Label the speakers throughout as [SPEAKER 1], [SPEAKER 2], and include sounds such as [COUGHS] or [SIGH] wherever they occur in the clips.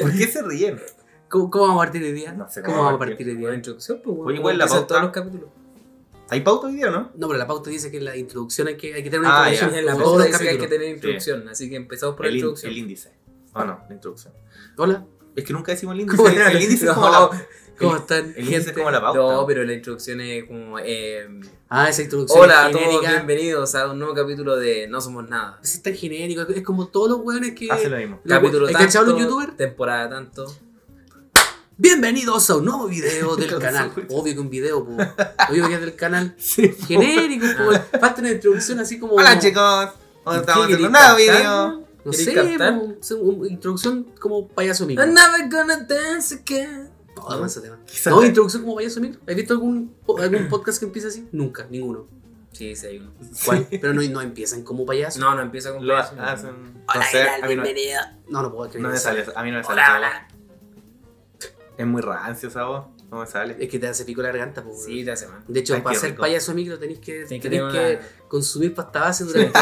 [SPEAKER 1] ¿Por qué se ríen?
[SPEAKER 2] ¿Cómo, cómo vamos a partir de día?
[SPEAKER 1] No sé
[SPEAKER 2] ¿Cómo vamos a partir de día? ¿La introducción? Pues,
[SPEAKER 1] Oye, igual la
[SPEAKER 2] empiezan
[SPEAKER 1] pauta-
[SPEAKER 2] todos los capítulos.
[SPEAKER 1] ¿Hay pauta hoy día o no?
[SPEAKER 2] No, pero la pauta dice que en la introducción hay que, hay que tener una
[SPEAKER 1] Ah,
[SPEAKER 2] introducción
[SPEAKER 1] ya.
[SPEAKER 2] en la
[SPEAKER 1] Pues eso
[SPEAKER 2] pauta del
[SPEAKER 1] dice
[SPEAKER 2] capítulo.
[SPEAKER 3] hay que tener introducción, así que empezamos por
[SPEAKER 1] El, in-
[SPEAKER 3] la [LAUGHS] introducción.
[SPEAKER 1] el índice. Ah, no, la introducción.
[SPEAKER 2] Hola,
[SPEAKER 1] Es que nunca decimos [LAUGHS] el índice.
[SPEAKER 2] ¿Cómo era?
[SPEAKER 1] El índice es
[SPEAKER 2] No.
[SPEAKER 1] como la,
[SPEAKER 2] ¿cómo
[SPEAKER 1] el-
[SPEAKER 2] están?
[SPEAKER 1] el índice es como la pauta.
[SPEAKER 3] No, pero la introducción es como. eh,
[SPEAKER 2] Ah, esa introducción
[SPEAKER 3] Hola a todos,
[SPEAKER 2] genérica.
[SPEAKER 3] bienvenidos a un nuevo capítulo de No Somos Nada.
[SPEAKER 2] Es tan genérico, es como todos los hueones que...
[SPEAKER 1] Hace Ah, lo mismo.
[SPEAKER 2] Los-
[SPEAKER 3] Capítulo
[SPEAKER 2] ¿Hay
[SPEAKER 3] tanto,
[SPEAKER 2] cachado los youtubers?
[SPEAKER 3] temporada tanto.
[SPEAKER 2] Bienvenidos a un
[SPEAKER 1] [LAUGHS]
[SPEAKER 2] nuevo video del
[SPEAKER 1] Claro,
[SPEAKER 2] canal.
[SPEAKER 1] sí,
[SPEAKER 2] Obvio que un video, po. Obvio que es del canal.
[SPEAKER 1] [LAUGHS] Sí. Ah.
[SPEAKER 2] Genérico, po. Falta una introducción así como.
[SPEAKER 1] Hola chicos. Hoy estamos
[SPEAKER 3] ¿Qué
[SPEAKER 1] haciendo un
[SPEAKER 3] queréis
[SPEAKER 1] nuevo
[SPEAKER 3] cantar?
[SPEAKER 1] video.
[SPEAKER 2] No
[SPEAKER 3] ¿Querés
[SPEAKER 2] sé,
[SPEAKER 3] cantar?
[SPEAKER 2] po, sí, una introducción como payaso
[SPEAKER 1] Ah,
[SPEAKER 2] micro.
[SPEAKER 3] I'm never gonna dance again.
[SPEAKER 2] Oh, además ese tema.
[SPEAKER 1] Quizás
[SPEAKER 2] No, introducción como payaso micro. ¿Has visto algún, po- algún podcast que empiece así? Nunca, ninguno.
[SPEAKER 3] Sí, sí, hay uno.
[SPEAKER 2] ¿Cuál? Pero no, no empiezan como payaso.
[SPEAKER 3] No, no empieza con
[SPEAKER 1] lo
[SPEAKER 3] eso, no.
[SPEAKER 1] hacen. No sé,
[SPEAKER 2] ¿qué tal?
[SPEAKER 1] a mí no,
[SPEAKER 2] Bienvenido. No, no puedo creer.
[SPEAKER 1] no me
[SPEAKER 2] eso.
[SPEAKER 1] sale. A mí no me sale.
[SPEAKER 2] Hola,
[SPEAKER 1] esa
[SPEAKER 2] hola.
[SPEAKER 1] voz. Es muy rancio esa voz. No me sale.
[SPEAKER 2] Es que te hace pico la garganta, po.
[SPEAKER 3] Sí, te hace mal.
[SPEAKER 2] De hecho,
[SPEAKER 1] Ay,
[SPEAKER 2] para
[SPEAKER 1] qué
[SPEAKER 2] ser
[SPEAKER 1] rico.
[SPEAKER 2] payaso micro tenés que,
[SPEAKER 3] Tienes que
[SPEAKER 2] tenés
[SPEAKER 3] tener
[SPEAKER 2] que
[SPEAKER 3] una
[SPEAKER 2] consumir pasta
[SPEAKER 1] [LAUGHS]
[SPEAKER 2] base durante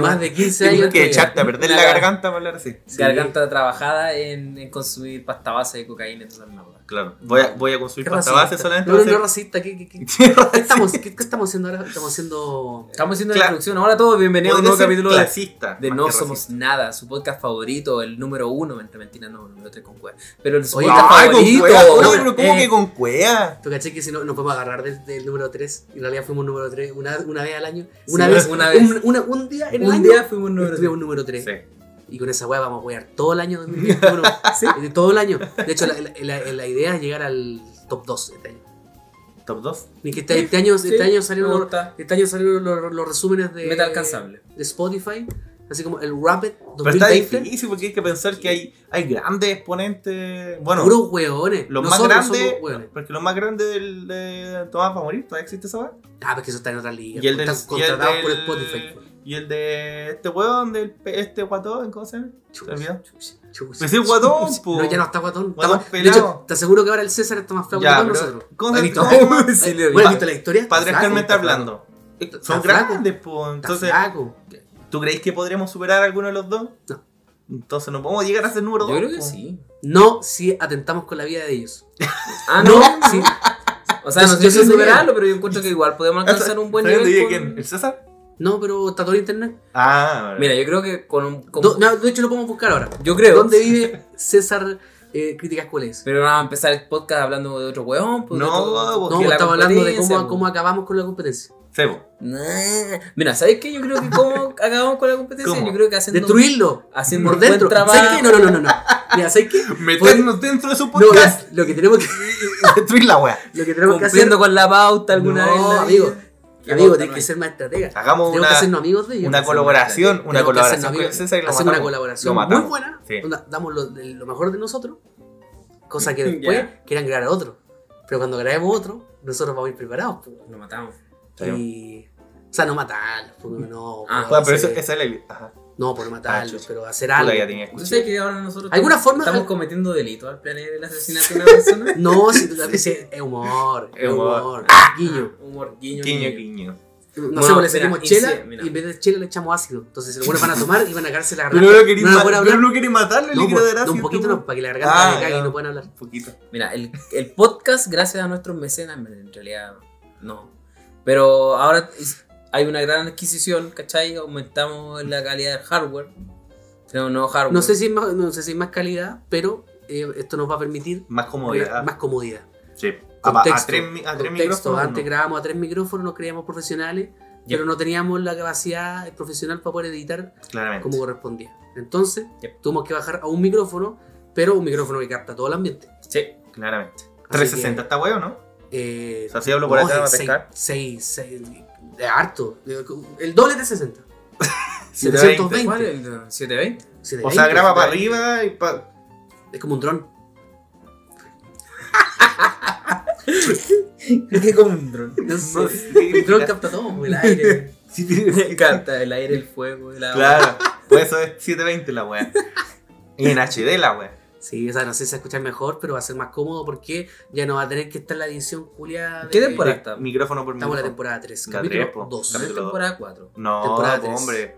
[SPEAKER 2] más de 15
[SPEAKER 1] Tienes
[SPEAKER 2] años.
[SPEAKER 1] que
[SPEAKER 2] de tu vida.
[SPEAKER 1] echarte a perder
[SPEAKER 3] Una
[SPEAKER 1] la
[SPEAKER 3] gar-
[SPEAKER 1] garganta para hablar así.
[SPEAKER 2] Sí.
[SPEAKER 3] garganta trabajada en, en consumir pasta base de cocaína y todas esas mierdas.
[SPEAKER 1] Claro. Voy a, voy a consumir
[SPEAKER 2] Qué
[SPEAKER 1] pasta
[SPEAKER 2] racista.
[SPEAKER 1] base solamente.
[SPEAKER 2] No,
[SPEAKER 1] para
[SPEAKER 2] no, no
[SPEAKER 1] hacer-
[SPEAKER 2] racista. ¿Qué, qué, qué,
[SPEAKER 1] [LAUGHS]
[SPEAKER 2] qué estamos, qué, qué estamos haciendo ahora? Estamos haciendo.
[SPEAKER 3] Estamos haciendo la
[SPEAKER 1] Claro.
[SPEAKER 3] introducción. Hola a todos, bienvenidos a un
[SPEAKER 1] Podría
[SPEAKER 3] nuevo
[SPEAKER 1] ser
[SPEAKER 3] capítulo de,
[SPEAKER 1] clasista,
[SPEAKER 3] de
[SPEAKER 1] más
[SPEAKER 3] No
[SPEAKER 1] que
[SPEAKER 3] Somos
[SPEAKER 1] racista.
[SPEAKER 3] Nada, su podcast favorito, el número uno. Entre mentira, no, el número tres con cueva. Pero su
[SPEAKER 2] Oye,
[SPEAKER 3] podcast
[SPEAKER 1] Ay, con
[SPEAKER 3] favorito.
[SPEAKER 1] cuea. Oye, pero ¿cómo
[SPEAKER 3] eh,
[SPEAKER 1] que con cuea?
[SPEAKER 2] ¿Tú caché que si no, nos podemos agarrar del, del número 3? En realidad fuimos número 3 una, una vez al año.
[SPEAKER 3] Sí,
[SPEAKER 2] Una vez.
[SPEAKER 3] una vez.
[SPEAKER 2] Un, una- un día en el
[SPEAKER 3] un
[SPEAKER 2] año.
[SPEAKER 3] día fuimos número
[SPEAKER 2] Estuvimos
[SPEAKER 3] tres.
[SPEAKER 2] un número 3.
[SPEAKER 1] Sí.
[SPEAKER 2] Y con esa weá vamos a wear todo el año
[SPEAKER 3] [LAUGHS]
[SPEAKER 2] 2021. De Eh, todo el año. De hecho, la, la- la- la idea es llegar al top 2 este año.
[SPEAKER 1] Top 2.
[SPEAKER 2] Ni que este, este año, este
[SPEAKER 3] Sí,
[SPEAKER 2] año
[SPEAKER 3] me
[SPEAKER 2] salieron, los,
[SPEAKER 3] gusta.
[SPEAKER 2] este año salieron los, los resúmenes de,
[SPEAKER 3] Meta alcanzable.
[SPEAKER 2] de Spotify. Así como el Rapid
[SPEAKER 1] Pero está
[SPEAKER 2] 2020.
[SPEAKER 1] difícil porque hay que pensar que hay, hay grandes exponentes. Bueno,
[SPEAKER 2] Puros hueones.
[SPEAKER 1] los más
[SPEAKER 2] Nosotros somos
[SPEAKER 1] grandes.
[SPEAKER 2] hueones.
[SPEAKER 1] Porque los más grandes del de Tomás va a morir, todavía existe esa weá.
[SPEAKER 2] Ah, pero es que eso está en otra liga. pues,
[SPEAKER 1] Y el del.
[SPEAKER 2] Están
[SPEAKER 1] y el
[SPEAKER 2] contratados por
[SPEAKER 1] del-
[SPEAKER 2] Spotify.
[SPEAKER 1] Y el de este weón, del pe- este guatón, ¿cómo se llama?
[SPEAKER 2] Chus,
[SPEAKER 1] ¿Te olvidó?
[SPEAKER 2] chus, chus,
[SPEAKER 1] Pero si es guatón,
[SPEAKER 2] chus.
[SPEAKER 1] po.
[SPEAKER 2] No, ya no está guatón. está
[SPEAKER 1] Guatón
[SPEAKER 2] más- de hecho,
[SPEAKER 1] pelado.
[SPEAKER 2] te aseguro que ahora el César está más flaco que
[SPEAKER 1] Ya,
[SPEAKER 2] todos
[SPEAKER 1] pero-
[SPEAKER 2] nosotros.
[SPEAKER 1] ¿cómo
[SPEAKER 2] ¿Has
[SPEAKER 1] se-
[SPEAKER 2] visto?
[SPEAKER 1] cómo se llama?
[SPEAKER 3] Sí, le
[SPEAKER 2] Bueno,
[SPEAKER 3] vi.
[SPEAKER 2] ¿has visto la historia? Está
[SPEAKER 1] Padres
[SPEAKER 2] flaco,
[SPEAKER 1] Carmen está
[SPEAKER 2] flaco,
[SPEAKER 1] hablando. Son
[SPEAKER 2] flaco.
[SPEAKER 1] grandes, po.
[SPEAKER 2] está
[SPEAKER 1] Entonces,
[SPEAKER 2] flaco.
[SPEAKER 1] ¿tú creéis que podríamos superar a alguno de los dos?
[SPEAKER 2] No.
[SPEAKER 1] Entonces, ¿no podemos llegar a ser número
[SPEAKER 3] Yo
[SPEAKER 1] dos?
[SPEAKER 3] creo que
[SPEAKER 1] po?
[SPEAKER 3] sí.
[SPEAKER 2] No si atentamos con la vida de ellos.
[SPEAKER 3] Ah,
[SPEAKER 2] no,
[SPEAKER 3] no. [LAUGHS]
[SPEAKER 2] si-
[SPEAKER 3] O sea, no
[SPEAKER 2] Yo-
[SPEAKER 3] sé
[SPEAKER 2] yo
[SPEAKER 3] si
[SPEAKER 2] soy
[SPEAKER 3] superarlo, pero yo encuentro que igual podemos alcanzar un buen
[SPEAKER 1] ¿Sabes dónde
[SPEAKER 3] nivel.
[SPEAKER 1] vive
[SPEAKER 3] con-
[SPEAKER 1] quién? ¿El César?
[SPEAKER 2] no, pero está todo en internet.
[SPEAKER 1] Ah, vale.
[SPEAKER 3] Mira, yo creo que con un. con-
[SPEAKER 2] Do- no, de hecho, lo podemos buscar ahora.
[SPEAKER 3] Yo creo.
[SPEAKER 2] ¿Dónde vive César eh, Críticas Cuales?
[SPEAKER 3] Pero vamos a empezar el podcast hablando de otro weón. pues,
[SPEAKER 1] No,
[SPEAKER 3] de otro-
[SPEAKER 1] porque
[SPEAKER 2] No,
[SPEAKER 3] de la
[SPEAKER 2] estamos hablando de
[SPEAKER 3] competencia,
[SPEAKER 2] cómo,
[SPEAKER 3] pues.
[SPEAKER 2] cómo acabamos con la competencia.
[SPEAKER 1] Sebo.
[SPEAKER 3] Nah. Mira, ¿sabes qué? Yo creo
[SPEAKER 2] [LAUGHS]
[SPEAKER 3] que cómo acabamos con la competencia.
[SPEAKER 1] ¿Cómo?
[SPEAKER 3] Yo creo que haciendo.
[SPEAKER 2] Destruirlo.
[SPEAKER 3] Haciendo
[SPEAKER 2] Por
[SPEAKER 3] un buen
[SPEAKER 2] dentro.
[SPEAKER 3] trabajo.
[SPEAKER 2] ¿Sabes qué? No, no, no, no,
[SPEAKER 3] [LAUGHS]
[SPEAKER 2] no. Mira, ¿sabes qué?
[SPEAKER 1] Meternos dentro de su
[SPEAKER 2] No,
[SPEAKER 1] podcast
[SPEAKER 2] lo que tenemos que,
[SPEAKER 1] y [LAUGHS] destruir la wea.
[SPEAKER 2] lo que, tenemos que hacer.
[SPEAKER 3] Cumpliendo con la pauta alguna
[SPEAKER 2] no,
[SPEAKER 3] vez. en la
[SPEAKER 2] amigo.
[SPEAKER 3] vida. Qué
[SPEAKER 2] Amigo,
[SPEAKER 3] pauta
[SPEAKER 2] tienes
[SPEAKER 3] no
[SPEAKER 2] que
[SPEAKER 3] hay.
[SPEAKER 2] ser más estratega.
[SPEAKER 1] Hagamos
[SPEAKER 2] Tenemos
[SPEAKER 1] una,
[SPEAKER 2] que hacernos amigos de ellos.
[SPEAKER 1] una
[SPEAKER 2] Tenemos
[SPEAKER 1] colaboración,
[SPEAKER 2] que
[SPEAKER 1] una
[SPEAKER 2] hacernos
[SPEAKER 1] colaboración con el
[SPEAKER 2] amigos.
[SPEAKER 1] César y lo
[SPEAKER 2] Hacemos una
[SPEAKER 1] matamos.
[SPEAKER 2] colaboración
[SPEAKER 1] Lo
[SPEAKER 2] muy
[SPEAKER 1] matamos.
[SPEAKER 2] buena.
[SPEAKER 1] Sí.
[SPEAKER 2] donde damos lo, de- lo mejor de nosotros.
[SPEAKER 1] [LAUGHS]
[SPEAKER 2] Cosa que
[SPEAKER 3] Ya.
[SPEAKER 2] después quieran grabar otro. Pero cuando grabemos otro, nosotros vamos a ir preparados. pues.
[SPEAKER 3] Nos matamos.
[SPEAKER 2] Y. O sea, no matarlos, porque no.
[SPEAKER 3] Ah,
[SPEAKER 2] pues,
[SPEAKER 1] Bueno, pero eso,
[SPEAKER 2] hacer-
[SPEAKER 1] esa es la idea. Ajá.
[SPEAKER 2] No, por matarlos,
[SPEAKER 1] chucha.
[SPEAKER 2] pero hacer algo.
[SPEAKER 1] Puta, ya tenía.
[SPEAKER 3] ¿Tú sabes que ahora nosotros
[SPEAKER 2] ¿Alguna forma-
[SPEAKER 3] estamos cometiendo delito al planear el
[SPEAKER 2] [LAUGHS]
[SPEAKER 3] asesinato de una persona?
[SPEAKER 2] No, si tú también sí, es humor,
[SPEAKER 1] [LAUGHS]
[SPEAKER 2] es
[SPEAKER 1] Es humor. Ah.
[SPEAKER 2] humor, guiño.
[SPEAKER 3] Ah, Humor, guiño,
[SPEAKER 1] Quiño, quiño.
[SPEAKER 2] No
[SPEAKER 3] No,
[SPEAKER 2] sé, pues le
[SPEAKER 3] mira,
[SPEAKER 2] saquemos
[SPEAKER 3] y
[SPEAKER 2] chela
[SPEAKER 3] sí, mira.
[SPEAKER 2] y en vez de chela le echamos ácido. Entonces los buenos van a tomar y van a cagarse
[SPEAKER 1] [LAUGHS]
[SPEAKER 2] la
[SPEAKER 1] Pero
[SPEAKER 2] garganta.
[SPEAKER 1] no lo queréis
[SPEAKER 2] van a poder
[SPEAKER 1] matar,
[SPEAKER 2] hablar.
[SPEAKER 1] pero no queréis matarlo,
[SPEAKER 2] No,
[SPEAKER 1] le quiero
[SPEAKER 2] pues,
[SPEAKER 1] dar
[SPEAKER 2] de
[SPEAKER 1] así.
[SPEAKER 2] un poquito
[SPEAKER 1] tú.
[SPEAKER 2] no, para que la garganta
[SPEAKER 1] Ah,
[SPEAKER 2] le cague y
[SPEAKER 1] ya.
[SPEAKER 2] no puedan hablar.
[SPEAKER 1] Un poquito.
[SPEAKER 3] Mira, el, el podcast, gracias a nuestros mecenas, bueno, en realidad no. Pero ahora es- hay una gran adquisición, ¿cachai? Aumentamos la calidad del hardware. Tenemos nuevo
[SPEAKER 1] Ah,
[SPEAKER 3] hardware.
[SPEAKER 2] No sé si es más, no sé si es más calidad, pero eh, esto nos va a permitir
[SPEAKER 1] Más comodidad.
[SPEAKER 2] más comodidad.
[SPEAKER 1] Sí. A, a
[SPEAKER 2] Contexto.
[SPEAKER 1] tres, mi- a tres
[SPEAKER 2] Contexto,
[SPEAKER 1] micrófonos.
[SPEAKER 2] antes
[SPEAKER 1] no.
[SPEAKER 2] grabábamos a tres micrófonos, nos creíamos profesionales,
[SPEAKER 3] Ya.
[SPEAKER 2] pero no teníamos la capacidad profesional para poder editar
[SPEAKER 1] Claramente.
[SPEAKER 2] como correspondía. Entonces,
[SPEAKER 3] Yep.
[SPEAKER 2] tuvimos que bajar a un micrófono, pero un micrófono que capta todo el ambiente.
[SPEAKER 3] Sí.
[SPEAKER 1] Claramente. 360 está huevo, ¿no?
[SPEAKER 2] Eh,
[SPEAKER 1] O sea, si hablo por acá, no te pescar.
[SPEAKER 2] 6, de harto. El doble
[SPEAKER 1] [LAUGHS]
[SPEAKER 2] de 60.
[SPEAKER 1] 720.
[SPEAKER 3] ¿Cuál es el 720?
[SPEAKER 1] O sea, graba para
[SPEAKER 2] 720.
[SPEAKER 1] arriba y pa...
[SPEAKER 2] [LAUGHS] Es como
[SPEAKER 1] [LAUGHS]
[SPEAKER 2] un dron.
[SPEAKER 3] ¿Qué como un dron? [LAUGHS]
[SPEAKER 2] No sé.
[SPEAKER 1] No
[SPEAKER 2] El dron [LAUGHS]
[SPEAKER 1] sé.
[SPEAKER 2] capta todo, pues, el aire.
[SPEAKER 1] Sí, tiene-
[SPEAKER 3] Canta el aire, el fuego, el agua.
[SPEAKER 1] Claro. Por eso es 720 la
[SPEAKER 2] [LAUGHS]
[SPEAKER 1] wea. Y en HD la wea.
[SPEAKER 2] Sí, o sea, no sé si se escucha mejor, pero va a ser más cómodo porque ya no va a tener que estar la edición culia. de-
[SPEAKER 3] ¿Qué temporada?
[SPEAKER 1] De- Micrófono por
[SPEAKER 2] Estamos en
[SPEAKER 1] micrófono.
[SPEAKER 2] la temporada 3,
[SPEAKER 1] La
[SPEAKER 2] capítulo
[SPEAKER 1] tres, po.
[SPEAKER 2] 2.
[SPEAKER 3] Es
[SPEAKER 1] Capítulo
[SPEAKER 3] temporada 4.
[SPEAKER 1] No,
[SPEAKER 2] Temporada
[SPEAKER 1] po,
[SPEAKER 2] tres.
[SPEAKER 1] hombre.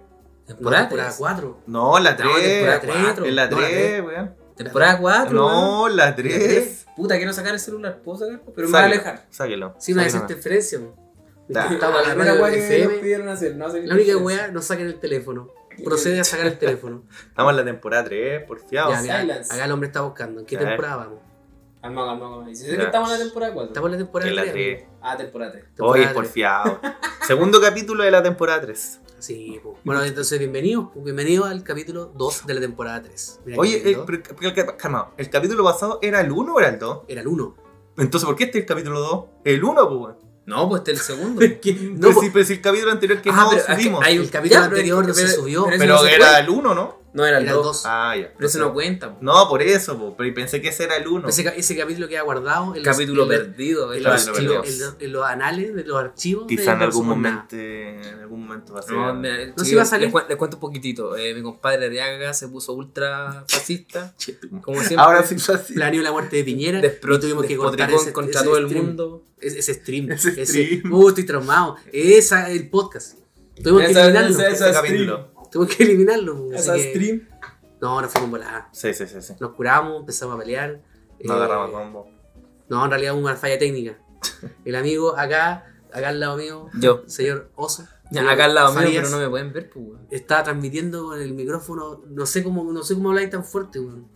[SPEAKER 2] No,
[SPEAKER 3] Temporada
[SPEAKER 2] temporada
[SPEAKER 3] 3.
[SPEAKER 2] 4.
[SPEAKER 1] No, la
[SPEAKER 2] No, temporada
[SPEAKER 1] 3.
[SPEAKER 2] cuatro.
[SPEAKER 1] en la
[SPEAKER 2] No, la
[SPEAKER 1] 3, weón.
[SPEAKER 3] Temporada 4.
[SPEAKER 1] No, la 3.
[SPEAKER 3] Puta, quiero sacar el celular. ¿Puedo sacarlo? Pero me voy a
[SPEAKER 1] Sáquelo.
[SPEAKER 3] alejar.
[SPEAKER 1] Sáquelo.
[SPEAKER 2] Sí, una
[SPEAKER 1] sáquelo.
[SPEAKER 2] desinterferencia. mo.
[SPEAKER 1] [LAUGHS] Da.
[SPEAKER 2] Estaba la
[SPEAKER 3] Ah, primera
[SPEAKER 2] radio
[SPEAKER 3] weá que nos
[SPEAKER 2] FM.
[SPEAKER 3] pidieron hacer. No hacer
[SPEAKER 2] La única
[SPEAKER 3] interferencia.
[SPEAKER 2] weá, no saquen el teléfono. Procede a sacar el
[SPEAKER 3] [LAUGHS]
[SPEAKER 2] teléfono.
[SPEAKER 1] Estamos en la temporada 3, porfiado.
[SPEAKER 2] Ya, mira,
[SPEAKER 3] silence.
[SPEAKER 2] acá el hombre está buscando. ¿En qué
[SPEAKER 1] Ya.
[SPEAKER 2] temporada vamos?
[SPEAKER 3] Calma, calma, calma. Dice que
[SPEAKER 1] Ya.
[SPEAKER 3] estamos en la temporada 4.
[SPEAKER 2] Estamos en la temporada
[SPEAKER 1] En la
[SPEAKER 2] 3.
[SPEAKER 1] 3.
[SPEAKER 3] Ah, temporada 3.
[SPEAKER 1] Hoy es
[SPEAKER 3] [LAUGHS]
[SPEAKER 1] porfiado. Segundo capítulo de la temporada 3.
[SPEAKER 2] Sí, po. bueno, entonces bienvenidos, po. bienvenidos al capítulo 2 de la temporada 3. Mira
[SPEAKER 1] Oye,
[SPEAKER 2] qué
[SPEAKER 1] eh,
[SPEAKER 2] lindo.
[SPEAKER 1] pero- pero- pero- calma, ¿el capítulo pasado era el 1 o era el 2?
[SPEAKER 2] era el 1.
[SPEAKER 1] Entonces, ¿por qué este es el capítulo 2? El 1, pues, weón.
[SPEAKER 3] No, pues este es el [LAUGHS] segundo.
[SPEAKER 1] No,
[SPEAKER 2] No,
[SPEAKER 1] pero,
[SPEAKER 2] po-
[SPEAKER 1] si, pero si el capítulo anterior que
[SPEAKER 3] pues- Ah,
[SPEAKER 1] no
[SPEAKER 3] pero es que
[SPEAKER 1] subimos.
[SPEAKER 3] hay
[SPEAKER 2] El
[SPEAKER 3] un-
[SPEAKER 2] capítulo
[SPEAKER 3] Ya, pero-
[SPEAKER 2] anterior no se
[SPEAKER 3] pero-
[SPEAKER 2] subió.
[SPEAKER 3] pero ese
[SPEAKER 1] pero
[SPEAKER 3] no se
[SPEAKER 1] era
[SPEAKER 3] puede.
[SPEAKER 1] el 1, ¿no?
[SPEAKER 3] No, era el
[SPEAKER 2] Era el
[SPEAKER 3] 2.
[SPEAKER 2] dos.
[SPEAKER 1] Ah, ya.
[SPEAKER 3] Pero eso no cuenta. pues. po.
[SPEAKER 1] No, por eso, po, pero pensé que ese era el 1.
[SPEAKER 2] Ese, ca- ese capítulo queda guardado en los,
[SPEAKER 3] Capítulo
[SPEAKER 2] en los-
[SPEAKER 3] perdido.
[SPEAKER 2] en
[SPEAKER 3] el
[SPEAKER 2] los
[SPEAKER 1] Capítulo
[SPEAKER 2] archivos-
[SPEAKER 1] perdido.
[SPEAKER 2] en los- en los anales de los archivos. de
[SPEAKER 1] Quizá en
[SPEAKER 2] Versus
[SPEAKER 1] algún
[SPEAKER 2] Jornada.
[SPEAKER 1] momento, en algún momento va a ser.
[SPEAKER 3] No, mira,
[SPEAKER 2] No, sí
[SPEAKER 3] chiquillos,
[SPEAKER 2] va a salir.
[SPEAKER 3] Les, cuen- les cuento un poquitito. Eh, mi compadre Arriaga se puso ultra fascista. Como siempre.
[SPEAKER 1] Ahora sí, así.
[SPEAKER 2] Planeó la muerte de Piñera
[SPEAKER 3] Despro-
[SPEAKER 2] y tuvimos que cortar
[SPEAKER 3] despotricó
[SPEAKER 2] ese,
[SPEAKER 3] contra
[SPEAKER 2] ese
[SPEAKER 3] todo el
[SPEAKER 2] stream.
[SPEAKER 3] mundo.
[SPEAKER 2] Ese, ese stream.
[SPEAKER 1] Ese
[SPEAKER 2] Ese
[SPEAKER 1] stream.
[SPEAKER 2] Uh, estoy traumado. Esa, el podcast. Tuvimos que
[SPEAKER 3] Esa-
[SPEAKER 2] eliminarlo.
[SPEAKER 3] esa-
[SPEAKER 1] Ese
[SPEAKER 3] esa-
[SPEAKER 1] capítulo.
[SPEAKER 2] Tuvimos que eliminarlo. pues, así
[SPEAKER 3] Esa
[SPEAKER 2] que-
[SPEAKER 3] stream.
[SPEAKER 2] No, no fuimos volada.
[SPEAKER 1] Sí, sí, sí. sí.
[SPEAKER 2] Nos curamos, empezamos a pelear.
[SPEAKER 1] No
[SPEAKER 2] eh,
[SPEAKER 1] agarramos combo.
[SPEAKER 2] No, en realidad hubo una falla técnica. El amigo acá, acá al lado mío,
[SPEAKER 3] Yo.
[SPEAKER 2] señor Oso.
[SPEAKER 3] Ya, acá al lado mío,
[SPEAKER 2] Farías,
[SPEAKER 3] pero no me pueden ver, pues, weón.
[SPEAKER 2] Estaba transmitiendo con el micrófono. No sé cómo, no sé cómo habláis tan fuerte, weón.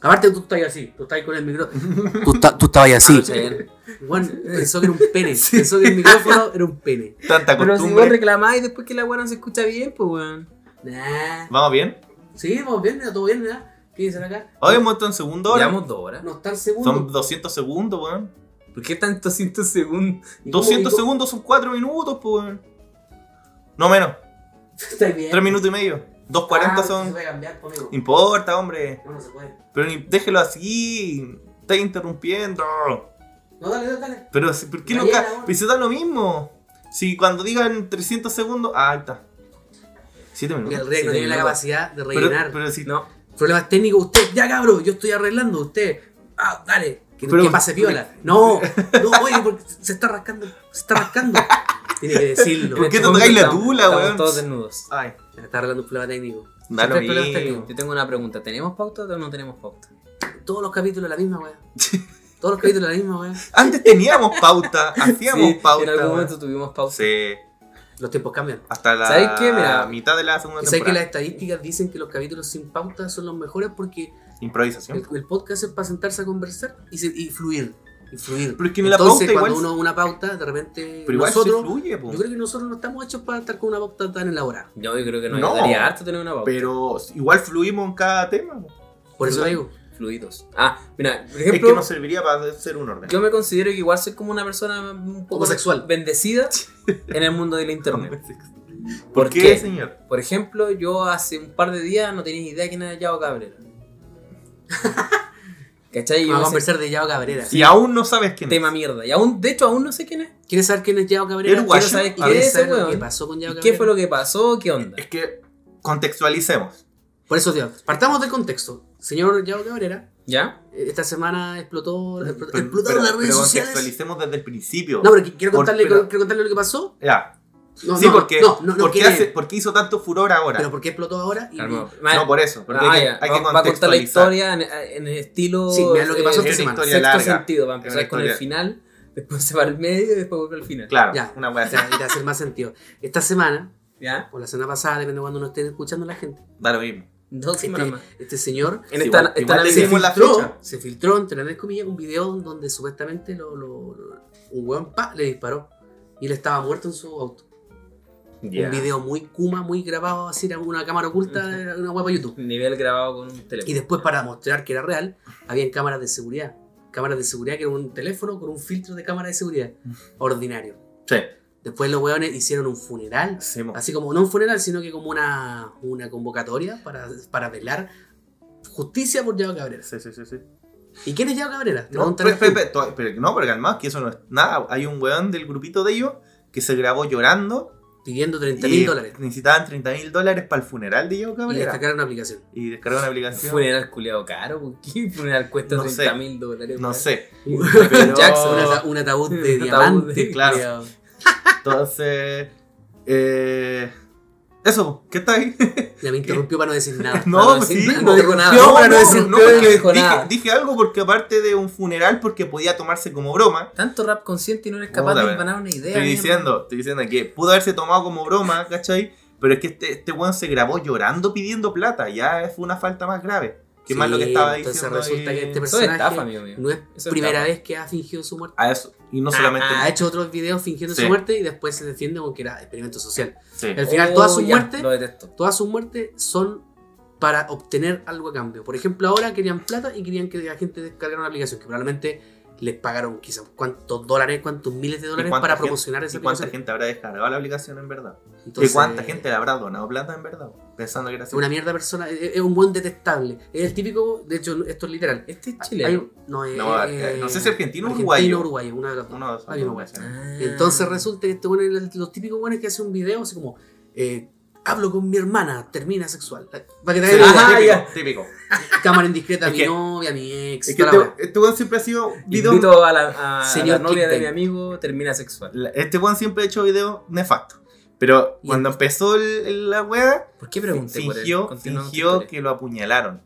[SPEAKER 2] Aparte tú estás así, tú estás con el micrófono. tú, está- tú estabas
[SPEAKER 3] Ah, está bien.
[SPEAKER 2] Bueno, pensó que era un pene. Pensó que el micrófono era un pene.
[SPEAKER 1] Tanta
[SPEAKER 3] Pero si vos
[SPEAKER 1] costumbre.
[SPEAKER 3] reclamáis después que la weá no se escucha bien, pues, weón.
[SPEAKER 2] Nah.
[SPEAKER 1] ¿Vamos bien?
[SPEAKER 2] Seguimos bien, todo bien, ¿verdad? ¿Qué dicen acá?
[SPEAKER 1] Hoy hemos estado en segundo hora.
[SPEAKER 3] Llevamos dos horas.
[SPEAKER 2] No están segundos.
[SPEAKER 1] Son 200 segundos, weón.
[SPEAKER 3] ¿Por qué tantos cientos segundos?
[SPEAKER 2] ¿Y cómo-
[SPEAKER 1] 200
[SPEAKER 2] y cómo-
[SPEAKER 1] segundos son 4 minutos, pues, weón. No menos.
[SPEAKER 2] [LAUGHS] Está bien.
[SPEAKER 1] 3 minutos y medio. 2.40
[SPEAKER 2] Ah, Se
[SPEAKER 1] son.
[SPEAKER 2] puede cambiar, pues, amigo.
[SPEAKER 1] No importa, hombre.
[SPEAKER 2] No, no se puede.
[SPEAKER 1] Pero ni- déjelo así. Está interrumpiendo.
[SPEAKER 2] No, dale, dale, dale.
[SPEAKER 1] Pero, si- ¿por qué no
[SPEAKER 2] Mañana,
[SPEAKER 1] ca-
[SPEAKER 2] weón.
[SPEAKER 1] Pero si da lo mismo. Si cuando digan 300 segundos. Ah, ahí está. 7
[SPEAKER 2] Mira,
[SPEAKER 1] minutos.
[SPEAKER 2] el rey
[SPEAKER 3] Sí,
[SPEAKER 2] no tiene la
[SPEAKER 3] no.
[SPEAKER 2] capacidad de
[SPEAKER 1] Pero,
[SPEAKER 2] rellenar.
[SPEAKER 1] pero si
[SPEAKER 3] No.
[SPEAKER 2] Problemas técnicos, usted, ya cabro, yo estoy arreglando, usted. Ah, dale, que,
[SPEAKER 1] Pero-
[SPEAKER 2] que pase piola. No, no, oye, porque se está rascando, se está rascando. Tiene que decirlo.
[SPEAKER 1] ¿Por qué
[SPEAKER 3] En
[SPEAKER 1] te
[SPEAKER 3] este
[SPEAKER 1] tocáis la
[SPEAKER 3] momento estamos-
[SPEAKER 1] tula,
[SPEAKER 3] estamos
[SPEAKER 1] weón?
[SPEAKER 3] Todos desnudos.
[SPEAKER 1] Ay,
[SPEAKER 2] Está arreglando un problema técnico.
[SPEAKER 1] da lo
[SPEAKER 3] Siempre hay problemas
[SPEAKER 1] mismo.
[SPEAKER 3] técnicos. Yo tengo una pregunta. ¿Tenemos pauta o no tenemos pauta?
[SPEAKER 2] Todos los capítulos la misma, weá. Todos los capítulos la misma, weá.
[SPEAKER 1] Antes teníamos pauta. Hacíamos
[SPEAKER 3] Sí,
[SPEAKER 1] pauta.
[SPEAKER 3] En algún
[SPEAKER 1] weón.
[SPEAKER 3] momento tuvimos pausa.
[SPEAKER 1] Sí.
[SPEAKER 2] Los tiempos cambian.
[SPEAKER 1] Hasta la
[SPEAKER 3] ¿Sabes qué? Mira,
[SPEAKER 1] mitad de la segunda
[SPEAKER 2] Y sabes que
[SPEAKER 1] temporada.
[SPEAKER 2] las estadísticas dicen que los capítulos sin pauta son los mejores porque
[SPEAKER 1] Improvisación.
[SPEAKER 2] el, el podcast es para sentarse a conversar y, se- y fluir. Y fluir.
[SPEAKER 1] Pero es que en la
[SPEAKER 2] Entonces,
[SPEAKER 1] pauta igual-
[SPEAKER 2] cuando uno una pauta, de repente
[SPEAKER 1] Pero igual
[SPEAKER 2] nosotros,
[SPEAKER 1] se fluye, po.
[SPEAKER 2] yo creo que nosotros no estamos hechos para estar con una pauta tan elaborada.
[SPEAKER 3] Yo, yo creo que nos
[SPEAKER 1] No.
[SPEAKER 3] ayudaría harto tener una pauta.
[SPEAKER 1] Pero igual fluimos en cada tema. po.
[SPEAKER 2] Por eso
[SPEAKER 3] Sí.
[SPEAKER 2] digo,
[SPEAKER 3] Fluidos. Ah, mira, por
[SPEAKER 1] Es que
[SPEAKER 3] ejemplo,
[SPEAKER 1] nos serviría para hacer un orden.
[SPEAKER 3] yo me considero que igual soy como una persona un poco
[SPEAKER 2] Homosexual.
[SPEAKER 3] Bendecida en el mundo de la
[SPEAKER 1] [LAUGHS]
[SPEAKER 3] internet.
[SPEAKER 1] ¿Por
[SPEAKER 3] ¿Por
[SPEAKER 1] qué,
[SPEAKER 3] qué?
[SPEAKER 1] señor?
[SPEAKER 3] Por ejemplo, yo hace un par de días no tenía ni idea quién era
[SPEAKER 2] [LAUGHS]
[SPEAKER 3] Yao Cabrera. ¿Cachai? Yo
[SPEAKER 2] vamos a
[SPEAKER 3] ese
[SPEAKER 2] conversar de Yao Cabrera.
[SPEAKER 1] Si aún no sabes quién
[SPEAKER 3] tema
[SPEAKER 1] es.
[SPEAKER 3] mierda. Y aún, de hecho, aún no sé quién es.
[SPEAKER 2] ¿Quieres saber quién es Yao Cabrera?
[SPEAKER 1] Uruguayo.
[SPEAKER 2] ¿Quieres saber
[SPEAKER 1] A
[SPEAKER 2] quién
[SPEAKER 1] ver,
[SPEAKER 2] es
[SPEAKER 3] ese
[SPEAKER 2] ese weón?
[SPEAKER 3] weón.
[SPEAKER 2] ¿Qué pasó con Yao
[SPEAKER 3] ¿Y
[SPEAKER 2] Cabrera?
[SPEAKER 3] ¿Qué fue lo que pasó? ¿Qué onda?
[SPEAKER 1] Es que contextualicemos.
[SPEAKER 2] Por eso, tío, partamos del contexto. Señor Yao Cabrera,
[SPEAKER 3] ¿Ya?
[SPEAKER 2] eh, esta semana explotó, explotó-
[SPEAKER 1] Pero-
[SPEAKER 2] explotaron
[SPEAKER 1] pero-
[SPEAKER 2] las redes
[SPEAKER 1] pero
[SPEAKER 2] sociales.
[SPEAKER 1] contextualicemos desde el principio.
[SPEAKER 2] No, pero qu- quiero
[SPEAKER 1] Por-
[SPEAKER 2] contarle,
[SPEAKER 1] pero-
[SPEAKER 2] quiero contarle lo que pasó.
[SPEAKER 1] Ya.
[SPEAKER 2] No,
[SPEAKER 1] sí,
[SPEAKER 2] no,
[SPEAKER 1] porque,
[SPEAKER 2] no, no, no,
[SPEAKER 1] ¿por, qué
[SPEAKER 2] quién es,
[SPEAKER 1] hace- por qué hizo tanto furor ahora?
[SPEAKER 2] Pero ¿por qué explotó ahora? Y-
[SPEAKER 3] Calma.
[SPEAKER 1] no, por eso. Porque
[SPEAKER 3] Ah,
[SPEAKER 1] hay, que-
[SPEAKER 3] ya.
[SPEAKER 1] hay
[SPEAKER 3] va,
[SPEAKER 1] que
[SPEAKER 3] va a contar la
[SPEAKER 1] contextualizar.
[SPEAKER 3] historia en, en el estilo.
[SPEAKER 2] Sí, mira lo que pasó esta
[SPEAKER 3] eh,
[SPEAKER 1] es una
[SPEAKER 2] semana.
[SPEAKER 1] historia
[SPEAKER 3] sexto
[SPEAKER 1] larga.
[SPEAKER 3] sentido. Va a
[SPEAKER 1] Es una
[SPEAKER 3] empezar con el
[SPEAKER 1] historia-
[SPEAKER 3] final, después se va al medio y después vuelve al final.
[SPEAKER 1] Claro,
[SPEAKER 2] Ya.
[SPEAKER 1] una wea
[SPEAKER 2] O
[SPEAKER 1] así.
[SPEAKER 2] sea, y te hace más sentido. Esta semana,
[SPEAKER 3] ¿Ya?
[SPEAKER 2] o la semana pasada, depende de cuando nos estén escuchando la gente,
[SPEAKER 1] Da lo mismo.
[SPEAKER 3] Dos
[SPEAKER 2] este,
[SPEAKER 3] semanas más.
[SPEAKER 2] este señor
[SPEAKER 3] En
[SPEAKER 1] Sí,
[SPEAKER 3] esta,
[SPEAKER 1] igual-
[SPEAKER 3] esta
[SPEAKER 1] igual
[SPEAKER 3] la-
[SPEAKER 1] le
[SPEAKER 2] se
[SPEAKER 1] dimos
[SPEAKER 2] filtró,
[SPEAKER 1] la fecha.
[SPEAKER 2] se filtró, entre las comillas, un video donde supuestamente lo, lo- lo- un weón pa, le disparó y él estaba muerto en su auto.
[SPEAKER 1] Ya.
[SPEAKER 2] Un video muy kuma, muy grabado, así era una cámara oculta,
[SPEAKER 3] Ujú.
[SPEAKER 2] era una web para YouTube.
[SPEAKER 3] nivel grabado con un teléfono.
[SPEAKER 2] Y después, para mostrar que era real, habían cámaras de seguridad. Cámaras de seguridad que era un teléfono con un filtro de cámara de seguridad ordinario.
[SPEAKER 1] Sí.
[SPEAKER 2] Después los weones hicieron un funeral
[SPEAKER 1] Hacemos.
[SPEAKER 2] así como no un funeral, sino que como una, una convocatoria para, para velar justicia por Yao Cabrera.
[SPEAKER 1] Sí, sí, sí, sí.
[SPEAKER 2] ¿Y quién es Yao Cabrera? Te
[SPEAKER 1] No, pero,
[SPEAKER 2] preguntarás
[SPEAKER 1] pero-
[SPEAKER 2] tú.
[SPEAKER 1] pero- to- pero- no, pero calmado, que eso no es nada. Hay un weón del grupito de ellos que se grabó llorando.
[SPEAKER 2] pidiendo 30
[SPEAKER 1] y
[SPEAKER 2] mil dólares
[SPEAKER 1] Necesitaban 30 mil dólares para el funeral de Diego
[SPEAKER 2] y
[SPEAKER 1] Cabrera.
[SPEAKER 2] destacar
[SPEAKER 1] [LAUGHS]
[SPEAKER 2] una aplicación.
[SPEAKER 1] Y descargó una
[SPEAKER 3] Un
[SPEAKER 1] aplicación.
[SPEAKER 3] funeral culiado caro, ¿por qué? Un funeral cuesta
[SPEAKER 1] No
[SPEAKER 3] 30 mil dólares.
[SPEAKER 1] No
[SPEAKER 3] weón.
[SPEAKER 1] sé.
[SPEAKER 3] Pero-
[SPEAKER 1] Jackson,
[SPEAKER 2] Un ata- un
[SPEAKER 1] [LAUGHS]
[SPEAKER 2] ataúd de
[SPEAKER 3] Un ataúd de-
[SPEAKER 2] diamante.
[SPEAKER 1] claro.
[SPEAKER 2] culiao.
[SPEAKER 1] Entonces. eh, Eso, po, ¿qué está ahí? [LAUGHS]
[SPEAKER 2] Ya me interrumpió para no decir nada.
[SPEAKER 3] Para
[SPEAKER 1] No,
[SPEAKER 3] no
[SPEAKER 1] pues
[SPEAKER 3] decir
[SPEAKER 1] sí,
[SPEAKER 3] nada,
[SPEAKER 1] po.
[SPEAKER 3] no digo nada.
[SPEAKER 1] No,
[SPEAKER 3] Para no
[SPEAKER 1] no,
[SPEAKER 3] decir
[SPEAKER 1] no,
[SPEAKER 3] nada,
[SPEAKER 1] porque
[SPEAKER 3] no dijo
[SPEAKER 1] dije-
[SPEAKER 3] nada.
[SPEAKER 1] dije algo porque aparte de un funeral, porque podía tomarse como broma,
[SPEAKER 3] Tanto rap consciente y no eres capaz
[SPEAKER 1] Puta,
[SPEAKER 3] de
[SPEAKER 1] weón.
[SPEAKER 3] empanar una idea.
[SPEAKER 1] Estoy
[SPEAKER 3] mierda.
[SPEAKER 1] diciendo, estoy diciendo que pudo haberse tomado como broma, ¿cachai? Pero es que este, este weón se grabó llorando pidiendo plata, ya fue una falta más grave. Que
[SPEAKER 2] Sí,
[SPEAKER 1] más lo que estaba
[SPEAKER 2] entonces
[SPEAKER 1] diciendo.
[SPEAKER 2] resulta
[SPEAKER 1] ahí-
[SPEAKER 2] que este
[SPEAKER 3] Eso es estafa,
[SPEAKER 2] personaje
[SPEAKER 3] amigo mío.
[SPEAKER 2] no es
[SPEAKER 3] Eso es
[SPEAKER 2] primera
[SPEAKER 3] estafa.
[SPEAKER 2] vez que ha fingido su muerte.
[SPEAKER 1] A eso. Y no
[SPEAKER 2] Ha-
[SPEAKER 1] solamente.
[SPEAKER 2] ha, hecho otros videos fingiendo
[SPEAKER 1] Sí.
[SPEAKER 2] su muerte y después se defiende con que era experimento social.
[SPEAKER 1] Sí.
[SPEAKER 2] Al final, toda su
[SPEAKER 3] Oh, ya,
[SPEAKER 2] muerte-
[SPEAKER 3] Lo detesto.
[SPEAKER 2] Todas sus muertes son para obtener algo a cambio. Por ejemplo, ahora querían plata y querían que la gente descargara una aplicación que probablemente les pagaron quizás cuántos dólares, cuántos miles de dólares
[SPEAKER 1] cuánta
[SPEAKER 2] para
[SPEAKER 1] gente?
[SPEAKER 2] promocionar esa
[SPEAKER 1] ¿Y cuánta
[SPEAKER 2] aplicación.
[SPEAKER 1] gente habrá descargado la aplicación en verdad?
[SPEAKER 2] Entonces,
[SPEAKER 1] ¿Y cuánta gente le habrá donado plata en verdad? Pensando que era
[SPEAKER 2] Es
[SPEAKER 1] así.
[SPEAKER 2] una mierda persona, e-, es, es un buen detestable. Es el típico, de hecho, esto es literal.
[SPEAKER 3] Este es
[SPEAKER 2] Hay
[SPEAKER 3] chileno.
[SPEAKER 2] un- no, es-
[SPEAKER 1] No, eh,
[SPEAKER 2] es-
[SPEAKER 1] no sé si argentino o uruguayo.
[SPEAKER 2] argentino uruguayo, una de las dos.
[SPEAKER 1] Uno de esos
[SPEAKER 2] La misma
[SPEAKER 1] dos,
[SPEAKER 2] wea.
[SPEAKER 1] sí.
[SPEAKER 3] Ah.
[SPEAKER 2] Entonces resulta que este bueno es los típicos buenos que hace un video así como eh, hablo con mi hermana, termina sexual. Para que te
[SPEAKER 1] Sí,
[SPEAKER 2] hagan
[SPEAKER 3] Ajá,
[SPEAKER 1] típico,
[SPEAKER 3] ya.
[SPEAKER 1] típico.
[SPEAKER 2] cámara indiscreta a
[SPEAKER 1] Es
[SPEAKER 2] mi
[SPEAKER 1] que-
[SPEAKER 2] novia, a mi ex,
[SPEAKER 1] Es que
[SPEAKER 2] toda
[SPEAKER 1] este,
[SPEAKER 2] la wea.
[SPEAKER 1] este weón siempre ha sido video.
[SPEAKER 3] Invito a la, a la
[SPEAKER 2] Señor
[SPEAKER 3] novia de
[SPEAKER 2] Clickbait.
[SPEAKER 3] mi amigo, termina sexual.
[SPEAKER 1] la- Este weón siempre ha hecho videos nefastos. Pero
[SPEAKER 2] Y
[SPEAKER 1] cuando empezó el- el- la wea,
[SPEAKER 3] ¿Por qué pregunté por él?
[SPEAKER 1] fingió,
[SPEAKER 3] Continuamos tu
[SPEAKER 1] fingió
[SPEAKER 3] historia.
[SPEAKER 1] que lo apuñalaron.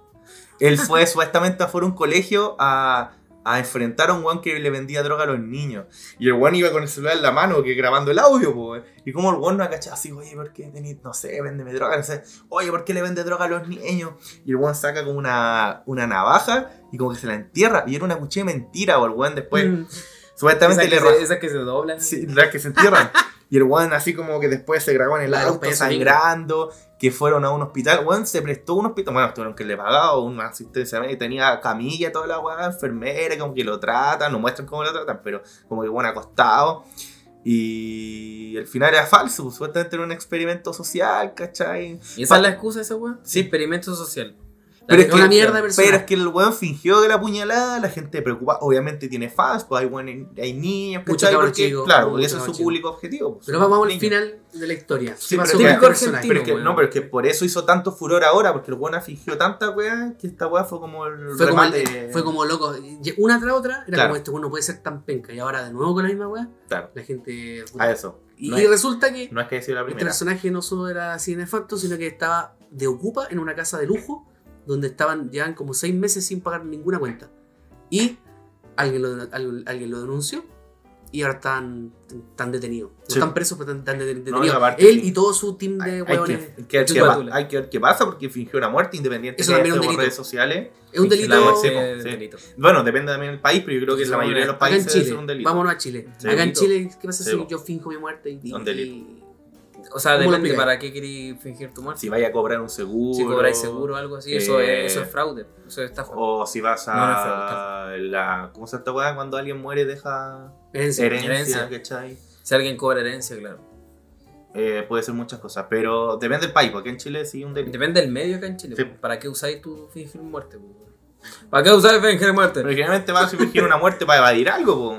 [SPEAKER 1] Él fue [LAUGHS] supuestamente afuera de un colegio a, a enfrentar a un weón que le vendía droga a los niños. Y el weón iba con el celular en la mano, que grabando el audio, po, weón. Y como el weón no cachado así, oye, ¿por qué tenés, no sé, véndeme droga? No sé, oye, ¿por qué le vende droga a los niños? Y el weón saca como una, una navaja y como que se la entierra. Y era una cuchilla de mentira, o el weón después.
[SPEAKER 3] Mm.
[SPEAKER 1] Supuestamente
[SPEAKER 3] Esas
[SPEAKER 1] le
[SPEAKER 3] que
[SPEAKER 1] rajó.
[SPEAKER 3] se- esas que se doblan.
[SPEAKER 1] Sí, las que se
[SPEAKER 2] [LAUGHS]
[SPEAKER 1] entierran. Y el weón así como que después se grabó en el
[SPEAKER 2] La de los
[SPEAKER 1] auto
[SPEAKER 2] payasos
[SPEAKER 1] sangrando, que fueron a un hospital. Weón se prestó un hospital, bueno, tuvieron que le pagaba una asistencia médica, tenía camilla, toda la weá, enfermera, como que lo tratan, no muestran cómo lo tratan, pero como que bueno, acostado. Y al final era falso, pues, supuestamente era un experimento social, ¿cachai?
[SPEAKER 3] ¿Y esa es la excusa de esa weá?
[SPEAKER 1] Sí.
[SPEAKER 3] Experimento social. La
[SPEAKER 1] Pero es
[SPEAKER 3] que-
[SPEAKER 1] que-
[SPEAKER 2] una mierda de persona.
[SPEAKER 1] Pero es que el weón fingió que la puñalada, la gente preocupa, obviamente tiene fans, pues hay, weón- hay niños,
[SPEAKER 2] Mucho
[SPEAKER 1] ¿cachai?
[SPEAKER 2] cabro
[SPEAKER 1] Porque,
[SPEAKER 2] chico,
[SPEAKER 1] claro, porque
[SPEAKER 2] mucho
[SPEAKER 1] ese es
[SPEAKER 2] cabro
[SPEAKER 1] su
[SPEAKER 2] chico.
[SPEAKER 1] público objetivo. pues,
[SPEAKER 2] Pero vamos al
[SPEAKER 1] niños.
[SPEAKER 2] final de la historia.
[SPEAKER 1] Sí, pero
[SPEAKER 2] ¿Qué
[SPEAKER 1] es que-
[SPEAKER 2] pasó con este
[SPEAKER 3] Típico
[SPEAKER 2] personaje?
[SPEAKER 1] Pero es que,
[SPEAKER 3] weón.
[SPEAKER 1] no, pero es que por eso hizo tanto furor ahora, porque el weón fingió tanta weá que esta weá fue como el
[SPEAKER 2] Fue como,
[SPEAKER 1] remate.
[SPEAKER 2] el- fue como loco. Y Una tras otra, era
[SPEAKER 1] eh. Claro.
[SPEAKER 2] como este bueno no puede ser tan penca. Y ahora de nuevo con la misma weá,
[SPEAKER 1] Claro,
[SPEAKER 2] la gente.
[SPEAKER 1] a eso.
[SPEAKER 2] y
[SPEAKER 1] No Mm.
[SPEAKER 2] y
[SPEAKER 1] es-
[SPEAKER 2] resulta que
[SPEAKER 1] No es que haya sido la
[SPEAKER 2] Este
[SPEAKER 1] primera.
[SPEAKER 2] personaje no solo era así de facto, sino que estaba de ocupa en una casa de lujo donde estaban, llevan como seis meses sin pagar ninguna cuenta. Y alguien lo, alguien, alguien lo denunció y ahora están, están detenidos. No
[SPEAKER 1] Sí.
[SPEAKER 2] están presos, pero están, están deten-
[SPEAKER 1] No, y
[SPEAKER 2] detenidos.
[SPEAKER 1] aparte-
[SPEAKER 2] Él y todo su team
[SPEAKER 1] Hay,
[SPEAKER 2] de
[SPEAKER 1] hay
[SPEAKER 2] hueones.
[SPEAKER 1] que, que- que-
[SPEAKER 3] Chúpatula.
[SPEAKER 1] hay que ver qué pasa porque fingió una muerte independiente
[SPEAKER 2] Eso
[SPEAKER 1] de
[SPEAKER 2] también es un
[SPEAKER 1] por
[SPEAKER 2] delito.
[SPEAKER 1] redes sociales.
[SPEAKER 2] Es un
[SPEAKER 1] que
[SPEAKER 2] delito.
[SPEAKER 1] la
[SPEAKER 3] Claro,
[SPEAKER 1] weá
[SPEAKER 3] sí,
[SPEAKER 1] sepa,
[SPEAKER 3] es
[SPEAKER 1] sí.
[SPEAKER 3] delito.
[SPEAKER 1] Bueno, depende también del país, pero yo creo que en la
[SPEAKER 3] Sí,
[SPEAKER 1] mayoría de los
[SPEAKER 2] Acá en
[SPEAKER 1] países debe ser
[SPEAKER 2] Chile,
[SPEAKER 1] un delito.
[SPEAKER 2] vámonos a Chile.
[SPEAKER 1] Sí,
[SPEAKER 2] Acá en
[SPEAKER 3] delito.
[SPEAKER 2] Chile, ¿qué pasa
[SPEAKER 1] Sí,
[SPEAKER 2] si
[SPEAKER 1] po.
[SPEAKER 2] yo finjo mi muerte? Y, y-
[SPEAKER 1] Un delito.
[SPEAKER 3] O sea,
[SPEAKER 2] ¿Cómo lo
[SPEAKER 3] depende
[SPEAKER 2] explicas?
[SPEAKER 3] para qué queréis fingir tu muerte.
[SPEAKER 1] Si vaya a cobrar un seguro.
[SPEAKER 3] Si cobráis seguro o algo así, eso,
[SPEAKER 1] eh, oh.
[SPEAKER 3] es, eso es fraude. Eso es estafa.
[SPEAKER 1] O si vas a.
[SPEAKER 3] No, no es fraude, estafa.
[SPEAKER 1] la, ¿Cómo se llama esta weá? Cuando alguien muere, deja
[SPEAKER 2] herencia.
[SPEAKER 1] herencia,
[SPEAKER 3] herencia.
[SPEAKER 1] ¿cachai?
[SPEAKER 3] Si alguien cobra herencia, claro.
[SPEAKER 1] Eh, puede ser muchas cosas, pero depende del país, porque en Chile sí un delito.
[SPEAKER 3] Depende del medio acá en Chile.
[SPEAKER 1] Sí.
[SPEAKER 3] pues. ¿Para qué usáis tu fingir muerte? pues, weón? ¿Para qué usáis fingir muerte?
[SPEAKER 1] Pero generalmente vas a fingir una muerte para evadir algo, po.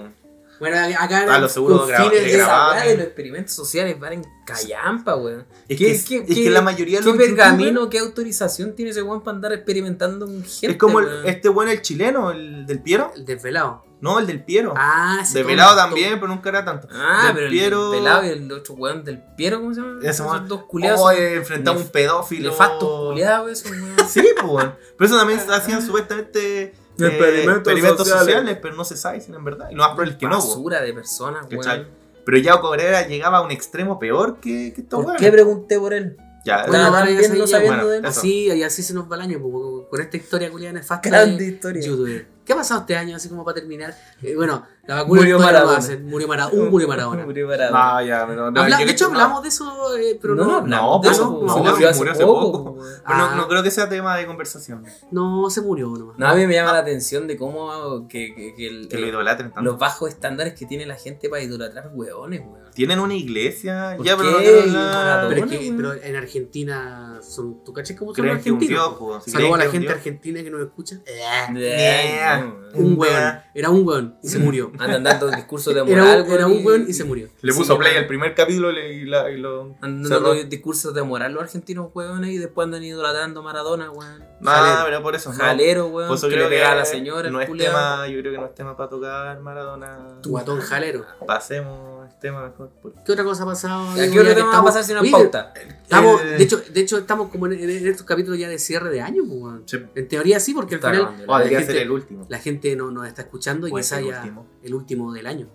[SPEAKER 2] Bueno, acá
[SPEAKER 1] Ah, los seguros
[SPEAKER 2] con
[SPEAKER 1] gra- de
[SPEAKER 2] fines de-
[SPEAKER 1] grava-
[SPEAKER 3] Esa
[SPEAKER 1] grabar. eh.
[SPEAKER 3] weá de los experimentos sociales van en callampa, weón.
[SPEAKER 1] Es
[SPEAKER 3] ¿Qué-
[SPEAKER 1] que, es
[SPEAKER 3] qué-
[SPEAKER 1] que
[SPEAKER 3] qué-
[SPEAKER 1] la mayoría de
[SPEAKER 3] ¿Qué
[SPEAKER 1] los youtubers-
[SPEAKER 3] pergamino, qué autorización tiene ese weón para andar experimentando con gente?
[SPEAKER 1] Es como el-
[SPEAKER 3] weón?
[SPEAKER 1] este bueno, el chileno, el del Piero.
[SPEAKER 2] el desvelado.
[SPEAKER 1] No, el del Piero.
[SPEAKER 2] Ah, sí,
[SPEAKER 1] de
[SPEAKER 2] todo-
[SPEAKER 1] Pelado
[SPEAKER 2] todo-
[SPEAKER 1] también, pero nunca era tanto.
[SPEAKER 3] Ah,
[SPEAKER 1] del
[SPEAKER 3] pero el
[SPEAKER 1] Piero-
[SPEAKER 3] del pelado y el otro weón del Piero, ¿cómo se llama?
[SPEAKER 1] Ese
[SPEAKER 3] Esos
[SPEAKER 1] weón.
[SPEAKER 3] dos culiados.
[SPEAKER 1] Oh, eh, enfrentamos
[SPEAKER 3] nef-
[SPEAKER 1] un pedófilo.
[SPEAKER 3] nefastos culiados, esos weón.
[SPEAKER 1] Sí, po. weón. Pero eso también hacían supuestamente eh,
[SPEAKER 3] Experimentos
[SPEAKER 1] experimentos sociales.
[SPEAKER 3] sociales.
[SPEAKER 1] pero no se sabe si en verdad. Y lo más probable es [LAUGHS] que
[SPEAKER 3] Ah,
[SPEAKER 1] no, po.
[SPEAKER 3] Basura de personas,
[SPEAKER 1] ¿Cachai?
[SPEAKER 3] weón.
[SPEAKER 1] Pero ya Cabrera llegaba a un extremo peor que, que estos
[SPEAKER 3] ¿Por
[SPEAKER 1] weones.
[SPEAKER 3] qué pregunté por él?
[SPEAKER 1] Ya,
[SPEAKER 2] Bueno,
[SPEAKER 3] Estaba
[SPEAKER 2] ahora
[SPEAKER 3] tan
[SPEAKER 2] ya
[SPEAKER 3] bien
[SPEAKER 2] sabía,
[SPEAKER 3] no sabiendo
[SPEAKER 1] bueno.
[SPEAKER 3] de él.
[SPEAKER 1] Eso.
[SPEAKER 2] Así, y así se nos va el año, po, con esta historia culiada nefasta.
[SPEAKER 3] Grande
[SPEAKER 2] de
[SPEAKER 3] historia.
[SPEAKER 2] youtuber. ¿Qué ha pasado este año, así como para terminar? Eh, bueno, la vacuna
[SPEAKER 3] Murió
[SPEAKER 2] todavía no va a
[SPEAKER 3] Maradona.
[SPEAKER 2] ser. Murió Maradona. [LAUGHS] Un murió Maradona.
[SPEAKER 3] Murió Maradona.
[SPEAKER 1] Ah, ya, no, no,
[SPEAKER 2] Habla-
[SPEAKER 1] yo
[SPEAKER 2] de
[SPEAKER 1] creo
[SPEAKER 2] hecho,
[SPEAKER 1] que no.
[SPEAKER 2] hablamos de eso, eh, pero no. No,
[SPEAKER 1] no,
[SPEAKER 3] de
[SPEAKER 1] pues,
[SPEAKER 3] eso,
[SPEAKER 1] no,
[SPEAKER 3] se
[SPEAKER 1] no,
[SPEAKER 3] murió
[SPEAKER 1] sí,
[SPEAKER 3] hace
[SPEAKER 1] murió hace
[SPEAKER 3] poco,
[SPEAKER 1] poco.
[SPEAKER 3] weón.
[SPEAKER 1] Pero no-
[SPEAKER 2] Ah.
[SPEAKER 1] no, creo que sea tema de conversación.
[SPEAKER 2] se murió nomás.
[SPEAKER 3] No, a mí me llama la atención de cómo que, que- que el-
[SPEAKER 1] Que lo
[SPEAKER 3] el-
[SPEAKER 1] idolatren tanto.
[SPEAKER 3] los bajos estándares que tiene la gente para idolatrar hueones, weón.
[SPEAKER 1] Tienen una iglesia.
[SPEAKER 3] ¿Por
[SPEAKER 1] Ya, pero
[SPEAKER 3] qué?
[SPEAKER 1] no- no-
[SPEAKER 3] Maradona,
[SPEAKER 1] no
[SPEAKER 2] Pero,
[SPEAKER 1] no-
[SPEAKER 2] es que-
[SPEAKER 3] weón.
[SPEAKER 2] pero en Argentina son. ¿Tú caché cómo son los
[SPEAKER 1] Creen que un
[SPEAKER 2] argentinos?
[SPEAKER 1] dios, po, si
[SPEAKER 2] Saludos a
[SPEAKER 1] creen
[SPEAKER 2] la
[SPEAKER 1] que un
[SPEAKER 2] gente
[SPEAKER 1] dios.
[SPEAKER 2] argentina que nos escucha.
[SPEAKER 3] Eh,
[SPEAKER 1] Yeah.
[SPEAKER 3] Anda
[SPEAKER 2] Un weón. Era un weón y se murió.
[SPEAKER 3] Andan dando discursos de
[SPEAKER 2] Era
[SPEAKER 3] moral,
[SPEAKER 2] un, era un weón y se murió.
[SPEAKER 1] Le
[SPEAKER 3] Sí,
[SPEAKER 1] puso play
[SPEAKER 3] weón.
[SPEAKER 1] al primer capítulo le- y, la- y lo.
[SPEAKER 3] Andan
[SPEAKER 1] cerró.
[SPEAKER 3] dando discursos de moral los argentinos, hueones, y después andan idolatrando a Maradona, weón.
[SPEAKER 1] No,
[SPEAKER 3] Jalero.
[SPEAKER 1] Ah, pero por eso. no.
[SPEAKER 3] Jalero, weón,
[SPEAKER 1] Por eso
[SPEAKER 3] que le
[SPEAKER 1] creo
[SPEAKER 3] pega a la señora,
[SPEAKER 1] No
[SPEAKER 3] el
[SPEAKER 1] es
[SPEAKER 3] culiao.
[SPEAKER 1] tema, yo creo que no es tema para tocar Maradona.
[SPEAKER 2] Tu guatón jalero.
[SPEAKER 1] Pasemos. el tema mejor. por-
[SPEAKER 2] ¿Qué otra cosa ha pasado?
[SPEAKER 3] ¿A
[SPEAKER 2] Digo,
[SPEAKER 3] qué
[SPEAKER 2] ya
[SPEAKER 3] otro
[SPEAKER 2] que
[SPEAKER 3] tema va a
[SPEAKER 2] estamos-
[SPEAKER 3] pasar sin una
[SPEAKER 2] Oye,
[SPEAKER 3] pauta?
[SPEAKER 2] estamos-
[SPEAKER 1] Eh,
[SPEAKER 2] de, hecho, de hecho, estamos como en, en estos capítulos ya de cierre de año. pues, weón.
[SPEAKER 1] Sí.
[SPEAKER 2] En teoría sí, porque al
[SPEAKER 3] Está
[SPEAKER 2] final
[SPEAKER 3] grabando,
[SPEAKER 1] Oh, debería
[SPEAKER 2] gente-
[SPEAKER 1] ser el último.
[SPEAKER 2] la gente no nos está escuchando y
[SPEAKER 1] Puede
[SPEAKER 2] quizá
[SPEAKER 1] ser el
[SPEAKER 2] ya
[SPEAKER 1] último.
[SPEAKER 2] el último del año.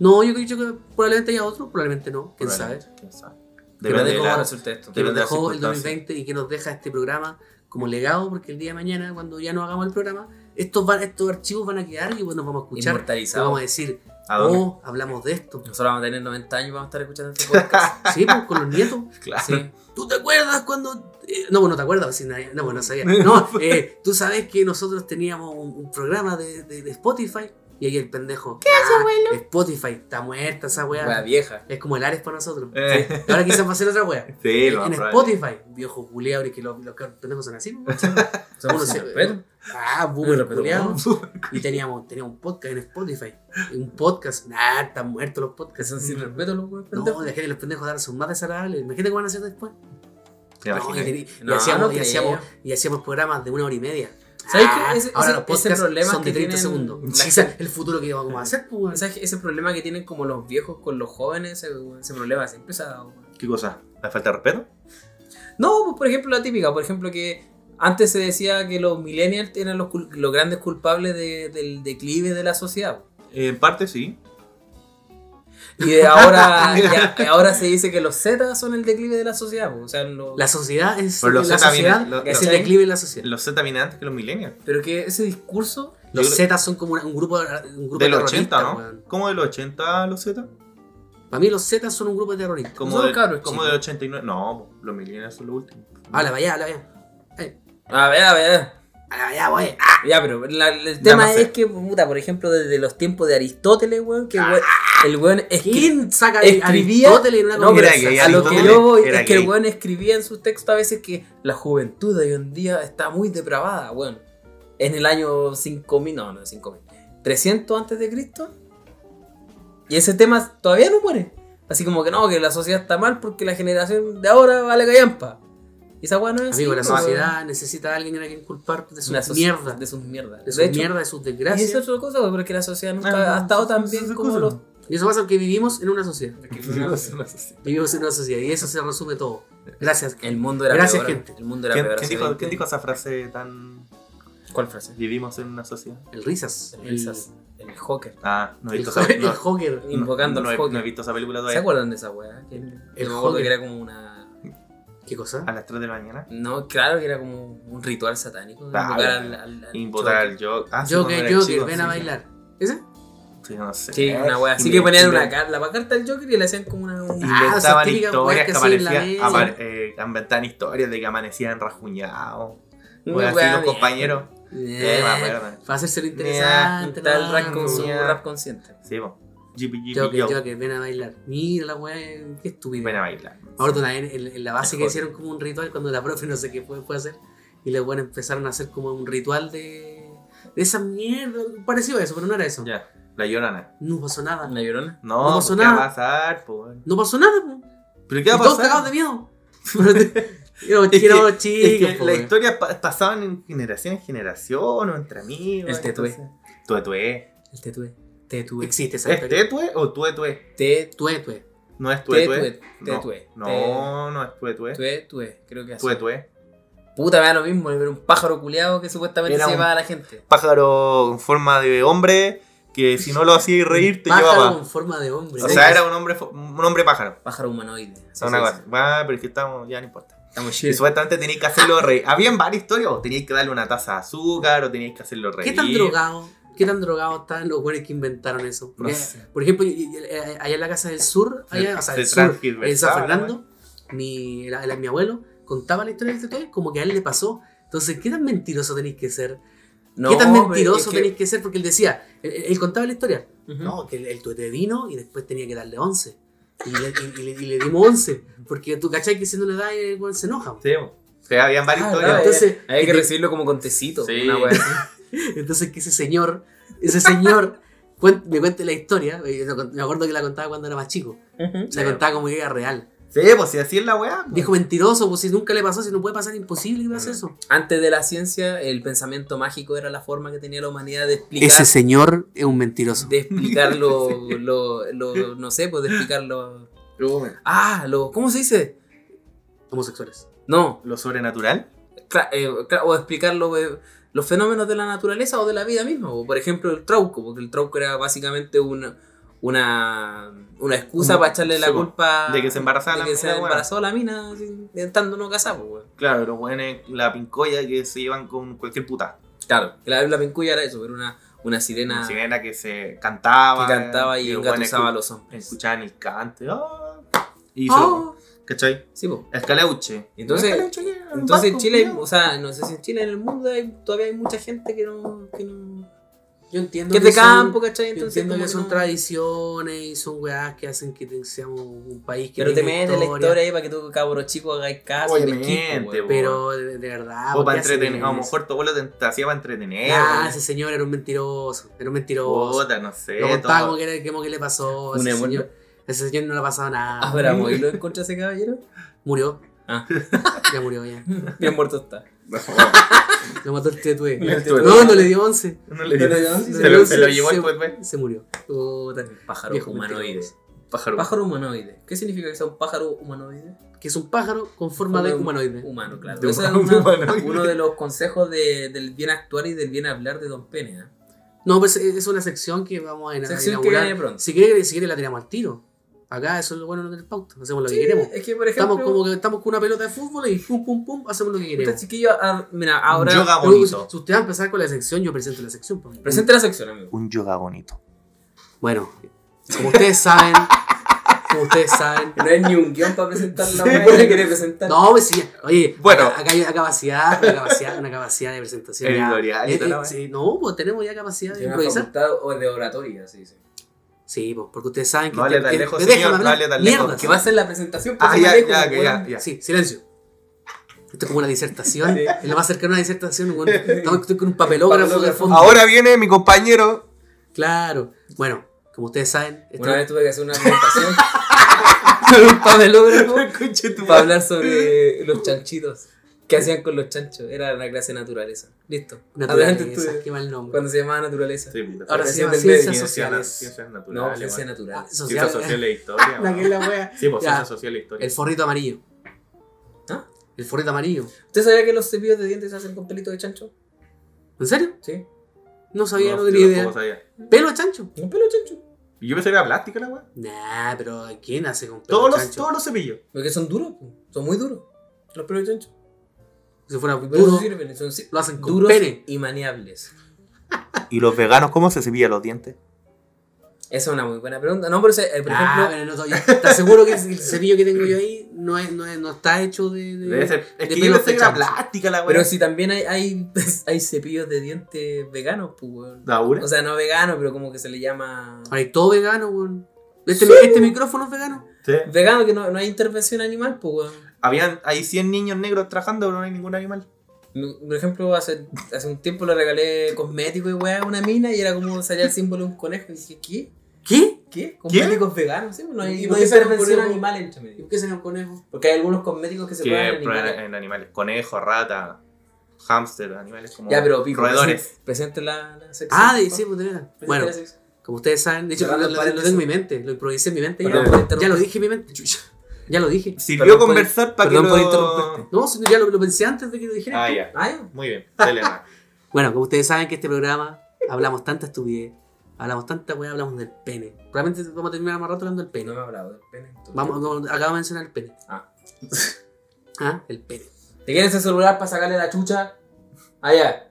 [SPEAKER 2] No, yo creo que probablemente haya otro, probablemente no, quién sabe.
[SPEAKER 1] Probablemente, quién sabe.
[SPEAKER 3] Depende
[SPEAKER 1] Depende
[SPEAKER 3] de
[SPEAKER 1] de
[SPEAKER 3] cómo
[SPEAKER 1] la-
[SPEAKER 3] resulte esto.
[SPEAKER 2] que nos
[SPEAKER 1] Depende de las
[SPEAKER 2] dejó el
[SPEAKER 1] circunstancias.
[SPEAKER 2] 2020 y que nos deja este programa como legado, porque el día de mañana, cuando ya no hagamos el programa, estos, van, estos archivos van a quedar y pues nos vamos a escuchar. Nos
[SPEAKER 3] Inmortalizado.
[SPEAKER 2] vamos a decir,
[SPEAKER 1] ¿A dónde?
[SPEAKER 2] oh, hablamos de esto.
[SPEAKER 3] Nosotros vamos a tener 90 años y vamos a estar escuchando este podcast.
[SPEAKER 2] Sí, pues, con los nietos.
[SPEAKER 1] [LAUGHS] Claro.
[SPEAKER 3] Sí.
[SPEAKER 2] ¿Tú te acuerdas cuando.? eh, no, pues no te acuerdas, si nadie- no, pues
[SPEAKER 1] [LAUGHS]
[SPEAKER 2] no sabía. No, eh, tú sabes que nosotros teníamos un, un programa de, de- de Spotify y ahí el pendejo. ¿Qué hace, abuelo? Spotify, está muerta esa weá.
[SPEAKER 3] Wea vieja.
[SPEAKER 2] Es como el Ares para nosotros.
[SPEAKER 1] Eh.
[SPEAKER 2] Sí. Ahora quizás va a ser otra weá.
[SPEAKER 1] [LAUGHS] Sí, lo más
[SPEAKER 2] en
[SPEAKER 1] probable.
[SPEAKER 2] Spotify, viejo culiado, que los, los cabros pendejos son
[SPEAKER 1] [LAUGHS]
[SPEAKER 2] así. ¿no?
[SPEAKER 3] Somos
[SPEAKER 2] Uno
[SPEAKER 3] sin
[SPEAKER 2] se-
[SPEAKER 3] respeto.
[SPEAKER 2] Ah,
[SPEAKER 3] Muy
[SPEAKER 2] boomer
[SPEAKER 3] respeto,
[SPEAKER 2] culiado.
[SPEAKER 1] boomer.
[SPEAKER 2] Y teníamos, teníamos un podcast en Spotify. Un podcast, nah, están muertos los
[SPEAKER 3] Que
[SPEAKER 2] podcasts.
[SPEAKER 3] son sin respeto los weas
[SPEAKER 2] No,
[SPEAKER 3] pendejos.
[SPEAKER 2] dejé que los pendejos dar sus más desagradables. Imagínate qué van a hacer después.
[SPEAKER 1] ¿Te
[SPEAKER 2] No,
[SPEAKER 1] imaginas?
[SPEAKER 2] y, teni- y
[SPEAKER 3] No,
[SPEAKER 2] hacíamos,
[SPEAKER 3] no
[SPEAKER 2] y,
[SPEAKER 3] creo.
[SPEAKER 2] hacíamos, y hacíamos programas de una hora y media.
[SPEAKER 3] ¿Sabes qué?
[SPEAKER 2] Ah,
[SPEAKER 3] Ese-
[SPEAKER 2] Ahora los
[SPEAKER 3] ese- ese
[SPEAKER 2] podcasts
[SPEAKER 3] problema
[SPEAKER 2] son de
[SPEAKER 3] que
[SPEAKER 2] 30
[SPEAKER 3] tienen
[SPEAKER 2] segundos.
[SPEAKER 3] la
[SPEAKER 2] Quizás
[SPEAKER 3] gente-
[SPEAKER 2] el futuro que vamos a hacer, pues, weón.
[SPEAKER 3] ¿Sabes ese problema que tienen como los viejos con los jóvenes? Ese, ese problema siempre se ha dado. wea.
[SPEAKER 1] ¿Qué cosa? ¿La falta de respeto?
[SPEAKER 3] No, pues, por ejemplo, la típica, por ejemplo, que antes se decía que los millennials eran los, cul- los grandes culpables de- del declive de la sociedad.
[SPEAKER 1] Eh, en parte sí.
[SPEAKER 3] Y de ahora, ya- ahora se dice que los Z son el declive de la sociedad. pues, O sea, los-
[SPEAKER 2] La sociedad es,
[SPEAKER 1] Pero los
[SPEAKER 2] la
[SPEAKER 1] Z vienen-
[SPEAKER 2] sociedad
[SPEAKER 1] los-
[SPEAKER 2] es
[SPEAKER 3] los-
[SPEAKER 2] el declive de la sociedad.
[SPEAKER 1] Los Z vienen antes que los millennials.
[SPEAKER 3] pero que ese discurso,
[SPEAKER 2] Los
[SPEAKER 1] Yo creo-
[SPEAKER 2] Z son como una- un grupo, un grupo
[SPEAKER 1] De los
[SPEAKER 2] terrorista,
[SPEAKER 1] 80, ¿no?
[SPEAKER 2] weón.
[SPEAKER 1] ¿Cómo de los 80 a los Z?
[SPEAKER 2] Para mí los Z son un grupo terrorista.
[SPEAKER 1] Como
[SPEAKER 3] Nosotros
[SPEAKER 1] de,
[SPEAKER 3] cabros
[SPEAKER 1] como
[SPEAKER 3] chicos.
[SPEAKER 1] del 89. No, po, los millennials son los últimos.
[SPEAKER 2] Habla para allá, habla para allá.
[SPEAKER 3] a ver, a ver.
[SPEAKER 2] Habla para allá, wey.
[SPEAKER 3] Ya, pero la- el tema
[SPEAKER 1] más
[SPEAKER 3] es
[SPEAKER 1] fe.
[SPEAKER 3] que, puta, por ejemplo, desde los tiempos de Aristóteles, weón, que weón- el weón escri-
[SPEAKER 2] ¿Quién saca de
[SPEAKER 3] escribía.
[SPEAKER 2] Aristóteles en una
[SPEAKER 3] No, pero
[SPEAKER 1] Era
[SPEAKER 2] conversación?
[SPEAKER 1] gay,
[SPEAKER 3] a lo que
[SPEAKER 1] Aristóteles
[SPEAKER 3] yo voy
[SPEAKER 1] era
[SPEAKER 3] es que el
[SPEAKER 1] gay.
[SPEAKER 3] weón escribía en sus textos a veces que la juventud de hoy en día está muy depravada, weón. En el año 5000, no, no, 5000, 300 antes de Cristo. Y ese tema todavía no muere. Así como que no, que la sociedad está mal porque la generación de ahora vale callampa. Y esa weón no es así,
[SPEAKER 2] Amigo, la
[SPEAKER 3] po, pues, weón.
[SPEAKER 2] sociedad necesita a alguien a quien culpar de sus
[SPEAKER 3] La soci-
[SPEAKER 2] mierdas.
[SPEAKER 3] De sus mierdas.
[SPEAKER 2] De sus
[SPEAKER 3] De hecho,
[SPEAKER 2] mierdas, de sus
[SPEAKER 3] Y
[SPEAKER 2] desgracias.
[SPEAKER 3] eso es otra cosa, güey, porque la sociedad nunca
[SPEAKER 1] Ah,
[SPEAKER 3] ha estado tan
[SPEAKER 1] sí, sí,
[SPEAKER 3] bien
[SPEAKER 1] sí,
[SPEAKER 3] como
[SPEAKER 1] cosa,
[SPEAKER 3] los.
[SPEAKER 1] ¿no?
[SPEAKER 2] Y eso pasa porque vivimos en una sociedad.
[SPEAKER 1] ¿Quién,
[SPEAKER 2] Vivimos en una sociedad y eso se resume todo. Gracias.
[SPEAKER 3] El mundo era
[SPEAKER 2] Gracias,
[SPEAKER 3] peor.
[SPEAKER 2] gente.
[SPEAKER 3] El mundo era peor.
[SPEAKER 1] quién
[SPEAKER 3] hace
[SPEAKER 1] dijo,
[SPEAKER 3] 20.
[SPEAKER 1] quién dijo esa frase tan.
[SPEAKER 3] ¿Cuál frase?
[SPEAKER 1] Vivimos en una sociedad?
[SPEAKER 2] El risas. El,
[SPEAKER 3] Esas- El Joker.
[SPEAKER 1] Ah, no he
[SPEAKER 2] el,
[SPEAKER 1] visto
[SPEAKER 2] jo-
[SPEAKER 1] esa
[SPEAKER 2] el
[SPEAKER 1] película.
[SPEAKER 2] Joker.
[SPEAKER 3] Invocando
[SPEAKER 1] no,
[SPEAKER 3] al
[SPEAKER 1] he-
[SPEAKER 3] Joker.
[SPEAKER 1] no he visto esa película
[SPEAKER 3] ¿Se
[SPEAKER 1] todavía.
[SPEAKER 3] acuerdan de esa weá? Que-
[SPEAKER 2] El
[SPEAKER 3] me acuerdo
[SPEAKER 2] Joker.
[SPEAKER 3] que era como una.
[SPEAKER 2] ¿Qué cosa?
[SPEAKER 1] A las 3 de la mañana.
[SPEAKER 3] No, claro que era como un ritual satánico.
[SPEAKER 1] Ah,
[SPEAKER 3] invocar al, al- al
[SPEAKER 1] Invocar al Joker. Ah, sí, cuando
[SPEAKER 2] Joker,
[SPEAKER 1] era
[SPEAKER 2] Joker,
[SPEAKER 1] chico,
[SPEAKER 2] ven
[SPEAKER 1] sí.
[SPEAKER 2] a bailar. ¿Ese?
[SPEAKER 1] Sí, no sé.
[SPEAKER 3] Sí, una weá. Así
[SPEAKER 1] Y
[SPEAKER 3] que
[SPEAKER 1] me-
[SPEAKER 3] ponían
[SPEAKER 1] y me-
[SPEAKER 3] una carta, la carta al Joker y le hacían como una. un-
[SPEAKER 2] Ah, esas
[SPEAKER 1] Inventaban
[SPEAKER 2] típicas weas
[SPEAKER 1] historias
[SPEAKER 2] que
[SPEAKER 1] que,
[SPEAKER 2] hacían en la
[SPEAKER 1] aparecían,
[SPEAKER 2] mesa.
[SPEAKER 1] apar- eh, inventaban historias de que amanecían rajuñados.
[SPEAKER 3] una
[SPEAKER 1] Weas
[SPEAKER 3] weá
[SPEAKER 1] así los
[SPEAKER 3] bien.
[SPEAKER 1] compañeros. Ah, Eh, me acuerdo.
[SPEAKER 2] Para hacerse lo
[SPEAKER 3] Y
[SPEAKER 2] interesante.
[SPEAKER 3] Está el
[SPEAKER 2] ¿no?
[SPEAKER 3] rap con su
[SPEAKER 1] Ya.
[SPEAKER 3] rap consciente.
[SPEAKER 1] Sí, po. Jipi, jipi,
[SPEAKER 2] Joker,
[SPEAKER 1] yo.
[SPEAKER 2] Joker, ven a bailar. Mira la weá, qué estúpido.
[SPEAKER 1] Ven a bailar.
[SPEAKER 2] Ahora una vez en, en la base que
[SPEAKER 1] Joder.
[SPEAKER 2] hicieron como un ritual cuando la profe no sé qué fue, fue a hacer y los bueno empezaron a hacer como un ritual de, de esa mierda, parecido a eso, pero no era eso.
[SPEAKER 1] Ya, la llorana.
[SPEAKER 2] No pasó
[SPEAKER 1] Ah.
[SPEAKER 2] nada.
[SPEAKER 3] La llorona.
[SPEAKER 1] No,
[SPEAKER 2] No
[SPEAKER 1] pues,
[SPEAKER 2] pasó
[SPEAKER 1] ¿qué va a
[SPEAKER 2] nada.
[SPEAKER 1] pasar? po?
[SPEAKER 2] No pasó nada. po.
[SPEAKER 1] ¿Pero
[SPEAKER 2] Y
[SPEAKER 1] qué va a
[SPEAKER 2] todos cagados de
[SPEAKER 1] pasar?
[SPEAKER 2] miedo. [LAUGHS] Pero
[SPEAKER 1] [LAUGHS]
[SPEAKER 2] te- Éramos
[SPEAKER 1] Es que-
[SPEAKER 2] éramos
[SPEAKER 1] Es
[SPEAKER 2] chicos.
[SPEAKER 1] que
[SPEAKER 2] po,
[SPEAKER 1] las
[SPEAKER 2] weón.
[SPEAKER 1] historias pa- pasaban en generación en generación o entre amigos.
[SPEAKER 3] El tetué.
[SPEAKER 1] entonces- Tuetué.
[SPEAKER 3] El tetue. Tetue.
[SPEAKER 2] Existe esa
[SPEAKER 1] ¿Es
[SPEAKER 2] historia.
[SPEAKER 1] tetué o tuetué?
[SPEAKER 3] Te-
[SPEAKER 2] Tué, tué.
[SPEAKER 1] No es tuetué.
[SPEAKER 3] Tetue.
[SPEAKER 1] No,
[SPEAKER 3] Tetue.
[SPEAKER 1] no, no es tuetué.
[SPEAKER 3] Tué, tué, creo que así.
[SPEAKER 1] Tuetué.
[SPEAKER 3] Puta, me da lo mismo, era un pájaro culeado que supuestamente
[SPEAKER 1] Era
[SPEAKER 3] se
[SPEAKER 1] un-
[SPEAKER 3] llevaba a la gente.
[SPEAKER 1] Pájaro con forma de hombre que si no lo hacías reír te
[SPEAKER 2] [LAUGHS] Pájaro
[SPEAKER 1] llevaba.
[SPEAKER 2] con forma de hombre.
[SPEAKER 1] O sea, era un hombre, fo- un hombre pájaro.
[SPEAKER 3] Pájaro humanoide.
[SPEAKER 1] O
[SPEAKER 3] así
[SPEAKER 1] sea, una
[SPEAKER 3] se
[SPEAKER 1] cosa.
[SPEAKER 3] dice.
[SPEAKER 1] Ah, pero es que estamos, ya no importa.
[SPEAKER 3] Estamos
[SPEAKER 1] Y
[SPEAKER 3] chidos.
[SPEAKER 1] supuestamente tenéis que hacerlo reír. Habían varias historias. O teníais que darle una taza de azúcar, o teníais que hacerlo reír.
[SPEAKER 2] ¿Qué tan drogado? ¿Qué tan drogados están los güeyes que inventaron eso? Porque,
[SPEAKER 1] No sé.
[SPEAKER 2] Por ejemplo, y- y- eh, allá en la casa del sur, allá, o sea,
[SPEAKER 1] Se
[SPEAKER 2] del sur,
[SPEAKER 1] transgiversaba,
[SPEAKER 2] en San Fernando, mi, la- la- mi abuelo contaba la historia del tatuaje como que a él le pasó. Entonces, ¿qué tan mentiroso tenéis que ser?
[SPEAKER 3] No,
[SPEAKER 2] ¿Qué tan
[SPEAKER 3] pero
[SPEAKER 2] mentiroso
[SPEAKER 3] es que-
[SPEAKER 2] tenéis que ser? Porque él decía, él, él- él contaba la historia,
[SPEAKER 3] Ujú.
[SPEAKER 2] no, que el, el tuete vino y después tenía que darle 11. Y le, y- y le- y le dimos 11. Porque tú cachai que si no le das, el güey se enoja.
[SPEAKER 1] Sí, po. o sea, habían varias
[SPEAKER 3] Ah,
[SPEAKER 1] historias.
[SPEAKER 3] claro,
[SPEAKER 2] Entonces,
[SPEAKER 3] hay, hay que
[SPEAKER 2] te-
[SPEAKER 3] recibirlo como con tecito.
[SPEAKER 1] Sí.
[SPEAKER 3] Una wea
[SPEAKER 2] [LAUGHS]
[SPEAKER 3] así.
[SPEAKER 2] Entonces que ese señor,
[SPEAKER 1] [LAUGHS]
[SPEAKER 2] ese señor cuen- me cuente la historia, eh, yo con- me acuerdo que la contaba cuando era más chico, la
[SPEAKER 3] Sí.
[SPEAKER 2] contaba como que era real.
[SPEAKER 1] Sí, pues si así es la weá. pues.
[SPEAKER 2] Dijo mentiroso, pues si nunca le pasó, si no puede pasar, imposible que
[SPEAKER 1] Ah.
[SPEAKER 2] pase eso.
[SPEAKER 3] Antes de la ciencia, el pensamiento mágico era la forma que tenía la humanidad de explicar.
[SPEAKER 2] Ese señor es un mentiroso.
[SPEAKER 3] de
[SPEAKER 2] [LAUGHS]
[SPEAKER 3] explicar lo, lo- lo- no sé, pues de explicar lo,
[SPEAKER 1] Luego, bueno,
[SPEAKER 3] ah, lo, ¿cómo se dice?
[SPEAKER 2] Homosexuales.
[SPEAKER 3] No,
[SPEAKER 1] Lo sobrenatural.
[SPEAKER 3] cla- eh, cla- o explicar lo, eh, los fenómenos de la naturaleza o de la vida misma, o por ejemplo el trauco, porque el trauco era básicamente una, una, una excusa
[SPEAKER 1] Como-
[SPEAKER 3] para echarle la
[SPEAKER 1] sí, po,
[SPEAKER 3] culpa
[SPEAKER 1] de que se embarazaba
[SPEAKER 3] de
[SPEAKER 1] la
[SPEAKER 3] que se
[SPEAKER 1] mina, weón.
[SPEAKER 3] embarazó la mina, así, intentando no casar, pues, weón.
[SPEAKER 1] Claro, los weones, la pincoya que se llevan con cualquier puta.
[SPEAKER 3] Claro, que la, la pencuya era eso, era una, una sirena
[SPEAKER 1] Una
[SPEAKER 3] que
[SPEAKER 1] sirena que se cantaba.
[SPEAKER 3] cantaba y
[SPEAKER 1] los weones
[SPEAKER 3] engatusaba a
[SPEAKER 1] escu-
[SPEAKER 3] los hombres.
[SPEAKER 1] Escuchaban el cante. ah, y
[SPEAKER 2] Ah,
[SPEAKER 1] eso, ¿Cachai?
[SPEAKER 3] Sí, po.
[SPEAKER 1] Escaleuche.
[SPEAKER 3] Entonces-
[SPEAKER 1] Escaleuche, que era un
[SPEAKER 3] Entonces en
[SPEAKER 1] barco,
[SPEAKER 3] Chile,
[SPEAKER 1] culiao.
[SPEAKER 3] o sea, no sé si en Chile, en el mundo hay- todavía hay mucha gente que no... Que no
[SPEAKER 2] yo entiendo
[SPEAKER 3] que es de
[SPEAKER 2] son-
[SPEAKER 3] campo, ¿cachai?
[SPEAKER 2] Yo
[SPEAKER 3] Entonces,
[SPEAKER 2] entiendo
[SPEAKER 3] como
[SPEAKER 2] que son
[SPEAKER 3] no-
[SPEAKER 2] tradiciones y son weas que hacen que te- seamos un país que
[SPEAKER 3] Pero te
[SPEAKER 2] tiene
[SPEAKER 3] metes la historia ahí para que tú, cabros chicos, hagáis caso.
[SPEAKER 1] Obviamente,
[SPEAKER 3] pesquís, po, weón.
[SPEAKER 1] po.
[SPEAKER 2] Pero de, de verdad.
[SPEAKER 1] O
[SPEAKER 2] ¿por
[SPEAKER 1] para
[SPEAKER 2] qué Ah, hacen
[SPEAKER 1] entretener. A lo
[SPEAKER 2] eso?
[SPEAKER 1] mejor tu abuelo te, te hacía para entretener.
[SPEAKER 2] Ah,
[SPEAKER 1] weón.
[SPEAKER 2] ese señor era un mentiroso. Era un mentiroso.
[SPEAKER 1] Puta, no sé.
[SPEAKER 2] Lo contaba
[SPEAKER 1] todo. [LAUGHS]
[SPEAKER 2] como que, era- como que le pasó. a
[SPEAKER 3] Un
[SPEAKER 2] Ese
[SPEAKER 3] amor.
[SPEAKER 2] señor, ese señor no le ha pasado nada.
[SPEAKER 3] Ah, bravo, ¿y lo encontré a ese caballero?
[SPEAKER 2] Murió.
[SPEAKER 3] Ah.
[SPEAKER 2] [LAUGHS] Ya murió, ya.
[SPEAKER 3] Bien muerto está.
[SPEAKER 2] Lo mató el
[SPEAKER 1] [LAUGHS]
[SPEAKER 2] tetue.
[SPEAKER 1] No,
[SPEAKER 2] No, no le dio 11.
[SPEAKER 1] No le
[SPEAKER 3] No
[SPEAKER 1] dio.
[SPEAKER 3] le dio, sí,
[SPEAKER 1] Se
[SPEAKER 3] se
[SPEAKER 1] lo-
[SPEAKER 2] dio
[SPEAKER 1] Se lo
[SPEAKER 2] once,
[SPEAKER 1] llevó el
[SPEAKER 2] se-
[SPEAKER 1] pueblo.
[SPEAKER 2] Se murió. Puta.
[SPEAKER 3] Pájaro
[SPEAKER 2] Viejo
[SPEAKER 3] humanoide.
[SPEAKER 2] mentiroso.
[SPEAKER 1] Pájaro.
[SPEAKER 3] Pájaro humanoide. ¿Qué significa que sea un pájaro humanoide?
[SPEAKER 2] Que es un pájaro con forma de
[SPEAKER 3] Hum-
[SPEAKER 2] humanoide.
[SPEAKER 3] Humano, claro.
[SPEAKER 1] De
[SPEAKER 3] Ese
[SPEAKER 1] un-
[SPEAKER 3] era una-
[SPEAKER 1] humanoide.
[SPEAKER 3] uno de los consejos de- del bien actuar y del bien hablar de Don Pene. ¿eh?
[SPEAKER 2] No, pues es es una sección que vamos a ina-
[SPEAKER 3] Sección que
[SPEAKER 2] inaugurar.
[SPEAKER 3] viene pronto.
[SPEAKER 2] si, quiere, si quiere la tiramos al tiro. Acá eso es lo bueno del pauta. Hacemos lo
[SPEAKER 3] Sí,
[SPEAKER 2] que queremos.
[SPEAKER 3] Es que, por ejemplo,
[SPEAKER 2] Estamos como que estamos con una pelota de fútbol y pum pum pum hacemos lo que
[SPEAKER 3] este
[SPEAKER 2] queremos.
[SPEAKER 3] chiquillo, ah, mira, ahora
[SPEAKER 1] Yoga
[SPEAKER 2] Luego,
[SPEAKER 1] bonito.
[SPEAKER 2] Si usted va a empezar con la sección, yo presento la sección. pues.
[SPEAKER 3] presente la sección, amigo.
[SPEAKER 1] [LAUGHS] Un yoga bonito.
[SPEAKER 2] Bueno, como ustedes saben, como ustedes saben.
[SPEAKER 3] No es ni un guión para presentar la
[SPEAKER 1] Sí,
[SPEAKER 3] weá
[SPEAKER 1] pues.
[SPEAKER 3] que quería presentar.
[SPEAKER 2] No, pues sí, oye,
[SPEAKER 1] Bueno.
[SPEAKER 2] acá hay una capacidad, una capacidad, una capacidad de presentación. ya.
[SPEAKER 1] [LAUGHS] Editorial y
[SPEAKER 2] Eh,
[SPEAKER 1] toda la
[SPEAKER 2] eh,
[SPEAKER 1] wea.
[SPEAKER 2] sí, no, pues tenemos ya capacidad de
[SPEAKER 3] De una
[SPEAKER 2] improvisar.
[SPEAKER 3] facultad o de oratoria, se dice.
[SPEAKER 2] Sí, pues, porque ustedes saben que.
[SPEAKER 1] No hable tan
[SPEAKER 2] eh,
[SPEAKER 1] lejos,
[SPEAKER 2] déjame
[SPEAKER 1] señor, no
[SPEAKER 2] hablar.
[SPEAKER 1] hable tan
[SPEAKER 2] Mierda,
[SPEAKER 1] lejos.
[SPEAKER 3] Que va a ser la presentación.
[SPEAKER 1] Ah,
[SPEAKER 3] pues,
[SPEAKER 1] ya,
[SPEAKER 3] me dejo,
[SPEAKER 1] ya,
[SPEAKER 3] pues,
[SPEAKER 1] que ya,
[SPEAKER 3] weón.
[SPEAKER 1] ya.
[SPEAKER 2] Sí, silencio. Esto es como una disertación.
[SPEAKER 3] Sí.
[SPEAKER 2] Es lo más cercano a una disertación. weón. Estamos- Estoy con un papelógrafo de
[SPEAKER 3] Papelógrafo.
[SPEAKER 2] fondo.
[SPEAKER 1] Ahora viene mi compañero.
[SPEAKER 2] Claro. Bueno, como ustedes saben, esto-
[SPEAKER 3] Una vez tuve que hacer
[SPEAKER 1] [LAUGHS]
[SPEAKER 3] una presentación con un papelógrafo para hablar sobre los chanchitos. ¿Qué hacían con los chanchos? Era la clase de naturaleza. Listo. Adelante
[SPEAKER 2] naturaleza,
[SPEAKER 3] tú.
[SPEAKER 2] qué mal nombre.
[SPEAKER 3] Cuando se llamaba naturaleza.
[SPEAKER 2] Ahora
[SPEAKER 3] Pero
[SPEAKER 2] se
[SPEAKER 3] ciencias
[SPEAKER 2] llama
[SPEAKER 3] del medio,
[SPEAKER 2] ciencias
[SPEAKER 1] Ciencias
[SPEAKER 2] sociales.
[SPEAKER 1] Ciencias
[SPEAKER 3] No,
[SPEAKER 1] naturales.
[SPEAKER 3] ciencia
[SPEAKER 1] weón.
[SPEAKER 3] natural.
[SPEAKER 2] Ah,
[SPEAKER 1] Ciencias
[SPEAKER 2] sociales.
[SPEAKER 1] sociales e historia.
[SPEAKER 2] La que es
[SPEAKER 1] weón.
[SPEAKER 2] la wea.
[SPEAKER 1] Sí, pues
[SPEAKER 2] Ya.
[SPEAKER 1] ciencias sociales e historia.
[SPEAKER 2] El forrito amarillo.
[SPEAKER 3] ¿Ah?
[SPEAKER 2] El forrito amarillo.
[SPEAKER 3] ¿Usted sabía que los cepillos de dientes se hacen con pelitos de chancho?
[SPEAKER 2] ¿En serio?
[SPEAKER 3] Sí.
[SPEAKER 2] No sabía, no,
[SPEAKER 1] No,
[SPEAKER 2] tenía
[SPEAKER 1] yo
[SPEAKER 2] idea.
[SPEAKER 1] tampoco sabía.
[SPEAKER 2] ¿Pelo de chancho?
[SPEAKER 3] Con pelo de chancho.
[SPEAKER 1] Y Yo pensé que era plástica la weá.
[SPEAKER 2] Nah, pero ¿quién hace con pelo
[SPEAKER 1] Todos
[SPEAKER 2] de
[SPEAKER 1] los,
[SPEAKER 2] chancho?
[SPEAKER 1] todos los cepillos.
[SPEAKER 3] Porque son duros, pues. son muy duros. Los pelos de chancho.
[SPEAKER 2] Si fuera
[SPEAKER 3] Pero
[SPEAKER 2] duro,
[SPEAKER 3] no sirven, son si-
[SPEAKER 2] lo hacen con
[SPEAKER 3] duros
[SPEAKER 2] pene.
[SPEAKER 3] y maniables.
[SPEAKER 1] ¿Y los veganos cómo se cepillan los dientes?
[SPEAKER 3] Esa es una muy buena pregunta. No, pero ese, eh, por
[SPEAKER 2] Ah,
[SPEAKER 3] ejemplo,
[SPEAKER 2] pero no, estoy- te aseguro que el cepillo que tengo yo ahí no, es, no, es- no está hecho de. de-
[SPEAKER 1] Debe ser. Es
[SPEAKER 2] de
[SPEAKER 1] que yo
[SPEAKER 2] pelos
[SPEAKER 1] pensé que era
[SPEAKER 2] de chancho.
[SPEAKER 1] plástica la
[SPEAKER 3] pero
[SPEAKER 1] weá.
[SPEAKER 3] si también hay, hay, [LAUGHS] hay cepillos de dientes veganos, pues, weón.
[SPEAKER 1] ¿Daura?
[SPEAKER 3] O sea, no veganos, pero como que se le llama.
[SPEAKER 2] Ahora hay todo vegano, weón. Este,
[SPEAKER 3] Sí,
[SPEAKER 2] este micrófono es vegano.
[SPEAKER 1] Sí.
[SPEAKER 3] Vegano que no, no hay intervención animal, pues, weón.
[SPEAKER 1] Habían ahí 100 niños negros trabajando, pero no hay ningún animal.
[SPEAKER 3] Mi- Por ejemplo, hace, hace un tiempo le regalé cosméticos y weá a una mina y era como salía el símbolo de un conejo. Y dije, ¿qué?
[SPEAKER 2] ¿Qué?
[SPEAKER 3] ¿Qué? ¿Cosméticos veganos? Sí, pues, no hay,
[SPEAKER 2] ¿Y
[SPEAKER 3] no
[SPEAKER 2] por
[SPEAKER 3] hay
[SPEAKER 2] qué se
[SPEAKER 3] intervención
[SPEAKER 2] incorporó?
[SPEAKER 3] animal entre
[SPEAKER 2] ¿Y
[SPEAKER 3] medio.
[SPEAKER 2] por qué sería un conejo?
[SPEAKER 3] Porque hay algunos cosméticos que se
[SPEAKER 1] que
[SPEAKER 3] pueden
[SPEAKER 1] prueban
[SPEAKER 3] animales.
[SPEAKER 1] en animales. Conejos, rata, hámster, animales como
[SPEAKER 3] Ya, pero pico,
[SPEAKER 1] roedores.
[SPEAKER 3] presen- Presente la, la sección.
[SPEAKER 2] Ah, de,
[SPEAKER 3] por
[SPEAKER 2] sí,
[SPEAKER 3] favor.
[SPEAKER 2] pues de veras.
[SPEAKER 3] Presente
[SPEAKER 2] Bueno,
[SPEAKER 3] la sección.
[SPEAKER 2] como ustedes saben, de hecho, lo,
[SPEAKER 3] Cerrando
[SPEAKER 2] lo- lo
[SPEAKER 3] paréntesis.
[SPEAKER 2] tengo en mi mente, lo improvisé en mi mente.
[SPEAKER 3] Perdón
[SPEAKER 2] ya.
[SPEAKER 3] por interrumpir.
[SPEAKER 2] Ya lo dije en mi mente. Ya lo dije.
[SPEAKER 1] Sirvió
[SPEAKER 3] Perdón por-
[SPEAKER 1] conversar para que
[SPEAKER 3] perdón por
[SPEAKER 1] lo...
[SPEAKER 3] interrumpirte.
[SPEAKER 2] No, si no, ya lo, lo pensé antes de que lo dijera.
[SPEAKER 1] Ah, ya.
[SPEAKER 3] Ah, ya.
[SPEAKER 1] Muy bien. Dale, Ana.
[SPEAKER 2] Bueno, como ustedes saben que este programa hablamos tanta estupidez, hablamos tanta weá, hablamos del pene. Probablemente vamos a terminar más rato hablando del
[SPEAKER 3] No
[SPEAKER 2] pene.
[SPEAKER 3] me ha hablado del pene. entonces.
[SPEAKER 2] Vamos, vamos- acabo de mencionar el pene.
[SPEAKER 3] Ah.
[SPEAKER 2] [LAUGHS] Ah, el pene.
[SPEAKER 3] ¿Te quieres el celular para sacarle la chucha? Ah, Allá.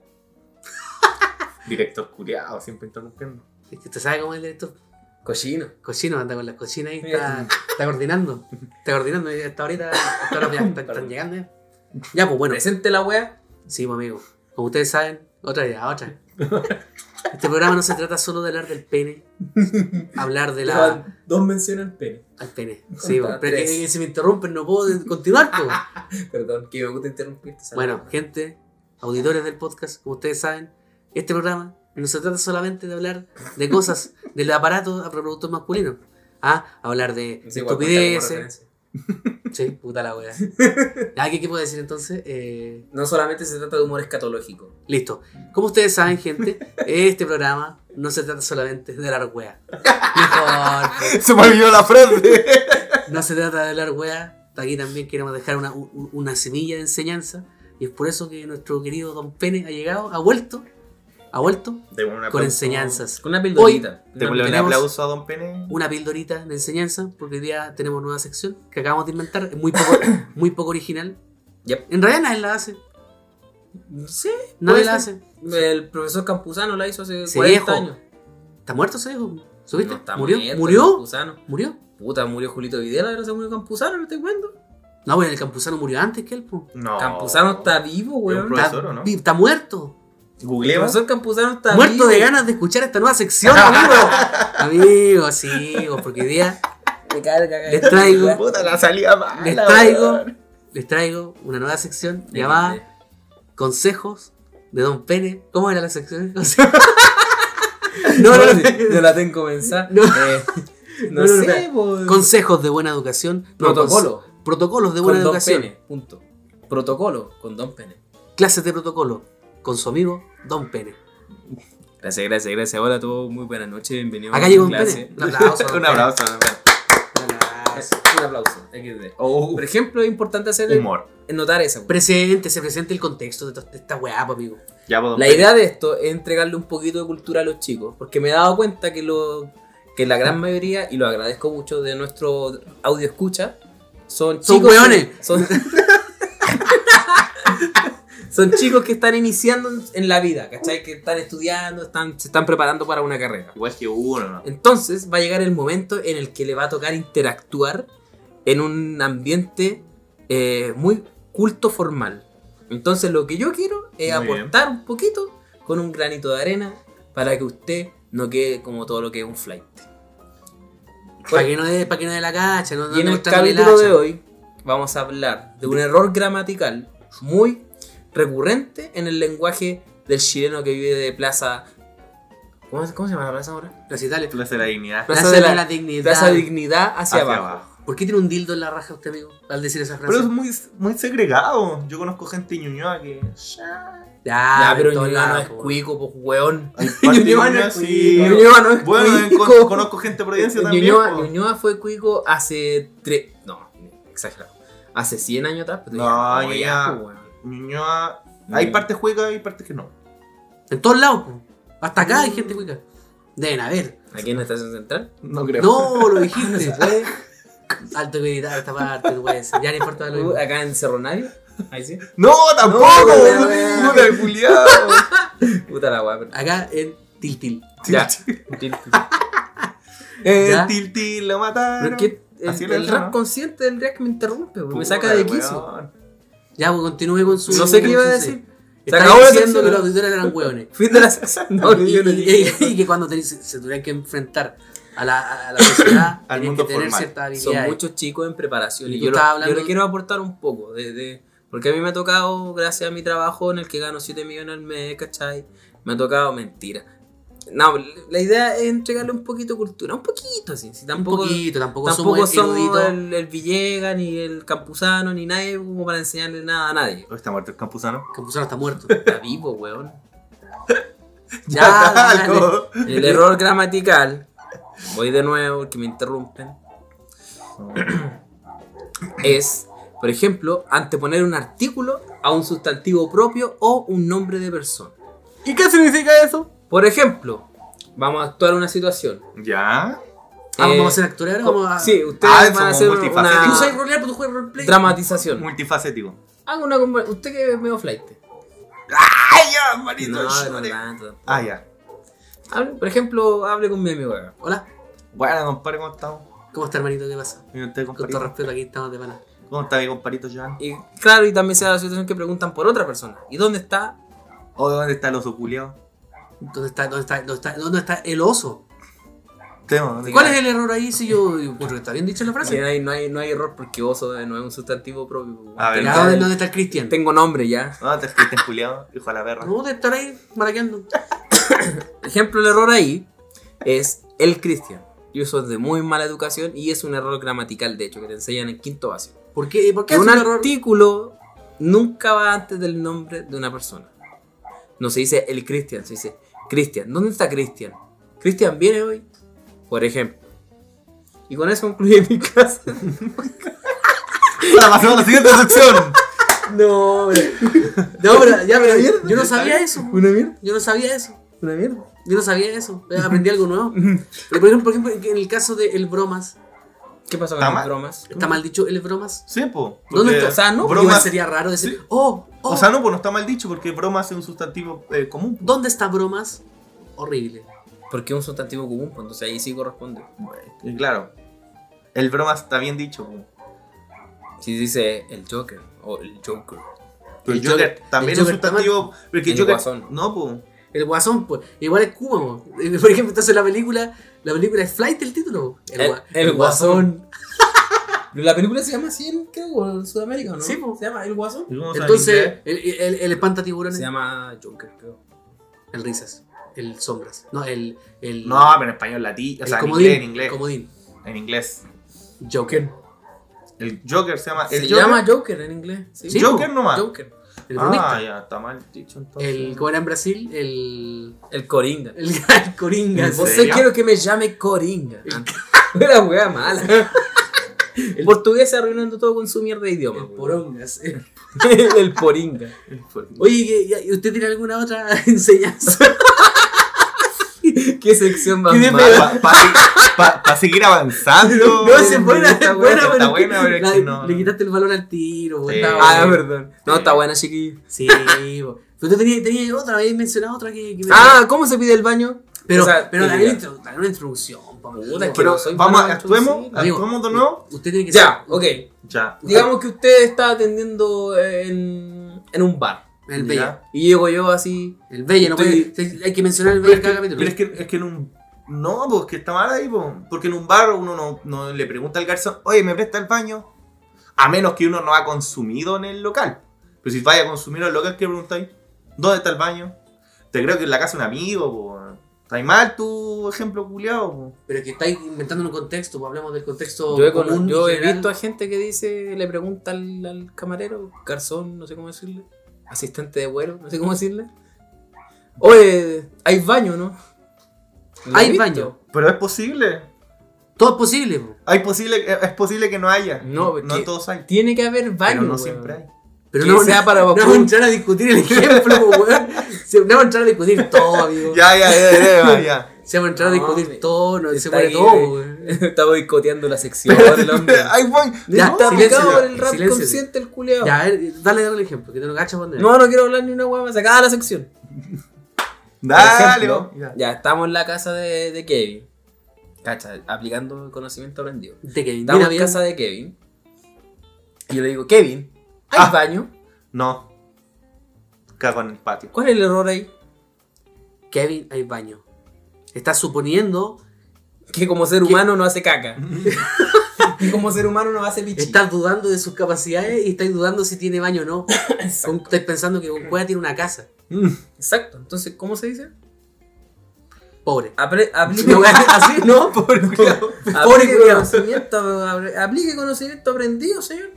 [SPEAKER 1] Directos curiados, siempre interrumpiendo.
[SPEAKER 2] Es que ¿Usted sabe cómo es el director?
[SPEAKER 3] Cochino.
[SPEAKER 2] Cochino, anda con las cochinas ahí,
[SPEAKER 3] Mira.
[SPEAKER 2] está, está coordinando. Está coordinando, y hasta ahorita, hasta ahora ya están, están
[SPEAKER 3] Perdón.
[SPEAKER 2] llegando ya. Ya, pues bueno.
[SPEAKER 3] Presente la wea.
[SPEAKER 2] Sí, pues amigo. Como ustedes saben, otra idea,
[SPEAKER 3] [LAUGHS]
[SPEAKER 2] otra. Este programa no se trata solo de hablar del pene, hablar de la,
[SPEAKER 3] Llevan Dos menciones al pene.
[SPEAKER 2] Al pene. Sí,
[SPEAKER 3] Contra
[SPEAKER 2] pero es
[SPEAKER 3] tres.
[SPEAKER 2] que si me interrumpen no puedo de- continuar.
[SPEAKER 3] [LAUGHS]
[SPEAKER 2] po.
[SPEAKER 3] Perdón, que me gusta interrumpirte. Sara.
[SPEAKER 2] bueno, gente, auditores del podcast, como ustedes saben, este programa no se trata solamente de hablar de cosas del aparato a reproductor masculino. Ah, hablar de
[SPEAKER 3] No sé, igual, cuenta como
[SPEAKER 2] estupideces,
[SPEAKER 3] referencia.
[SPEAKER 2] Sí, puta la wea. Ya, ¿qué, qué puedo decir entonces? Eh,
[SPEAKER 3] No solamente se trata de humor escatológico.
[SPEAKER 2] listo. Como ustedes saben, gente, este programa no se trata solamente de la wea. Mejor.
[SPEAKER 1] [LAUGHS]
[SPEAKER 2] pues.
[SPEAKER 1] Se me olvidó la frase.
[SPEAKER 2] No se trata de hablar weá. Aquí también queremos dejar una, u- una semilla de enseñanza. Y es por eso que nuestro querido Don Pene ha llegado, ha vuelto, ha vuelto
[SPEAKER 1] Démosle un
[SPEAKER 2] con
[SPEAKER 1] aplauso.
[SPEAKER 2] enseñanzas.
[SPEAKER 3] Con una pildorita. Una
[SPEAKER 1] Démosle un
[SPEAKER 2] Tenemos-
[SPEAKER 1] aplauso a Don Pene.
[SPEAKER 2] Una pildorita de enseñanza, porque hoy día tenemos nueva sección que acabamos de inventar. Es muy
[SPEAKER 3] [COUGHS]
[SPEAKER 2] poco, muy poco original.
[SPEAKER 3] Yep.
[SPEAKER 2] En realidad nadie la hace.
[SPEAKER 3] pildorita. Sí,
[SPEAKER 2] Nadie
[SPEAKER 3] Puede
[SPEAKER 2] la
[SPEAKER 3] ser.
[SPEAKER 2] hace.
[SPEAKER 3] el profesor Campuzano la hizo hace
[SPEAKER 2] Sí,
[SPEAKER 3] 40
[SPEAKER 2] viejo.
[SPEAKER 3] años.
[SPEAKER 2] ¿Está muerto ese viejo? ¿Subiste?
[SPEAKER 3] No, está
[SPEAKER 2] ¿Murió?
[SPEAKER 3] muerto
[SPEAKER 2] ¿Murió?
[SPEAKER 3] Campuzano.
[SPEAKER 2] ¿Murió?
[SPEAKER 3] Puta, murió Julito Videla, ahora se murió Campuzano, no te cuento.
[SPEAKER 2] No, bueno, el Campuzano murió antes que él. po.
[SPEAKER 1] No.
[SPEAKER 3] Campuzano está vivo,
[SPEAKER 1] un
[SPEAKER 3] weón.
[SPEAKER 1] pro-
[SPEAKER 2] Está,
[SPEAKER 1] Profesor, ¿o no?
[SPEAKER 2] vi- está muerto.
[SPEAKER 3] El
[SPEAKER 1] Googleemos. [LAUGHS]
[SPEAKER 3] profesor Campuzano está
[SPEAKER 2] Muerto
[SPEAKER 3] vivo.
[SPEAKER 2] de ganas de escuchar esta nueva
[SPEAKER 3] [LAUGHS]
[SPEAKER 2] sección, amigo. amigo, sí, vos, porque hoy día
[SPEAKER 3] Me carga,
[SPEAKER 2] Les traigo-
[SPEAKER 1] Puta, la salida mala,
[SPEAKER 2] les traigo,
[SPEAKER 1] weón.
[SPEAKER 2] les traigo una nueva sección
[SPEAKER 3] De-
[SPEAKER 2] llamada Consejos de Don Pene. ¿Cómo era la sección? Consejos- [LAUGHS] no, no,
[SPEAKER 3] de-
[SPEAKER 2] no.
[SPEAKER 3] no la tengo comenzada.
[SPEAKER 2] No. [LAUGHS]
[SPEAKER 3] Eh, no,
[SPEAKER 2] No, no, no.
[SPEAKER 3] sé, weón.
[SPEAKER 2] Consejos de buena educación. No,
[SPEAKER 3] Protocolo.
[SPEAKER 2] cons- protocolos de
[SPEAKER 3] Con
[SPEAKER 2] buena
[SPEAKER 3] Don
[SPEAKER 2] educación.
[SPEAKER 3] Pene, punto. Protocolo con Don Pene.
[SPEAKER 2] Clases de protocolo con su amigo Don Pene.
[SPEAKER 3] Gracias, gracias, gracias. Hola a todos, muy buenas noches, bienvenidos
[SPEAKER 2] Acá
[SPEAKER 3] a
[SPEAKER 2] llegó Don
[SPEAKER 3] esta clase.
[SPEAKER 2] Pene. Un
[SPEAKER 3] [LAUGHS]
[SPEAKER 2] aplauso. Don
[SPEAKER 1] Un
[SPEAKER 2] Pene.
[SPEAKER 1] abrazo.
[SPEAKER 2] Un abrazo.
[SPEAKER 3] Un aplauso, XD.
[SPEAKER 1] Oh,
[SPEAKER 3] Por ejemplo, es importante hacer
[SPEAKER 1] humor.
[SPEAKER 3] notar esa. weón.
[SPEAKER 2] Presente, se presente el contexto de, to- de esta weá, po, amigo.
[SPEAKER 1] Ya, pues, Don
[SPEAKER 3] La
[SPEAKER 1] Pene.
[SPEAKER 3] idea de esto es entregarle un poquito de cultura a los chicos, porque me he dado cuenta que lo que la gran mayoría, y lo agradezco mucho, de nuestro audio escucha, son
[SPEAKER 2] Son
[SPEAKER 3] chicos.
[SPEAKER 2] hueones.
[SPEAKER 3] que- Son, [LAUGHS] son chicos que están iniciando en- en la vida, ¿cachai? Que están estudiando, están, se están preparando para una carrera.
[SPEAKER 1] Igual que uno, ¿no?
[SPEAKER 3] Entonces va a llegar el momento en el que le va a tocar interactuar en un ambiente eh, muy culto formal. Entonces lo que yo quiero es
[SPEAKER 1] Muy
[SPEAKER 3] aportar un poquito con un granito de arena para que usted no quede como todo lo que es un flight.
[SPEAKER 2] Para que no dé pa' que no dé la cacha, no, no
[SPEAKER 3] Y en
[SPEAKER 2] no
[SPEAKER 3] el
[SPEAKER 2] mostrarle el
[SPEAKER 3] capítulo de
[SPEAKER 2] hacha.
[SPEAKER 3] hoy vamos a hablar de un error gramatical muy recurrente en el lenguaje del chileno que vive de plaza... ¿Cómo, cómo se llama la plaza ahora?
[SPEAKER 2] Las Italias.
[SPEAKER 1] Plaza de la dignidad.
[SPEAKER 3] Plaza
[SPEAKER 2] Plaza de
[SPEAKER 3] de la-
[SPEAKER 2] la dignidad.
[SPEAKER 3] Plaza Dignidad hacia,
[SPEAKER 1] Hacia
[SPEAKER 3] abajo.
[SPEAKER 1] abajo.
[SPEAKER 2] ¿Por qué tiene un dildo en la raja usted, amigo? Al decir esa frase.
[SPEAKER 1] Pero es muy, muy segregado. Yo conozco gente en Ñuñoa que.
[SPEAKER 2] Ya,
[SPEAKER 3] Ya, pero
[SPEAKER 2] Ah, en todo
[SPEAKER 3] Ñuñoa no
[SPEAKER 2] lado,
[SPEAKER 3] es
[SPEAKER 2] po.
[SPEAKER 3] cuico, pues weón.
[SPEAKER 1] Hay parte de
[SPEAKER 2] Ñuñoa
[SPEAKER 1] [LAUGHS]
[SPEAKER 2] no
[SPEAKER 1] Ñuñoa,
[SPEAKER 2] es
[SPEAKER 1] sí.
[SPEAKER 2] cuico.
[SPEAKER 3] Ñuñoa no es
[SPEAKER 1] Bueno, en-
[SPEAKER 3] cuico.
[SPEAKER 1] con- conozco gente de Providencia también.
[SPEAKER 3] Ñuñoa,
[SPEAKER 1] po.
[SPEAKER 3] Ñuñoa fue cuico hace tres. No, exagerado. Hace 100 años atrás. pero
[SPEAKER 1] No,
[SPEAKER 3] ya,
[SPEAKER 1] ya.
[SPEAKER 3] pues, weón.
[SPEAKER 1] Ñuñoa- Hay
[SPEAKER 3] Mm.
[SPEAKER 1] partes juecas y partes que no.
[SPEAKER 2] En todos lados, po. Hasta acá hay gente cuica. Deben haber.
[SPEAKER 3] Aquí en la estación central.
[SPEAKER 1] No creo.
[SPEAKER 2] No, lo dijiste. no se puede. Alto que editar esta parte, no puede ser. Ya no importa lo mismo.
[SPEAKER 3] Acá en Cerro
[SPEAKER 2] [LAUGHS]
[SPEAKER 3] Navia. Ahí sí.
[SPEAKER 1] No, tampoco.
[SPEAKER 3] No, no, no, no.
[SPEAKER 1] Puta, el culiao.
[SPEAKER 3] Puta la weá, pero.
[SPEAKER 2] Acá en Tiltil.
[SPEAKER 3] Ya.
[SPEAKER 1] El
[SPEAKER 2] Ya.
[SPEAKER 1] tiltil Eh, lo mataron.
[SPEAKER 3] Pero que
[SPEAKER 1] Así
[SPEAKER 3] el,
[SPEAKER 1] lo
[SPEAKER 3] el
[SPEAKER 1] dicen,
[SPEAKER 3] rap
[SPEAKER 1] ¿no?
[SPEAKER 3] consciente del React me interrumpe, weón.
[SPEAKER 1] Puta,
[SPEAKER 3] me saca de
[SPEAKER 1] weón.
[SPEAKER 3] quicio.
[SPEAKER 2] Ya, pues continúe con su.
[SPEAKER 3] No sé qué iba a
[SPEAKER 2] con su-
[SPEAKER 3] decir. Se
[SPEAKER 2] Estaba
[SPEAKER 3] acabó la
[SPEAKER 2] diciendo
[SPEAKER 3] sección.
[SPEAKER 2] que los auditores eran
[SPEAKER 3] [LAUGHS]
[SPEAKER 2] hueones.
[SPEAKER 3] Fin de la sección. No,
[SPEAKER 2] y,
[SPEAKER 3] yo no
[SPEAKER 2] y-
[SPEAKER 3] dije eso.
[SPEAKER 2] y- y que cuando tenés- se, se tuvieran que enfrentar a la, a la
[SPEAKER 3] [COUGHS]
[SPEAKER 2] sociedad,
[SPEAKER 1] Al
[SPEAKER 2] tenían
[SPEAKER 1] mundo
[SPEAKER 2] que tener
[SPEAKER 1] formal.
[SPEAKER 2] cierta
[SPEAKER 3] Son
[SPEAKER 2] habilidad.
[SPEAKER 3] muchos chicos en preparación.
[SPEAKER 2] Y
[SPEAKER 3] Y
[SPEAKER 2] tú
[SPEAKER 3] yo, lo-
[SPEAKER 2] estabas
[SPEAKER 3] yo
[SPEAKER 2] hablando-
[SPEAKER 3] le quiero aportar un poco. De, de- porque a mí me ha tocado, gracias a mi trabajo en el que gano 7 millones al mes, ¿cachai? Me ha tocado mentira. No, la idea es entregarle un poquito de cultura, un poquito así. Si
[SPEAKER 2] Tampoco,
[SPEAKER 3] tampoco,
[SPEAKER 2] poquito, tampoco,
[SPEAKER 3] tampoco
[SPEAKER 2] somos
[SPEAKER 3] somos
[SPEAKER 2] eruditos.
[SPEAKER 3] el, el Villegas, ni el Campuzano, ni nadie como para enseñarle nada a nadie.
[SPEAKER 1] ¿Está muerto el campusano?
[SPEAKER 2] Campuzano está [LAUGHS] muerto.
[SPEAKER 3] Está vivo, weón.
[SPEAKER 2] [LAUGHS] Ya,
[SPEAKER 1] [LAUGHS]
[SPEAKER 2] dale.
[SPEAKER 1] algo.
[SPEAKER 3] El error gramatical. Voy de nuevo porque me interrumpen. [CLEARS THROAT] es, por ejemplo, anteponer un artículo a un sustantivo propio o un nombre de persona.
[SPEAKER 2] ¿Y qué significa eso?
[SPEAKER 3] Por ejemplo, vamos a actuar una situación.
[SPEAKER 1] ¿Ya?
[SPEAKER 2] Ah,
[SPEAKER 3] Eh,
[SPEAKER 2] vamos a ser actores ahora. Vamos a... Ah.
[SPEAKER 3] Sí, ustedes
[SPEAKER 1] Ah,
[SPEAKER 3] van a
[SPEAKER 1] somos
[SPEAKER 3] hacer una,
[SPEAKER 1] multifacéticos.
[SPEAKER 2] Tú
[SPEAKER 3] una
[SPEAKER 2] sabes rolear, pero tú juegas roleplay.
[SPEAKER 3] dramatización.
[SPEAKER 1] Multifacético.
[SPEAKER 3] Haga una conver- Usted que es medio flight.
[SPEAKER 1] ¡Ay, ya, manito!
[SPEAKER 3] No, no,
[SPEAKER 1] llore.
[SPEAKER 3] tanto.
[SPEAKER 1] Ah, ya.
[SPEAKER 3] Hable- por ejemplo, hable con mi amigo acá.
[SPEAKER 2] Hola,
[SPEAKER 1] Bueno, compadre, ¿cómo estamos?
[SPEAKER 2] ¿cómo está hermanito? ¿Qué pasa?
[SPEAKER 1] Mira usted,
[SPEAKER 2] Con todo
[SPEAKER 1] compadrito.
[SPEAKER 2] respeto, aquí estamos de pana.
[SPEAKER 1] ¿Cómo está mi compadrito Joan?
[SPEAKER 3] Y claro, y también se da la situación que preguntan por otra persona. ¿Y dónde está?
[SPEAKER 1] ¿O Oh, dónde está el oso culiao?
[SPEAKER 2] ¿Dónde está, dónde está, dónde está, dónde está el oso?
[SPEAKER 1] Tema, ¿dónde
[SPEAKER 2] ¿Cuál
[SPEAKER 1] está?
[SPEAKER 2] es el error ahí? Si yo yo encuentro que está bien dicha la
[SPEAKER 3] Sí, no
[SPEAKER 2] frase.
[SPEAKER 3] hay, no, hay, no hay error porque oso eh, no es un sustantivo propio. pues,
[SPEAKER 1] A ver,
[SPEAKER 2] Ya, ¿Dónde, dónde está el Cristian?
[SPEAKER 3] Tengo nombre ya.
[SPEAKER 1] No, te fuiste culiao, hijo de la perra.
[SPEAKER 2] No, de estar ahí maraqueando.
[SPEAKER 3] Ejemplo, el error ahí es el cristian. Y eso es de muy mala educación y es un error gramatical, de hecho, que te enseñan en quinto básico.
[SPEAKER 2] ¿Por qué, ¿Por qué
[SPEAKER 3] un
[SPEAKER 2] es un error?
[SPEAKER 3] artículo nunca va antes del nombre de una persona. No se dice el Cristian, se dice Cristian. ¿Dónde está Cristian? Cristian viene hoy, por ejemplo. Y con eso concluye mi [LAUGHS] clase.
[SPEAKER 1] Ahora pasemos a la siguiente sección.
[SPEAKER 2] No, pero- no, pero ya, [LAUGHS] pero yo no sabía eso.
[SPEAKER 3] Una mierda,
[SPEAKER 2] Yo no sabía eso.
[SPEAKER 3] una mierda.
[SPEAKER 2] Yo no sabía
[SPEAKER 1] [LAUGHS]
[SPEAKER 2] eso. Aprendí algo nuevo. Pero por ejemplo, por ejemplo, en el caso de El Bromas,
[SPEAKER 3] ¿Qué pasó
[SPEAKER 1] ¿Está
[SPEAKER 3] con las
[SPEAKER 1] mal?
[SPEAKER 3] bromas?
[SPEAKER 2] ¿está mal dicho El Bromas?
[SPEAKER 1] Sí, po.
[SPEAKER 2] ¿Dónde
[SPEAKER 1] porque
[SPEAKER 2] está? O sea, no,
[SPEAKER 1] broma-
[SPEAKER 2] Igual sería raro decir, oh, oh,
[SPEAKER 1] O sea, no, pues no está mal dicho porque broma es un sustantivo eh, común.
[SPEAKER 2] ¿dónde está Bromas? Horrible.
[SPEAKER 3] Porque es un sustantivo común, pues, entonces ahí sí corresponde.
[SPEAKER 1] Y claro, el broma está bien dicho. po.
[SPEAKER 3] Si dice el Joker o el Joker.
[SPEAKER 1] Pero el
[SPEAKER 2] El
[SPEAKER 1] Joker
[SPEAKER 2] Joker-
[SPEAKER 1] también
[SPEAKER 2] el
[SPEAKER 1] es un
[SPEAKER 2] Joker está mal.
[SPEAKER 1] sustantivo. Porque
[SPEAKER 3] El
[SPEAKER 1] el Joker.
[SPEAKER 3] Guasón.
[SPEAKER 1] No, pues.
[SPEAKER 2] El Guasón, pues, igual es Kuma, po. Eh, por ejemplo, entonces la película, la película es Flight el título. po.
[SPEAKER 3] El-
[SPEAKER 2] gua-
[SPEAKER 3] el [LAUGHS] La película se llama así, en, creo, en Sudamérica, ¿o ¿no?
[SPEAKER 2] Sí, po.
[SPEAKER 3] Se llama El Guasón.
[SPEAKER 2] Entonces, el, el, el espanta tiburones,
[SPEAKER 3] Se llama Joker, creo.
[SPEAKER 2] el risas, el sombras, no, el, el,
[SPEAKER 1] No, pero en español latino. O
[SPEAKER 2] el
[SPEAKER 1] sea, en
[SPEAKER 2] comodín,
[SPEAKER 1] inglés, en
[SPEAKER 2] el
[SPEAKER 1] inglés.
[SPEAKER 2] comodín,
[SPEAKER 1] En inglés.
[SPEAKER 2] Joker,
[SPEAKER 1] El Joker se llama. El
[SPEAKER 3] se
[SPEAKER 1] Joker,
[SPEAKER 3] llama Joker en inglés.
[SPEAKER 2] Sí,
[SPEAKER 1] Joker
[SPEAKER 2] po.
[SPEAKER 1] nomás.
[SPEAKER 3] Joker.
[SPEAKER 2] el
[SPEAKER 1] ah,
[SPEAKER 2] bromista,
[SPEAKER 1] ya, está mal dicho entonces.
[SPEAKER 2] el, como era en Brasil, el,
[SPEAKER 3] El Coringa.
[SPEAKER 2] el, [LAUGHS] el coringa,
[SPEAKER 1] ¿En
[SPEAKER 3] Vos
[SPEAKER 1] serio?
[SPEAKER 3] quiero que me llame Coringa. [LAUGHS] Una wea mala. El portugués arruinando todo con su mierda de idioma.
[SPEAKER 2] el
[SPEAKER 3] weón.
[SPEAKER 2] porongas.
[SPEAKER 3] [LAUGHS] el poringa.
[SPEAKER 2] Oye, ¿qué- ya- ¿usted tiene alguna otra [LAUGHS] enseñanza?
[SPEAKER 3] ¿Qué sección más
[SPEAKER 2] Qué de
[SPEAKER 3] mala?
[SPEAKER 1] Para seguir
[SPEAKER 3] [LAUGHS]
[SPEAKER 1] avanzando.
[SPEAKER 2] [LAUGHS] No, sí, es buena,
[SPEAKER 3] Está
[SPEAKER 2] es
[SPEAKER 3] buena,
[SPEAKER 2] buena,
[SPEAKER 1] está
[SPEAKER 2] pero,
[SPEAKER 1] buena, pero es
[SPEAKER 2] la-
[SPEAKER 1] que no,
[SPEAKER 2] le
[SPEAKER 1] no.
[SPEAKER 2] quitaste el valor al tiro, po,
[SPEAKER 1] Sí.
[SPEAKER 2] estaba
[SPEAKER 3] Ah,
[SPEAKER 2] bueno.
[SPEAKER 3] perdón. No, está buena, chiquillo.
[SPEAKER 2] Sí, po. pero tú tenías, tenías otra, habías mencionado otra que... que me-
[SPEAKER 3] Ah, ¿cómo se pide el baño?
[SPEAKER 2] pero,
[SPEAKER 3] o sea,
[SPEAKER 2] pero dale,
[SPEAKER 3] diga.
[SPEAKER 2] una intro- dale una introducción, po, amigo.
[SPEAKER 3] Puta, es que
[SPEAKER 1] Pero
[SPEAKER 3] no soy
[SPEAKER 1] vamos,
[SPEAKER 3] malo,
[SPEAKER 1] actuemos.
[SPEAKER 3] entonces,
[SPEAKER 2] amigo. eh,
[SPEAKER 1] Actuemos de nuevo.
[SPEAKER 2] Usted tiene que
[SPEAKER 3] Ya,
[SPEAKER 2] ser-
[SPEAKER 3] ok.
[SPEAKER 1] Ya.
[SPEAKER 3] Digamos que usted está atendiendo eh, en, en un bar.
[SPEAKER 2] El
[SPEAKER 1] Ya.
[SPEAKER 2] bello.
[SPEAKER 3] Y llego yo así.
[SPEAKER 2] El bello, no
[SPEAKER 3] Estoy-
[SPEAKER 2] puede- te- hay que mencionar el
[SPEAKER 1] Pero
[SPEAKER 2] bello
[SPEAKER 1] es
[SPEAKER 2] en cada
[SPEAKER 1] que,
[SPEAKER 2] capítulo.
[SPEAKER 1] pero es que, es que en un. No, pues que está mal ahí, pues. Porque en un bar uno no, no le pregunta al garzón, oye, ¿me presta el baño? A menos que uno no ha consumido en el local. Pero si vaya a consumir al local, ¿qué preguntáis? ¿Dónde está el baño? Te creo que en la casa de un amigo, pues. Está mal tu ejemplo culiado, pues.
[SPEAKER 2] Pero es que estáis inventando un contexto, pues hablemos del contexto
[SPEAKER 3] Yo he, con-
[SPEAKER 2] común y
[SPEAKER 3] yo he
[SPEAKER 2] general.
[SPEAKER 3] visto a gente que dice, le pregunta al, al camarero, garzón, no sé cómo decirle, asistente de vuelo, no sé cómo decirle. Oye, hay baño, ¿no? ¿Lo
[SPEAKER 2] ¿Hay
[SPEAKER 3] he visto?
[SPEAKER 2] baño?
[SPEAKER 1] Pero es posible.
[SPEAKER 2] Todo es posible, pues. po.
[SPEAKER 1] Hay posible, es posible que no haya.
[SPEAKER 3] No,
[SPEAKER 1] no
[SPEAKER 3] que-
[SPEAKER 1] en todos hay.
[SPEAKER 3] Tiene que haber
[SPEAKER 1] pero
[SPEAKER 3] baño.
[SPEAKER 1] no
[SPEAKER 3] weón.
[SPEAKER 1] siempre
[SPEAKER 3] [LAUGHS]
[SPEAKER 1] hay.
[SPEAKER 2] Pero
[SPEAKER 3] Que
[SPEAKER 2] no,
[SPEAKER 3] sea
[SPEAKER 2] no-
[SPEAKER 3] para
[SPEAKER 2] no
[SPEAKER 3] vos.
[SPEAKER 2] vamos a entrar a discutir el ejemplo,
[SPEAKER 3] [LAUGHS]
[SPEAKER 2] po, weón. Se- No vamos a entrar a discutir todo, amigo.
[SPEAKER 1] Ya, ya, ya,
[SPEAKER 3] [LAUGHS]
[SPEAKER 1] ya, ya, ya.
[SPEAKER 2] Se va a entrar a
[SPEAKER 3] No,
[SPEAKER 2] discutir
[SPEAKER 3] me-
[SPEAKER 2] todo, no, se
[SPEAKER 3] Está
[SPEAKER 2] muere
[SPEAKER 3] ahí,
[SPEAKER 2] todo,
[SPEAKER 3] eh.
[SPEAKER 2] weón.
[SPEAKER 3] Está boicoteando la sección del [LAUGHS] hombre.
[SPEAKER 1] Ay, voy.
[SPEAKER 2] Ya,
[SPEAKER 3] está
[SPEAKER 2] silencio,
[SPEAKER 3] picado por
[SPEAKER 2] ya,
[SPEAKER 3] el rap
[SPEAKER 2] silencio.
[SPEAKER 3] consciente el culeado.
[SPEAKER 2] Ya, a ver, dale dale el ejemplo, que te lo cachas cuando
[SPEAKER 3] No, no quiero hablar ni una hueá más. Acaba la sección. Por
[SPEAKER 2] Ah,
[SPEAKER 1] Dale.
[SPEAKER 3] ejemplo,
[SPEAKER 1] Ya.
[SPEAKER 3] ya estamos en la casa de, de Kevin. Cacha, aplicando el conocimiento aprendido.
[SPEAKER 2] De que
[SPEAKER 3] Estamos
[SPEAKER 2] mira
[SPEAKER 3] en
[SPEAKER 2] bien.
[SPEAKER 3] casa de Kevin. Y yo le digo, Kevin, ¿hay
[SPEAKER 1] Ah.
[SPEAKER 3] baño?
[SPEAKER 1] No. Cago en el
[SPEAKER 3] [LAUGHS]
[SPEAKER 1] patio.
[SPEAKER 3] ¿Cuál es el error ahí?
[SPEAKER 2] Kevin, hay baño. Estás suponiendo,
[SPEAKER 3] Que como ser humano no hace caca. que como ser humano no hace pichi.
[SPEAKER 2] estás dudando de sus capacidades y estás dudando si tiene baño o
[SPEAKER 3] [COUGHS]
[SPEAKER 2] no. Con- Estás pensando que con cueva tiene una casa.
[SPEAKER 3] Exacto. Entonces, ¿cómo se dice?
[SPEAKER 2] Pobre.
[SPEAKER 3] Apre- aplique,
[SPEAKER 2] No,
[SPEAKER 3] [LAUGHS]
[SPEAKER 2] así no,
[SPEAKER 1] Pobre culiao.
[SPEAKER 3] aplique
[SPEAKER 2] culiao.
[SPEAKER 3] conocimiento, apre- aplique conocimiento aprendido, señor.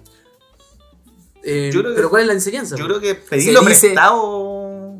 [SPEAKER 2] Eh,
[SPEAKER 1] Yo creo que-
[SPEAKER 2] pero ¿cuál es la enseñanza?
[SPEAKER 1] Yo
[SPEAKER 2] po?
[SPEAKER 1] creo que pedirlo
[SPEAKER 3] dice-
[SPEAKER 1] prestado.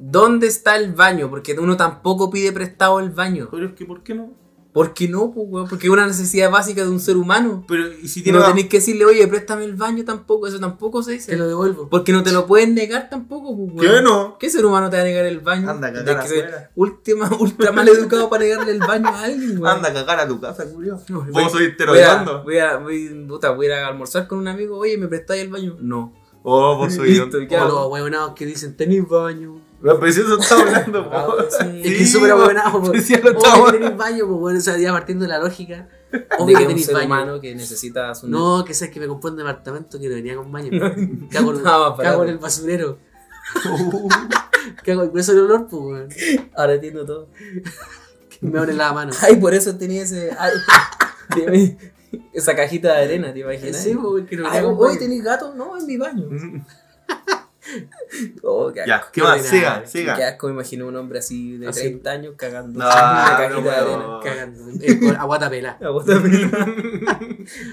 [SPEAKER 3] ¿Dónde está el baño? Porque uno tampoco pide prestado el baño.
[SPEAKER 1] Pero es que, ¿por qué no?
[SPEAKER 3] ¿Por qué no? pues, weón? Porque es una necesidad básica de un ser humano.
[SPEAKER 1] Pero, ¿y si tiene
[SPEAKER 3] No
[SPEAKER 1] una-
[SPEAKER 3] tenéis que decirle, oye, préstame el baño tampoco. Eso tampoco se
[SPEAKER 2] Te
[SPEAKER 3] dice.
[SPEAKER 2] lo devuelvo.
[SPEAKER 3] Porque no te lo pueden negar tampoco, pues,
[SPEAKER 1] ¿Qué
[SPEAKER 3] weón.
[SPEAKER 1] no?
[SPEAKER 3] ¿Qué ser humano te va a negar el baño?
[SPEAKER 1] Anda a cagar
[SPEAKER 3] Tienes que ser
[SPEAKER 1] afuera. [LAUGHS]
[SPEAKER 3] Última, ultra mal educado para negarle el baño a alguien, weón.
[SPEAKER 1] Anda a cagar a tu casa, culiao.
[SPEAKER 3] No, voy-
[SPEAKER 1] Vos sois
[SPEAKER 3] Voy a,
[SPEAKER 1] estereotando.
[SPEAKER 3] voy a, voy, puta, voy a ir a almorzar con un amigo, oye, ¿me prestáis el baño? No.
[SPEAKER 1] Oh,
[SPEAKER 3] [LAUGHS]
[SPEAKER 1] vos sois
[SPEAKER 3] Listo, ¿y qué
[SPEAKER 2] O
[SPEAKER 3] hago?
[SPEAKER 2] los huevonados que dicen, tenés baño.
[SPEAKER 1] Pero si eso está hablando,
[SPEAKER 3] [LAUGHS] Ah,
[SPEAKER 1] po.
[SPEAKER 2] Es
[SPEAKER 3] sí.
[SPEAKER 2] que es
[SPEAKER 1] Sí,
[SPEAKER 2] súper
[SPEAKER 1] po.
[SPEAKER 3] [LAUGHS]
[SPEAKER 2] huevonado. po.
[SPEAKER 1] Sí, lo
[SPEAKER 2] Obvio
[SPEAKER 1] está
[SPEAKER 2] que
[SPEAKER 1] bueno.
[SPEAKER 2] tenés baño, pues bueno, o sea, ya partiendo de la lógica.
[SPEAKER 3] De
[SPEAKER 2] Obvio
[SPEAKER 3] que
[SPEAKER 2] que
[SPEAKER 3] es un
[SPEAKER 2] tenés
[SPEAKER 3] ser
[SPEAKER 2] baño.
[SPEAKER 3] humano que necesita su...
[SPEAKER 2] No, que sabes que me compré un departamento que no venía con
[SPEAKER 3] [LAUGHS]
[SPEAKER 2] baño. Cago en,
[SPEAKER 3] Estaba parado.
[SPEAKER 2] cago en el basurero. Cago en por eso el olor, pues, weón.
[SPEAKER 3] Ahora entiendo todo.
[SPEAKER 2] Me abre la mano.
[SPEAKER 3] [LAUGHS] Ay, por eso tenía ese... ay, [LAUGHS] tiene- esa cajita de arena, ¿te imaginas?
[SPEAKER 2] Sí, pues, que no
[SPEAKER 3] Ay,
[SPEAKER 2] venía con
[SPEAKER 3] oye,
[SPEAKER 2] baño.
[SPEAKER 3] ¿tenés gato? No, en mi baño. Oh, qué asco.
[SPEAKER 1] Ya, ¿qué más?
[SPEAKER 2] Qué
[SPEAKER 1] Siga,
[SPEAKER 2] ordinario,
[SPEAKER 1] siga.
[SPEAKER 3] Qué asco, me imagino un hombre así de
[SPEAKER 2] Así.
[SPEAKER 3] 30 años cagando
[SPEAKER 1] No,
[SPEAKER 3] en una
[SPEAKER 1] no,
[SPEAKER 3] cajita de
[SPEAKER 1] pero-
[SPEAKER 3] arena.
[SPEAKER 2] Cagando. Ah, [LAUGHS] eh, con- a guatapela.
[SPEAKER 3] La bota pelada.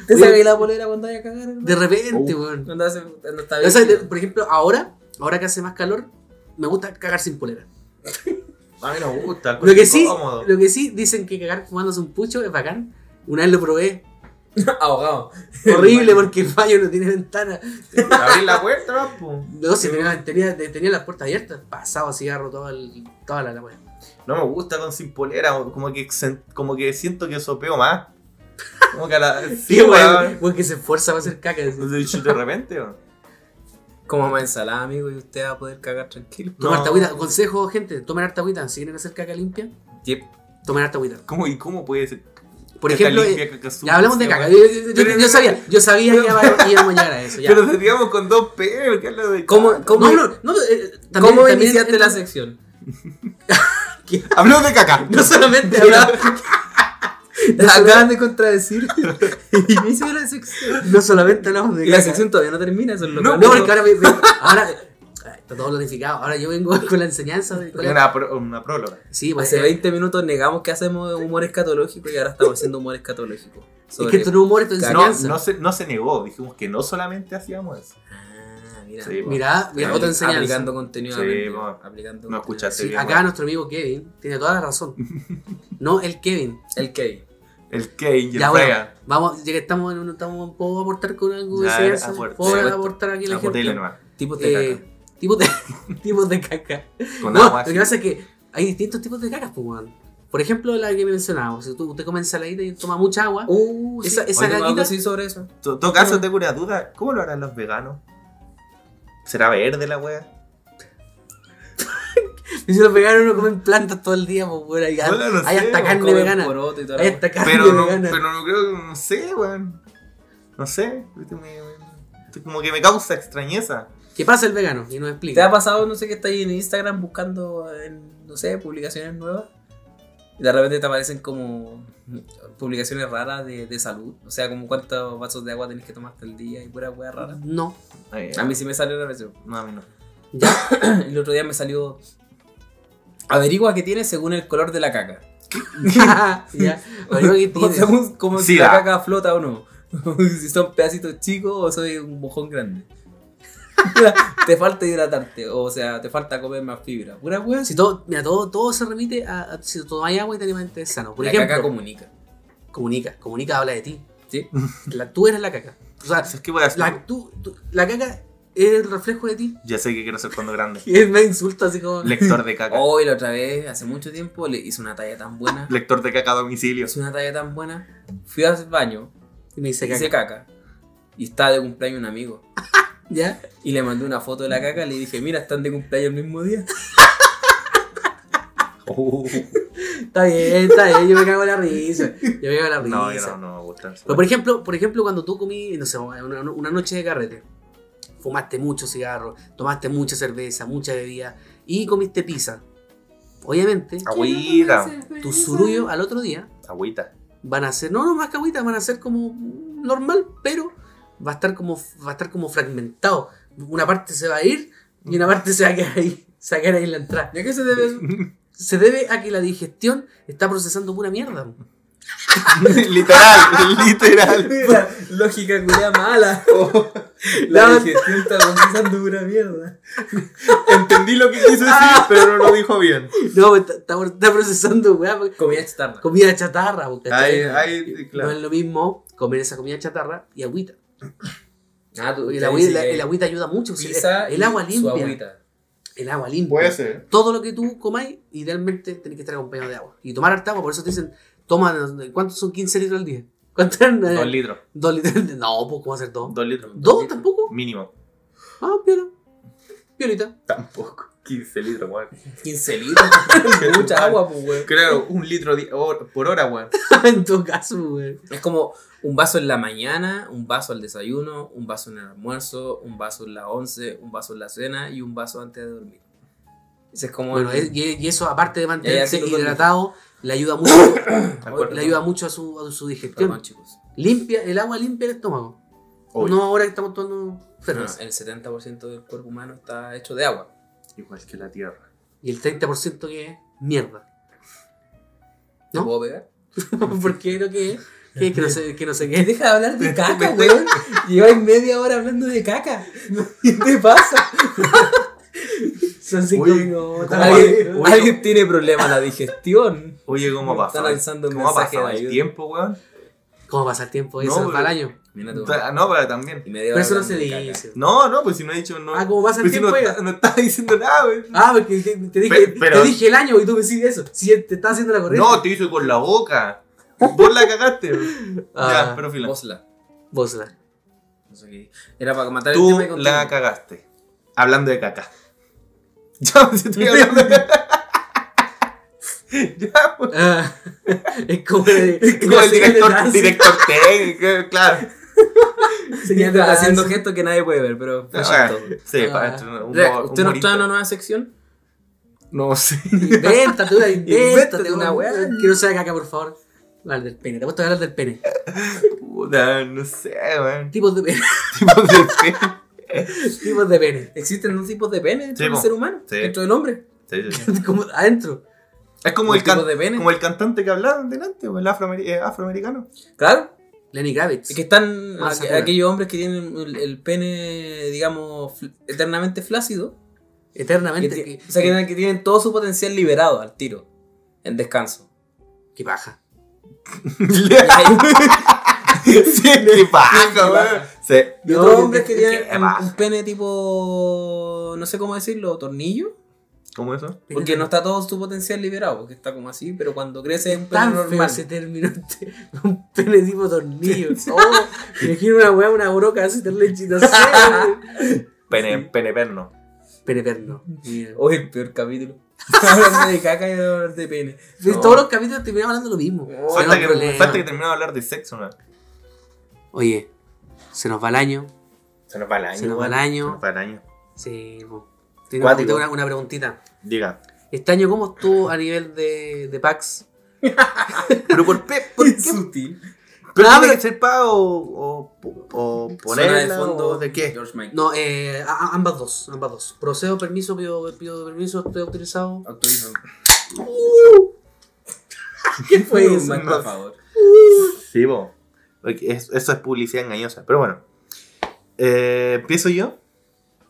[SPEAKER 3] ¿Te
[SPEAKER 2] Oye,
[SPEAKER 3] sacáis la polera cuando vayas a cagar, hermano?
[SPEAKER 2] De repente,
[SPEAKER 1] Uh.
[SPEAKER 2] weón.
[SPEAKER 3] Cuando hace- cuando está
[SPEAKER 2] O sea, de-
[SPEAKER 3] bien.
[SPEAKER 2] por ejemplo, ahora, ahora que hace más calor, me gusta cagar sin polera.
[SPEAKER 1] [LAUGHS] A mí no me gusta.
[SPEAKER 2] Lo que sí,
[SPEAKER 1] Cómodo.
[SPEAKER 2] lo que sí dicen que cagar fumándose un pucho es bacán. Una vez lo probé.
[SPEAKER 3] [LAUGHS] Ahogado.
[SPEAKER 2] [LAUGHS] Horrible porque el baño no tiene ventana.
[SPEAKER 1] Abrir la puerta, ¿no? po.
[SPEAKER 2] No, si tenía, tenía, tenía las puertas abiertas, pasaba cigarro toda, el- toda la, la wea.
[SPEAKER 1] No me gusta con sin polera, o como que, sen- como que siento que sopeo más. Como que a la. Sí,
[SPEAKER 2] [LAUGHS] Sí,
[SPEAKER 1] weón.
[SPEAKER 2] weón. weón que se esfuerza para hacer caca. así.
[SPEAKER 1] De repente, weón.
[SPEAKER 3] Como más ensalada, amigo, y usted va a poder cagar tranquilo.
[SPEAKER 2] Tomar
[SPEAKER 1] No.
[SPEAKER 2] harta agüita. Consejo, gente, tomen harta agüita. Si quieren hacer caca limpia,
[SPEAKER 3] Yep.
[SPEAKER 2] tomen harta agüita.
[SPEAKER 1] ¿Cómo, ¿Y cómo puede ser?
[SPEAKER 2] Por
[SPEAKER 1] Caca
[SPEAKER 2] ejemplo,
[SPEAKER 1] limpia,
[SPEAKER 2] eh,
[SPEAKER 1] caca sucia,
[SPEAKER 2] ya hablamos de
[SPEAKER 1] weón.
[SPEAKER 2] caca. Yo, yo- yo-
[SPEAKER 1] Pero-
[SPEAKER 2] yo sabía, yo sabía que
[SPEAKER 1] pero-
[SPEAKER 2] íbamos- íbamos a llegar a eso. ya.
[SPEAKER 1] Pero seríamos con dos P, ¿qué es lo de.?
[SPEAKER 3] ¿Cómo,
[SPEAKER 1] [LAUGHS]
[SPEAKER 3] cómo,
[SPEAKER 2] No, no, no, eh, también-
[SPEAKER 3] ¿cómo
[SPEAKER 2] también
[SPEAKER 3] iniciaste
[SPEAKER 2] entra-
[SPEAKER 3] la sección?
[SPEAKER 1] Hablamos de caca.
[SPEAKER 2] [LAUGHS] No solamente hablaba-
[SPEAKER 1] [LAUGHS]
[SPEAKER 3] Te acaban
[SPEAKER 2] [LAUGHS]
[SPEAKER 3] de contradecir. Inicio de la sección.
[SPEAKER 2] no solamente hablamos de
[SPEAKER 3] Y la
[SPEAKER 2] caca.
[SPEAKER 3] sección todavía no termina, eso es lo
[SPEAKER 1] No,
[SPEAKER 2] No,
[SPEAKER 3] peor.
[SPEAKER 2] porque
[SPEAKER 1] [LAUGHS]
[SPEAKER 2] ahora, me- me- ahora ay, está todo planificado. Ahora yo vengo [LAUGHS] con la enseñanza. De, con la-
[SPEAKER 1] Una, pro- una próloga.
[SPEAKER 2] sí, pues,
[SPEAKER 3] Hace
[SPEAKER 2] eh,
[SPEAKER 3] 20 minutos negamos que hacemos humor escatológico y ahora estamos haciendo humor escatológico.
[SPEAKER 2] es
[SPEAKER 3] Sobre-
[SPEAKER 2] que esto no es humor, esto es
[SPEAKER 1] No,
[SPEAKER 2] enseñanza.
[SPEAKER 1] no, se, no se negó, dijimos que no solamente hacíamos eso.
[SPEAKER 3] Ah, mira.
[SPEAKER 1] Sí,
[SPEAKER 2] Mirá, mira,
[SPEAKER 1] Apli-
[SPEAKER 2] otra enseñanza.
[SPEAKER 3] Aplicando contenido.
[SPEAKER 1] Sí,
[SPEAKER 3] aprendido,
[SPEAKER 1] bueno.
[SPEAKER 3] aplicando
[SPEAKER 1] No
[SPEAKER 3] contenido.
[SPEAKER 1] escuchaste
[SPEAKER 2] Sí,
[SPEAKER 1] bien.
[SPEAKER 2] acá nuestro amigo Kevin tiene toda
[SPEAKER 1] [LAUGHS]
[SPEAKER 2] la razón. No el Kevin.
[SPEAKER 3] El Kevin.
[SPEAKER 1] El Kane y el
[SPEAKER 2] Ya, bueno,
[SPEAKER 1] Frega.
[SPEAKER 2] vamos, ya que estamos en un. Estamos, ¿Puedo aportar con algo de
[SPEAKER 1] Ya,
[SPEAKER 2] enseñanza?
[SPEAKER 1] aporte,
[SPEAKER 2] ¿Puedo
[SPEAKER 1] aporte.
[SPEAKER 2] aportar aquí la
[SPEAKER 1] La
[SPEAKER 2] gente?
[SPEAKER 1] botella nomás.
[SPEAKER 3] Tipos de
[SPEAKER 2] Eh, tipos de [LAUGHS] tipos de caca.
[SPEAKER 1] nomás. Con
[SPEAKER 2] no,
[SPEAKER 1] agua.
[SPEAKER 2] lo
[SPEAKER 1] así.
[SPEAKER 2] que pasa es que hay distintos tipos de cacas, pues, weón. Por ejemplo, la que me mencionaba, si tú, usted come ensaladita y toma mucha agua,
[SPEAKER 3] caca. Uh,
[SPEAKER 2] esa-
[SPEAKER 3] sí.
[SPEAKER 2] esa
[SPEAKER 3] Oye,
[SPEAKER 2] gaguita-
[SPEAKER 3] algo así sobre eso.
[SPEAKER 1] To- todo caso, tengo una duda. ¿Cómo lo harán los veganos? ¿Será verde la wea?
[SPEAKER 2] y si los veganos no comen plantas todo el día, pues, weón, hay,
[SPEAKER 1] Bueno, no
[SPEAKER 2] hay
[SPEAKER 1] sé,
[SPEAKER 2] hasta
[SPEAKER 1] weón,
[SPEAKER 2] carne
[SPEAKER 3] Comen
[SPEAKER 2] vegana.
[SPEAKER 3] poroto y toda la
[SPEAKER 2] Hay
[SPEAKER 3] wea.
[SPEAKER 2] hasta carne
[SPEAKER 1] Pero no,
[SPEAKER 2] vegana.
[SPEAKER 1] pero no creo, no sé, weón. No sé. viste, me- me- Como que me causa extrañeza.
[SPEAKER 2] ¿Qué pasa el vegano? Y nos
[SPEAKER 3] ¿Te ha
[SPEAKER 2] explica.
[SPEAKER 3] pasado, no sé, que estás ahí en Instagram buscando, en, no sé, publicaciones nuevas? Y de repente te aparecen como publicaciones raras de, de salud. O sea, como cuántos vasos de agua tenés que tomarte al día y pura hueá rara.
[SPEAKER 1] [LAUGHS]
[SPEAKER 2] No. [LAUGHS]
[SPEAKER 1] Ay,
[SPEAKER 3] A mí sí me salió la versión.
[SPEAKER 1] Ah, No, a mí no.
[SPEAKER 2] Ya.
[SPEAKER 3] [CLEARS THROAT] El otro día me salió. Averigua qué tiene según el color de la caca.
[SPEAKER 2] ya. Bueno,
[SPEAKER 3] [LAUGHS]
[SPEAKER 2] ¿qué
[SPEAKER 3] O
[SPEAKER 2] tienes?
[SPEAKER 3] sea, un- como si
[SPEAKER 1] Sida.
[SPEAKER 3] la caca flota o no. [LAUGHS] si son pedacitos chicos o soy un mojón grande. [LAUGHS] te falta hidratarte, o sea, te falta comer más fibra. Pura hueá.
[SPEAKER 2] Si todo, mira, todo, todo se remite a, a si tomáis agua y te alimentas sano. Por
[SPEAKER 3] la
[SPEAKER 2] ejemplo,
[SPEAKER 3] caca comunica.
[SPEAKER 2] comunica, comunica habla de ti.
[SPEAKER 1] [LAUGHS]
[SPEAKER 3] ¿Sí?
[SPEAKER 2] La, tú eres la caca. O sea,
[SPEAKER 1] Es que voy a hacer-
[SPEAKER 2] la, tú, tú- la caca es el reflejo de ti. [LAUGHS]
[SPEAKER 1] Ya sé que quiero ser cuando grande.
[SPEAKER 2] Y él me insulta así como.
[SPEAKER 1] Lector de caca.
[SPEAKER 3] Hoy, la otra vez, hace mucho tiempo, le hice una talla tan buena.
[SPEAKER 1] Lector de caca a domicilio.
[SPEAKER 3] hice una talla tan buena. Fui al baño,
[SPEAKER 2] Y me dice
[SPEAKER 3] hice
[SPEAKER 2] caca.
[SPEAKER 3] caca. Y estaba de cumpleaños un amigo.
[SPEAKER 2] ¿Ya?
[SPEAKER 3] Y le mandé una foto de la caca y le dije, mira, están de cumpleaños el mismo día.
[SPEAKER 1] Uh,
[SPEAKER 2] Está bien, está bien. Yo me cago en la risa. Yo me cago en la risa.
[SPEAKER 1] [LAUGHS] no, yo no, no me gustan.
[SPEAKER 2] Pero por ejemplo, por ejemplo, cuando tú comí, no sé, una, una noche de carrete, fumaste mucho cigarro, tomaste mucha cerveza, mucha bebida y comiste pizza. Obviamente,
[SPEAKER 1] Ah, Agüita.
[SPEAKER 2] tus surullos al otro día
[SPEAKER 1] Agüita. [LAUGHS]
[SPEAKER 2] van a ser, no, no más cagüitas, van a ser como normal, pero va a estar como, va a estar como fragmentado. Una parte se va a ir y una parte se va a quedar ahí, se va a quedar ahí en la entrada.
[SPEAKER 3] ¿Y a qué se debe eso?
[SPEAKER 2] Se debe a que la digestión está procesando pura mierda.
[SPEAKER 1] literal, [LAUGHS]
[SPEAKER 2] [LAUGHS]
[SPEAKER 1] literal.
[SPEAKER 3] Mira, lógica culia mala.
[SPEAKER 2] Oh.
[SPEAKER 3] [LAUGHS]
[SPEAKER 2] La-
[SPEAKER 3] La [LAUGHS] digestión está procesando pura mierda.
[SPEAKER 1] Entendí lo que quiso decir, pero no lo dijo bien.
[SPEAKER 2] No, está, está- está procesando, weá.
[SPEAKER 3] Comida externa.
[SPEAKER 2] comida chatarra, porque
[SPEAKER 1] Ahí, ahí,
[SPEAKER 2] no
[SPEAKER 1] claro.
[SPEAKER 2] es lo mismo comer esa comida chatarra y agüita.
[SPEAKER 3] Ah, tú,
[SPEAKER 2] El,
[SPEAKER 3] te
[SPEAKER 2] agüita,
[SPEAKER 3] dice
[SPEAKER 2] la-
[SPEAKER 3] que
[SPEAKER 2] el agüita ayuda mucho. o sea,
[SPEAKER 3] pizza
[SPEAKER 2] el,
[SPEAKER 3] y
[SPEAKER 2] agua
[SPEAKER 3] su
[SPEAKER 2] limpia.
[SPEAKER 3] agüita.
[SPEAKER 2] El agua limpia.
[SPEAKER 1] ser.
[SPEAKER 2] Todo lo que tú comáis, idealmente tenés que estar acompañado de agua. Y tomar harta agua, por eso te dicen, toma, ¿cuántos son 15 litros al día? [LAUGHS] ¿Cuántos eran? Eh,
[SPEAKER 1] Dos litros.
[SPEAKER 2] Dos litros. No, pues, ¿cómo hacer dos?
[SPEAKER 1] Dos litros.
[SPEAKER 2] ¿Dos
[SPEAKER 3] litros.
[SPEAKER 2] tampoco?
[SPEAKER 1] Mínimo.
[SPEAKER 2] Ah, piola. Piolita. [LAUGHS]
[SPEAKER 1] Tampoco. 15 litros, weón.
[SPEAKER 3] 15 litros. [LAUGHS] Mucha agua, pues, weón.
[SPEAKER 1] Claro, un litro di- hor- por hora, weón.
[SPEAKER 2] en todo caso, güey.
[SPEAKER 3] Es como un vaso en la mañana, un vaso al desayuno, un vaso en el almuerzo, un vaso en la once, un vaso en la cena y un vaso antes de dormir. Ese es como.
[SPEAKER 2] Bueno,
[SPEAKER 3] el-
[SPEAKER 2] es- y, y eso, aparte de mantenerse
[SPEAKER 3] Ya, ya, sí, lo
[SPEAKER 2] hidratado, le
[SPEAKER 3] [COUGHS]
[SPEAKER 2] ayuda mucho,
[SPEAKER 1] Acuérdate.
[SPEAKER 2] le ayuda mucho a su, a su digestión.
[SPEAKER 3] Perdón, chicos.
[SPEAKER 2] Limpia, el agua limpia el estómago.
[SPEAKER 1] Obvio.
[SPEAKER 2] No ahora que estamos tomando cerveza.
[SPEAKER 3] el 70% del cuerpo humano está hecho de agua.
[SPEAKER 1] Igual que la Tierra.
[SPEAKER 2] Y el 30% que es mierda. [LAUGHS]
[SPEAKER 3] ¿Te
[SPEAKER 2] ¿No?
[SPEAKER 3] puedo pegar?
[SPEAKER 2] Porque creo que, que, que, no sé, que no sé
[SPEAKER 3] Que
[SPEAKER 2] qué.
[SPEAKER 3] eh, deja de
[SPEAKER 1] [LAUGHS]
[SPEAKER 3] hablar de
[SPEAKER 2] Me
[SPEAKER 3] caca,
[SPEAKER 2] estoy-
[SPEAKER 3] weón. Lleváis media hora hablando de caca. ¿Qué te pasa? [LAUGHS] Son cinco
[SPEAKER 1] Oye,
[SPEAKER 3] minutos.
[SPEAKER 1] ¿cómo
[SPEAKER 3] Alguien,
[SPEAKER 1] va?
[SPEAKER 3] alguien tiene problema la digestión.
[SPEAKER 1] Oye, ¿cómo ha
[SPEAKER 3] Me
[SPEAKER 1] pasado?
[SPEAKER 3] está lanzando un
[SPEAKER 1] ¿Cómo ha
[SPEAKER 3] mensaje
[SPEAKER 1] pasado
[SPEAKER 3] de
[SPEAKER 1] el
[SPEAKER 3] ayuda.
[SPEAKER 1] tiempo, weón?
[SPEAKER 2] ¿Cómo pasa el tiempo? Eso
[SPEAKER 1] No,
[SPEAKER 2] no, al
[SPEAKER 1] pero-
[SPEAKER 2] año.
[SPEAKER 3] Mira tú.
[SPEAKER 1] Ta- No, pero también.
[SPEAKER 3] Y media
[SPEAKER 2] Pero
[SPEAKER 3] hora
[SPEAKER 2] eso no se
[SPEAKER 3] hablando de caca.
[SPEAKER 2] dice.
[SPEAKER 1] No, no, pues si no he dicho. No,
[SPEAKER 2] Ah, ¿cómo pasa el
[SPEAKER 1] pues si
[SPEAKER 2] tiempo?
[SPEAKER 1] no,
[SPEAKER 2] oiga?
[SPEAKER 1] está- [LAUGHS] no estaba diciendo nada, weón.
[SPEAKER 2] Ah, porque te, te dije,
[SPEAKER 1] Pe- pero-
[SPEAKER 2] te dije el año y tú me decís eso. Si te estás haciendo la correcta.
[SPEAKER 1] No, te hizo con la boca. Vos la cagaste, weón.
[SPEAKER 2] Ah,
[SPEAKER 1] Ya, pero fila.
[SPEAKER 3] Posla.
[SPEAKER 2] vos la-
[SPEAKER 3] No sé qué. Era para matar el
[SPEAKER 1] Tú
[SPEAKER 3] tema y contigo.
[SPEAKER 1] la cagaste. Hablando de caca. [LAUGHS] Ya, pues estoy hablando de caca. [LAUGHS] Ya, pues.
[SPEAKER 2] Ah, [LAUGHS] es como el,
[SPEAKER 1] [LAUGHS] Como el director, director técnico, claro.
[SPEAKER 3] Está [LAUGHS] haciendo gestos que nadie puede ver, pero fue
[SPEAKER 1] Ah,
[SPEAKER 3] chistoso.
[SPEAKER 1] Sí,
[SPEAKER 2] Ah.
[SPEAKER 1] para esto, un
[SPEAKER 3] Re-
[SPEAKER 1] humor-
[SPEAKER 3] ¿Usted nos trae
[SPEAKER 1] humorista.
[SPEAKER 3] una nueva sección?
[SPEAKER 1] No sé.
[SPEAKER 2] Invéntate una, invéntate
[SPEAKER 3] Invéntate
[SPEAKER 2] una
[SPEAKER 3] una
[SPEAKER 2] weá.
[SPEAKER 3] weá.
[SPEAKER 2] Que no sea caca, por favor. Hablar del pene, te puesto a hablar del pene.
[SPEAKER 1] Puta, no sé, weón.
[SPEAKER 2] Tipos de
[SPEAKER 1] [LAUGHS]
[SPEAKER 2] pene. [LAUGHS]
[SPEAKER 1] Tipo de fe.
[SPEAKER 2] Tipos de pene. [LAUGHS]
[SPEAKER 3] Existen dos tipos de pene
[SPEAKER 1] Sí,
[SPEAKER 3] dentro del
[SPEAKER 1] po.
[SPEAKER 3] ser humano,
[SPEAKER 1] Sí.
[SPEAKER 3] dentro del hombre.
[SPEAKER 1] Sí, sí, sí.
[SPEAKER 2] Como adentro.
[SPEAKER 1] Es como
[SPEAKER 3] Dos
[SPEAKER 1] el, can-
[SPEAKER 3] tipos de pene.
[SPEAKER 1] como el cantante que hablaron delante, o el afroameri- eh, [LAUGHS] afroamericano.
[SPEAKER 3] Claro.
[SPEAKER 2] Lenny Kravitz.
[SPEAKER 3] Es que están
[SPEAKER 2] Más
[SPEAKER 3] aqu-
[SPEAKER 2] segura.
[SPEAKER 3] aquellos hombres que tienen el, el pene, digamos, fl- eternamente flácido. que
[SPEAKER 2] Eternamente.
[SPEAKER 3] ti- o sea, que, tienen- que tienen todo su potencial liberado al tiro, en descanso.
[SPEAKER 2] que baja.
[SPEAKER 1] [LAUGHS] sí, qué paja, weón. Sí.
[SPEAKER 3] [LAUGHS] Y
[SPEAKER 2] No,
[SPEAKER 3] otros
[SPEAKER 2] que-
[SPEAKER 3] hombres que
[SPEAKER 2] que
[SPEAKER 3] tienen un,
[SPEAKER 1] baja.
[SPEAKER 3] un pene tipo, no sé cómo decirlo, tornillo.
[SPEAKER 1] ¿Cómo eso?
[SPEAKER 3] Porque no está todo su potencial liberado, porque está como así, pero cuando crece es un pene
[SPEAKER 2] Tan feo
[SPEAKER 3] normal.
[SPEAKER 2] ese término. [LAUGHS] te- Un pene tipo tornillo. Oh, me imagino una weá, una broca así, tan lechita.
[SPEAKER 1] Pene, pene perno.
[SPEAKER 2] Pene perno. Mira.
[SPEAKER 3] [LAUGHS] Hoy el peor capítulo. [LAUGHS] Hablando de caca y hablar de pene.
[SPEAKER 2] Pero
[SPEAKER 1] No.
[SPEAKER 2] Todos
[SPEAKER 3] [LAUGHS]
[SPEAKER 2] los capítulos terminamos hablando lo mismo. Se
[SPEAKER 3] Falta
[SPEAKER 2] nos
[SPEAKER 1] falta,
[SPEAKER 2] va
[SPEAKER 1] que,
[SPEAKER 2] el problema.
[SPEAKER 1] falta que terminemos de hablar de sexo, weón.
[SPEAKER 2] Oye, se nos va el año.
[SPEAKER 1] Se nos va el año.
[SPEAKER 2] Se nos va
[SPEAKER 1] weón.
[SPEAKER 2] el año.
[SPEAKER 1] Se nos va el año.
[SPEAKER 2] Sí, po. tengo
[SPEAKER 1] Cuático.
[SPEAKER 2] tengo una, una preguntita.
[SPEAKER 1] [LAUGHS] Diga.
[SPEAKER 2] Este año, ¿cómo estuvo a nivel de, de packs?
[SPEAKER 1] Pero por, pe- por qué.
[SPEAKER 3] sutil.
[SPEAKER 1] Pero
[SPEAKER 2] Ah,
[SPEAKER 1] tiene
[SPEAKER 2] pero-
[SPEAKER 1] que ser pa o, o, o
[SPEAKER 3] Suena de
[SPEAKER 1] ponerla
[SPEAKER 3] fondo
[SPEAKER 1] o de qué.
[SPEAKER 3] George Michael.
[SPEAKER 2] No, eh, a- a- ambas dos, ambas dos. Procedo, permiso, pido, pido permiso, estoy autorizado.
[SPEAKER 3] Autorizo.
[SPEAKER 2] ¿Qué fue
[SPEAKER 3] Pues,
[SPEAKER 2] eso?
[SPEAKER 3] por favor.
[SPEAKER 1] Sí, bo. Ok, es- Eso es publicidad engañosa. Pero bueno. Eh, Empiezo yo.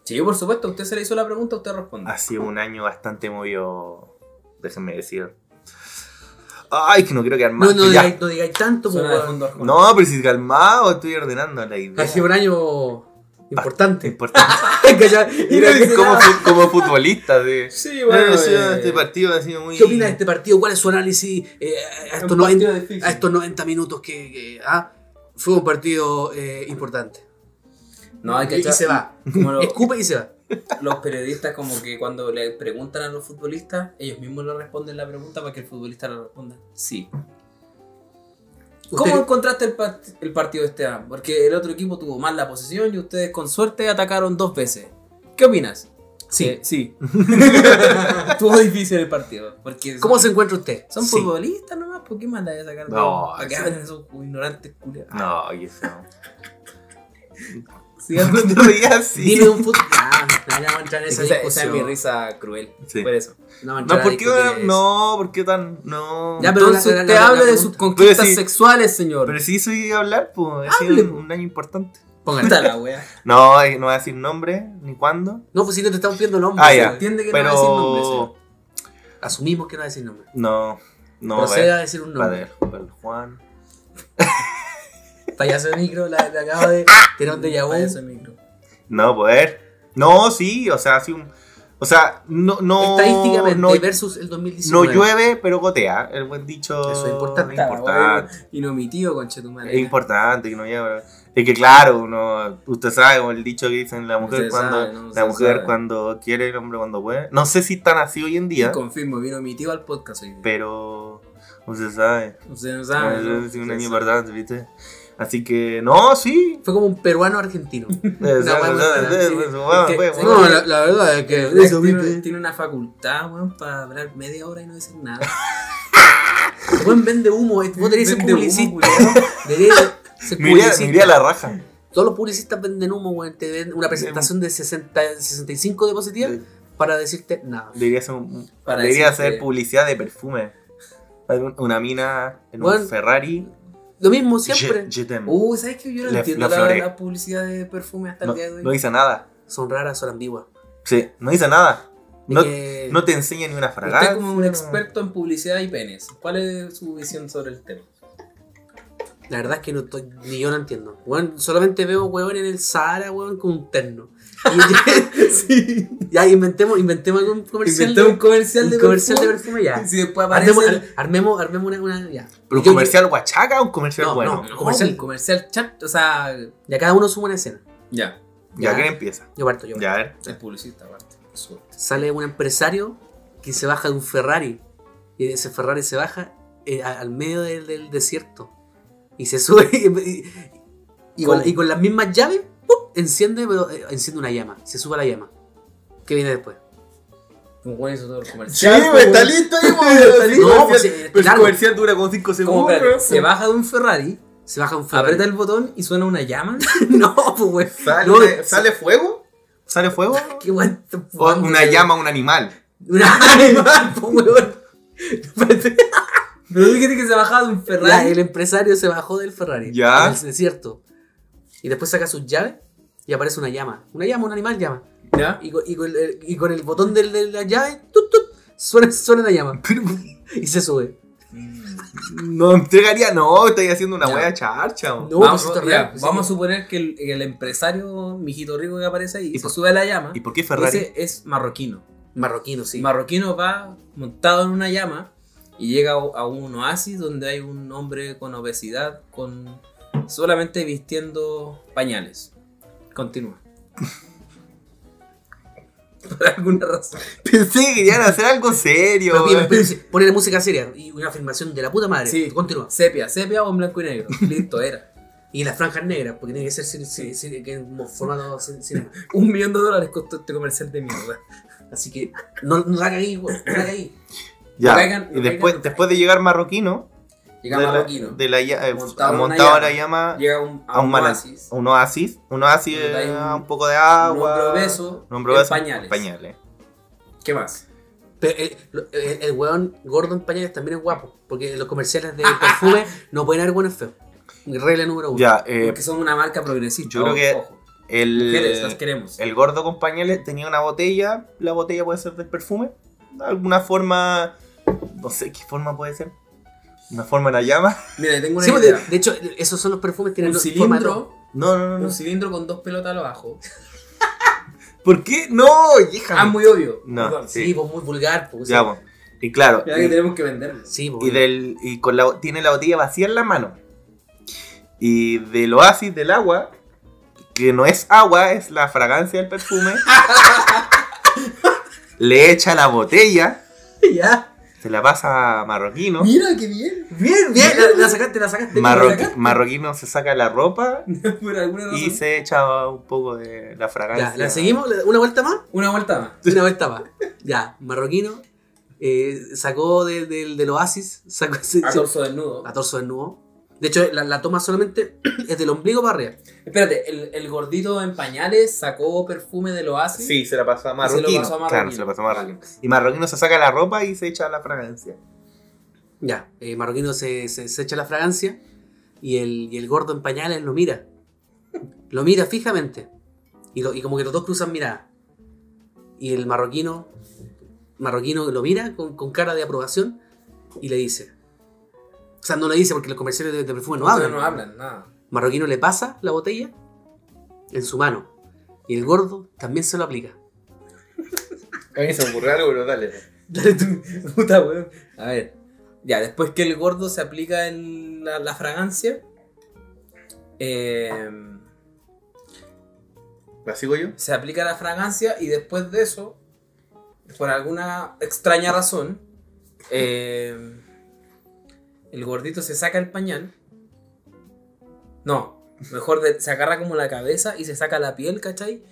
[SPEAKER 3] Sí, por supuesto, usted se le hizo la pregunta, usted responde.
[SPEAKER 1] Ha sido un año bastante movido. Déjenme decir. Ay, que no quiero quedar
[SPEAKER 2] No,
[SPEAKER 1] mal.
[SPEAKER 2] no
[SPEAKER 1] Ya.
[SPEAKER 2] digáis, no digáis tanto, po,
[SPEAKER 3] Suena de
[SPEAKER 2] weón.
[SPEAKER 3] fondo Arjona.
[SPEAKER 1] No, pero si calmado, estoy ordenando la idea.
[SPEAKER 2] Ha sido un año importante. [LAUGHS]
[SPEAKER 1] Importante.
[SPEAKER 3] [LAUGHS]
[SPEAKER 2] Calla, mira que se
[SPEAKER 1] como,
[SPEAKER 2] da.
[SPEAKER 1] fu- como futbolista, sí.
[SPEAKER 3] Sí,
[SPEAKER 1] Eh,
[SPEAKER 3] bueno.
[SPEAKER 1] sí,
[SPEAKER 3] eh,
[SPEAKER 1] este partido ha sido muy.
[SPEAKER 2] ¿Qué opinas de este partido? ¿Cuál es su análisis eh, a, estos
[SPEAKER 3] un
[SPEAKER 2] 90,
[SPEAKER 3] partido difícil.
[SPEAKER 2] a estos 90 minutos que, que, ah, fue un partido eh, importante?
[SPEAKER 3] No, hay que
[SPEAKER 2] Y- y
[SPEAKER 3] echar-
[SPEAKER 2] se va.
[SPEAKER 3] Como lo-
[SPEAKER 2] Escupe y se va.
[SPEAKER 3] los periodistas, como que cuando le preguntan a los futbolistas, ellos mismos le responden la pregunta para que el futbolista le responda. Sí. ¿Cómo
[SPEAKER 2] Usted-
[SPEAKER 3] encontraste el, part- el partido de este año? Porque el otro equipo tuvo más la posesión y ustedes con suerte atacaron dos veces. ¿Qué opinas?
[SPEAKER 2] Sí.
[SPEAKER 3] Eh, sí. [LAUGHS] Estuvo difícil el partido. Porque
[SPEAKER 2] ¿Cómo se encuentra usted?
[SPEAKER 3] Son
[SPEAKER 2] Sí.
[SPEAKER 3] futbolistas nomás, ¿por qué más la voy a sacar? de-
[SPEAKER 1] No,
[SPEAKER 3] ¿A
[SPEAKER 1] sí.
[SPEAKER 3] qué hablan esos ignorantes
[SPEAKER 1] [LAUGHS]
[SPEAKER 3] culiados?
[SPEAKER 1] No, que no.
[SPEAKER 2] [LAUGHS]
[SPEAKER 3] Sí, esa,
[SPEAKER 1] [LAUGHS] No te rías así.
[SPEAKER 2] Dime un fútbol. Ah, no, no vamos a entrar en esa
[SPEAKER 3] esa es
[SPEAKER 2] discusión.
[SPEAKER 3] mi risa cruel.
[SPEAKER 1] Sí.
[SPEAKER 3] Por eso.
[SPEAKER 2] No, vamos a entrar
[SPEAKER 1] No,
[SPEAKER 2] a
[SPEAKER 1] ¿por qué,
[SPEAKER 2] discutir eso.
[SPEAKER 1] no, ¿por qué tan.? No.
[SPEAKER 2] Ya, pero
[SPEAKER 3] Entonces
[SPEAKER 2] la- la-
[SPEAKER 3] usted
[SPEAKER 2] la-
[SPEAKER 3] habla
[SPEAKER 2] la
[SPEAKER 3] de
[SPEAKER 2] pregunta.
[SPEAKER 3] sus conquistas
[SPEAKER 1] Pero sí.
[SPEAKER 3] sexuales, señor.
[SPEAKER 1] Pero sí soy de hablar, pues. Ha sido
[SPEAKER 3] Hable,
[SPEAKER 1] un,
[SPEAKER 3] po.
[SPEAKER 1] un año importante.
[SPEAKER 3] Puta la wea.
[SPEAKER 1] No, eh, no voy a decir nombre, ni cuándo.
[SPEAKER 2] No, pues si no te estamos pidiendo nombre.
[SPEAKER 1] Ah,
[SPEAKER 2] sí.
[SPEAKER 1] ya.
[SPEAKER 3] Entiende que no va a decir nombres,
[SPEAKER 1] Pero.
[SPEAKER 3] señor.
[SPEAKER 2] Asumimos que no va a decir nombre.
[SPEAKER 1] No, no, va a
[SPEAKER 2] Proceda a
[SPEAKER 1] ver.
[SPEAKER 2] decir un
[SPEAKER 1] Va a
[SPEAKER 2] nombre.
[SPEAKER 1] ver, el Juan.
[SPEAKER 2] Payaso de micro, la, la acaba de tirar un déjà vu.
[SPEAKER 3] Payaso de micro.
[SPEAKER 1] No, poder. No, sí, o sea, ha sido un. O sea, no. no
[SPEAKER 2] Estadísticamente
[SPEAKER 1] no,
[SPEAKER 2] versus el
[SPEAKER 1] no
[SPEAKER 2] 2019.
[SPEAKER 1] llueve, pero gotea. El buen dicho.
[SPEAKER 2] Eso es importante.
[SPEAKER 1] Importante.
[SPEAKER 3] Y no mi tío,
[SPEAKER 1] Es
[SPEAKER 3] conchetumare.
[SPEAKER 1] importante que no haya- Es que claro, uno, usted sabe como el dicho que dicen la mujer
[SPEAKER 3] Usted
[SPEAKER 1] cuando
[SPEAKER 3] sabe, ¿no?
[SPEAKER 1] la
[SPEAKER 3] Usted
[SPEAKER 1] mujer
[SPEAKER 3] sabe.
[SPEAKER 1] cuando quiere, el hombre cuando puede. No sé si están así hoy en día,
[SPEAKER 3] Confirmo, vino mi tío al podcast hoy. día.
[SPEAKER 1] pero usted sabe.
[SPEAKER 3] Usted no
[SPEAKER 1] Ah,
[SPEAKER 3] sabe. ¿no?
[SPEAKER 1] es un año
[SPEAKER 3] Usted sabe.
[SPEAKER 1] importante, ¿viste? Así que no, sí.
[SPEAKER 2] [LAUGHS] Fue como un peruano argentino.
[SPEAKER 1] Es-
[SPEAKER 2] buena
[SPEAKER 1] es-
[SPEAKER 2] idea,
[SPEAKER 1] es-
[SPEAKER 3] sí.
[SPEAKER 1] es- bueno,
[SPEAKER 3] Es que-
[SPEAKER 1] bueno,
[SPEAKER 3] sí, No, la-
[SPEAKER 2] verdad es
[SPEAKER 3] Black tiene, tiene una facultad, weón, para hablar media hora y no decir nada.
[SPEAKER 2] Buen vende humo. eh. Vos tenés que ser
[SPEAKER 3] Vende humo,
[SPEAKER 2] publicista.
[SPEAKER 3] culiao.
[SPEAKER 2] Deberías ser
[SPEAKER 1] me iría- me
[SPEAKER 2] publicista.
[SPEAKER 1] iría a la raja.
[SPEAKER 2] Todos los publicistas venden humo, weón. Te venden una presentación de 60, 65 diapositivas para decirte nada.
[SPEAKER 1] Debería ser, un-
[SPEAKER 3] Para
[SPEAKER 1] debería
[SPEAKER 3] decirte-
[SPEAKER 1] ser publicidad de perfume. Un- Una mina en
[SPEAKER 2] Bueno,
[SPEAKER 1] un Ferrari.
[SPEAKER 2] Lo mismo
[SPEAKER 1] Je-
[SPEAKER 2] siempre.
[SPEAKER 1] Je t'aime.
[SPEAKER 3] Uh, ¿sabes que yo no
[SPEAKER 1] Le-
[SPEAKER 3] entiendo
[SPEAKER 1] la
[SPEAKER 3] la,
[SPEAKER 1] floré.
[SPEAKER 3] la publicidad de perfume hasta
[SPEAKER 1] no,
[SPEAKER 3] el día de hoy?
[SPEAKER 1] no dice nada.
[SPEAKER 2] Son raras, son ambiguas.
[SPEAKER 1] Sí, no dice nada.
[SPEAKER 2] Y
[SPEAKER 1] No,
[SPEAKER 2] que-
[SPEAKER 1] no te enseña ni una fragancia.
[SPEAKER 3] Usted como un experto en publicidad y penes, ¿cuál es su visión sobre el tema?
[SPEAKER 2] La verdad es que no estoy- ni yo no entiendo. Weón, solamente veo weón en el Sahara, weón, con un terno. Y- [LAUGHS]
[SPEAKER 3] Sí.
[SPEAKER 2] ya, inventemos, inventemos algún comercial.
[SPEAKER 3] Inventé un
[SPEAKER 2] de-
[SPEAKER 3] comercial de
[SPEAKER 2] un comercial de
[SPEAKER 3] perfume.
[SPEAKER 2] perfume,
[SPEAKER 3] [LAUGHS]
[SPEAKER 2] ya.
[SPEAKER 3] Si después aparece...
[SPEAKER 2] Armemos, ar- armemos, armemos una, una- ya.
[SPEAKER 1] ¿Pero un
[SPEAKER 2] Yo-
[SPEAKER 1] comercial guachaca o un comercial
[SPEAKER 2] No,
[SPEAKER 1] bueno?
[SPEAKER 2] no.
[SPEAKER 3] No, comercial, comercial chat, o sea...
[SPEAKER 2] Ya cada uno suma una escena.
[SPEAKER 3] Ya,
[SPEAKER 1] Ya,
[SPEAKER 2] Ya.
[SPEAKER 1] ¿quién empieza?
[SPEAKER 2] Yo parto, yo parto.
[SPEAKER 1] Ya, a ver.
[SPEAKER 3] es publicista aparte. por supuesto.
[SPEAKER 2] Sale un empresario que se baja de un Ferrari. Y ese Ferrari se baja eh, a- al medio del, del desierto. Y se [LAUGHS] sube y, y- y con,
[SPEAKER 3] ¿Cómo?
[SPEAKER 2] y con las mismas llaves, ¡pum! enciende, pero eh, enciende una llama. Se sube a la llama. ¿Qué viene después?
[SPEAKER 3] Un buen hizo todo el
[SPEAKER 1] Sí,
[SPEAKER 3] comercial.
[SPEAKER 1] güey, está [LAUGHS] listo ahí, güey.
[SPEAKER 2] Está listo.
[SPEAKER 1] No,
[SPEAKER 2] No,
[SPEAKER 1] pues,
[SPEAKER 2] pues, eh,
[SPEAKER 1] pero el
[SPEAKER 2] largo.
[SPEAKER 1] comercial dura como 5
[SPEAKER 3] Como,
[SPEAKER 1] segundos.
[SPEAKER 3] espérate,
[SPEAKER 1] güey.
[SPEAKER 3] se baja de un Ferrari,
[SPEAKER 2] Se baja un Ferrari.
[SPEAKER 3] aprieta el botón y suena una llama.
[SPEAKER 2] [LAUGHS] no, pues, güey.
[SPEAKER 1] ¿Sale,
[SPEAKER 2] No, se-
[SPEAKER 1] sale fuego? ¿Sale [LAUGHS] fuego?
[SPEAKER 2] Qué weón. tan
[SPEAKER 1] O
[SPEAKER 2] jugando,
[SPEAKER 1] una
[SPEAKER 2] weón.
[SPEAKER 1] llama a un animal.
[SPEAKER 2] Un [LAUGHS] animal, pues, weón. Espérate.
[SPEAKER 3] Pero dijiste que se bajaba de un
[SPEAKER 2] La-
[SPEAKER 3] Ferrari.
[SPEAKER 2] el empresario se bajó del Ferrari.
[SPEAKER 1] Ya.
[SPEAKER 2] En el desierto. Y después saca sus llaves y aparece una llama. Una llama, un animal llama.
[SPEAKER 3] ¿Ya?
[SPEAKER 2] Y con, y con el, y con el botón del- de la llave, tut, tut, suena, suena la llama. Y se sube.
[SPEAKER 1] No entregaría, no, estoy haciendo una
[SPEAKER 3] Ya.
[SPEAKER 1] wea charcha.
[SPEAKER 2] No,
[SPEAKER 1] güey.
[SPEAKER 2] pues
[SPEAKER 3] Vamos,
[SPEAKER 2] esto es
[SPEAKER 3] ya,
[SPEAKER 2] real.
[SPEAKER 3] vamos a suponer que el, el empresario mijito rico que aparece ahí
[SPEAKER 1] ¿Y
[SPEAKER 3] se
[SPEAKER 1] por-
[SPEAKER 3] sube a la llama.
[SPEAKER 1] ¿Y por qué Ferrari? [LAUGHS]
[SPEAKER 3] Ese es marroquino.
[SPEAKER 2] Marroquino, sí.
[SPEAKER 3] Marroquino va montado en una llama y llega o- a un oasis donde hay un hombre con obesidad, con solamente vistiendo pañales. Continúa. [LAUGHS] Por alguna razón.
[SPEAKER 1] Pensé que
[SPEAKER 3] [LAUGHS]
[SPEAKER 1] querían hacer algo
[SPEAKER 2] Pero
[SPEAKER 1] serio.
[SPEAKER 2] bien,
[SPEAKER 1] güey.
[SPEAKER 3] pues,
[SPEAKER 2] pero sí, ponele música seria y una afirmación de la puta madre.
[SPEAKER 3] Sí.
[SPEAKER 2] Continúa.
[SPEAKER 3] Sepia, sepia o en blanco y negro. Listo, era.
[SPEAKER 2] Y las franjas negras, porque tiene que ser cine- cine- cine- que en formato cin- cinema.
[SPEAKER 3] Un millón de dólares costó este comercial de mierda.
[SPEAKER 2] Así que [LAUGHS] no, no la cagué, güey, no la cagué.
[SPEAKER 1] Ya.
[SPEAKER 3] Traigan-
[SPEAKER 1] y después,
[SPEAKER 3] traigan-
[SPEAKER 1] después de llegar marroquino,
[SPEAKER 3] pues, Llega
[SPEAKER 1] de la-
[SPEAKER 3] marroquino.
[SPEAKER 1] de la ya- eh,
[SPEAKER 3] Montado en una
[SPEAKER 1] montado a la
[SPEAKER 3] llama.
[SPEAKER 1] llama,
[SPEAKER 3] Llega un, a,
[SPEAKER 1] a un
[SPEAKER 3] un
[SPEAKER 1] manantial.
[SPEAKER 3] oasis.
[SPEAKER 1] un oasis, un oasis,
[SPEAKER 3] Donde hay
[SPEAKER 1] eh,
[SPEAKER 3] un-
[SPEAKER 1] un poco de agua,
[SPEAKER 3] un hombre obeso
[SPEAKER 1] un hombre
[SPEAKER 3] en
[SPEAKER 1] obeso,
[SPEAKER 3] pañales.
[SPEAKER 1] pañales.
[SPEAKER 3] ¿Qué más?
[SPEAKER 2] Pero el, lo- eh, el- el weón gordo en pañales también es guapo, porque en los comerciales de
[SPEAKER 1] [LAUGHS]
[SPEAKER 2] perfume no pueden haber buenos feos. Regla número uno.
[SPEAKER 1] Ya, eh,
[SPEAKER 3] Porque son una marca progresista.
[SPEAKER 1] yo creo que-
[SPEAKER 3] ojo. Mujeres, las
[SPEAKER 1] el,
[SPEAKER 3] queremos.
[SPEAKER 1] el gordo con pañales tenía una botella, la botella puede ser del perfume, de alguna forma, no sé qué forma puede ser, una forma en la llama. [LAUGHS]
[SPEAKER 3] Mira, tengo una
[SPEAKER 2] Sí, pues, de,
[SPEAKER 3] idea.
[SPEAKER 2] de hecho, esos son los perfumes tienen
[SPEAKER 3] un
[SPEAKER 2] los- forma de
[SPEAKER 3] cilindro,
[SPEAKER 1] No, no, no, no.
[SPEAKER 3] un cilindro con dos pelotas abajo.
[SPEAKER 1] ¿Por qué? No, hija.
[SPEAKER 3] Ah, muy obvio.
[SPEAKER 1] No,
[SPEAKER 3] Perdón.
[SPEAKER 1] sí.
[SPEAKER 2] Sí, pues muy vulgar. Pues,
[SPEAKER 1] Ya,
[SPEAKER 2] sí.
[SPEAKER 1] bueno. Y claro,
[SPEAKER 3] Ya que
[SPEAKER 1] y-
[SPEAKER 3] tenemos que venderlos.
[SPEAKER 2] Sí, pues,
[SPEAKER 1] y, del, y con la, tiene la botella vacía en la mano. Y del oasis del agua, que no es agua, es la fragancia del
[SPEAKER 3] [LAUGHS]
[SPEAKER 1] perfume, le echa la botella,
[SPEAKER 2] [LAUGHS] ya.
[SPEAKER 1] se la pasa a Marroquino.
[SPEAKER 3] Mira, qué bien. [LAUGHS]
[SPEAKER 2] Bien, bien, la, la sacaste, la sacaste.
[SPEAKER 1] Marroqui- marroquino se saca la ropa
[SPEAKER 3] Por alguna razón.
[SPEAKER 1] y se echa un poco de la fragancia.
[SPEAKER 2] Ya, la seguimos, ¿La- una vuelta más,
[SPEAKER 3] Una vuelta más.
[SPEAKER 2] una vuelta más. Ya, marroquino eh, sacó de- del- del oasis, sacó se-
[SPEAKER 3] A
[SPEAKER 2] se-
[SPEAKER 3] torso desnudo.
[SPEAKER 2] a
[SPEAKER 1] Ah.
[SPEAKER 2] torso desnudo. De hecho, la, la toma solamente [CLEARS THROAT] es del ombligo para arriba.
[SPEAKER 3] Espérate, el, el gordito en pañales sacó perfume del oasis.
[SPEAKER 1] Sí, se la pasó a Marroquino.
[SPEAKER 3] se lo pasó a
[SPEAKER 1] Claro,
[SPEAKER 3] Marroquino.
[SPEAKER 1] se la pasó a Marroquino. Y Marroquino se saca la ropa y se echa la fragancia.
[SPEAKER 2] Ya, eh, Marroquino se, se- se echa la fragancia y el, y el gordo en pañales lo mira. Lo mira fijamente. Y, lo- y como que los dos cruzan mirada. Y el marroquino, marroquino lo mira con, con cara de aprobación y le dice. O sea, no le dice porque los comerciales de, de perfume no
[SPEAKER 3] O sea,
[SPEAKER 2] hablan.
[SPEAKER 3] no hablan nada. [LAUGHS]
[SPEAKER 2] Marroquino le pasa la botella en su mano. Y el gordo también se lo aplica.
[SPEAKER 1] A mí se me ocurrió algo, pero dale.
[SPEAKER 3] Dale tú, puta weón. A ver. Ya, después que el gordo se aplica el- la, la fragancia. eh,
[SPEAKER 1] ¿La sigo yo?
[SPEAKER 3] se aplica la fragancia y después de eso, por alguna extraña razón, eh, el gordito se saca el pañal. No, mejor de- se agarra como la cabeza y se saca la piel, ¿cachai?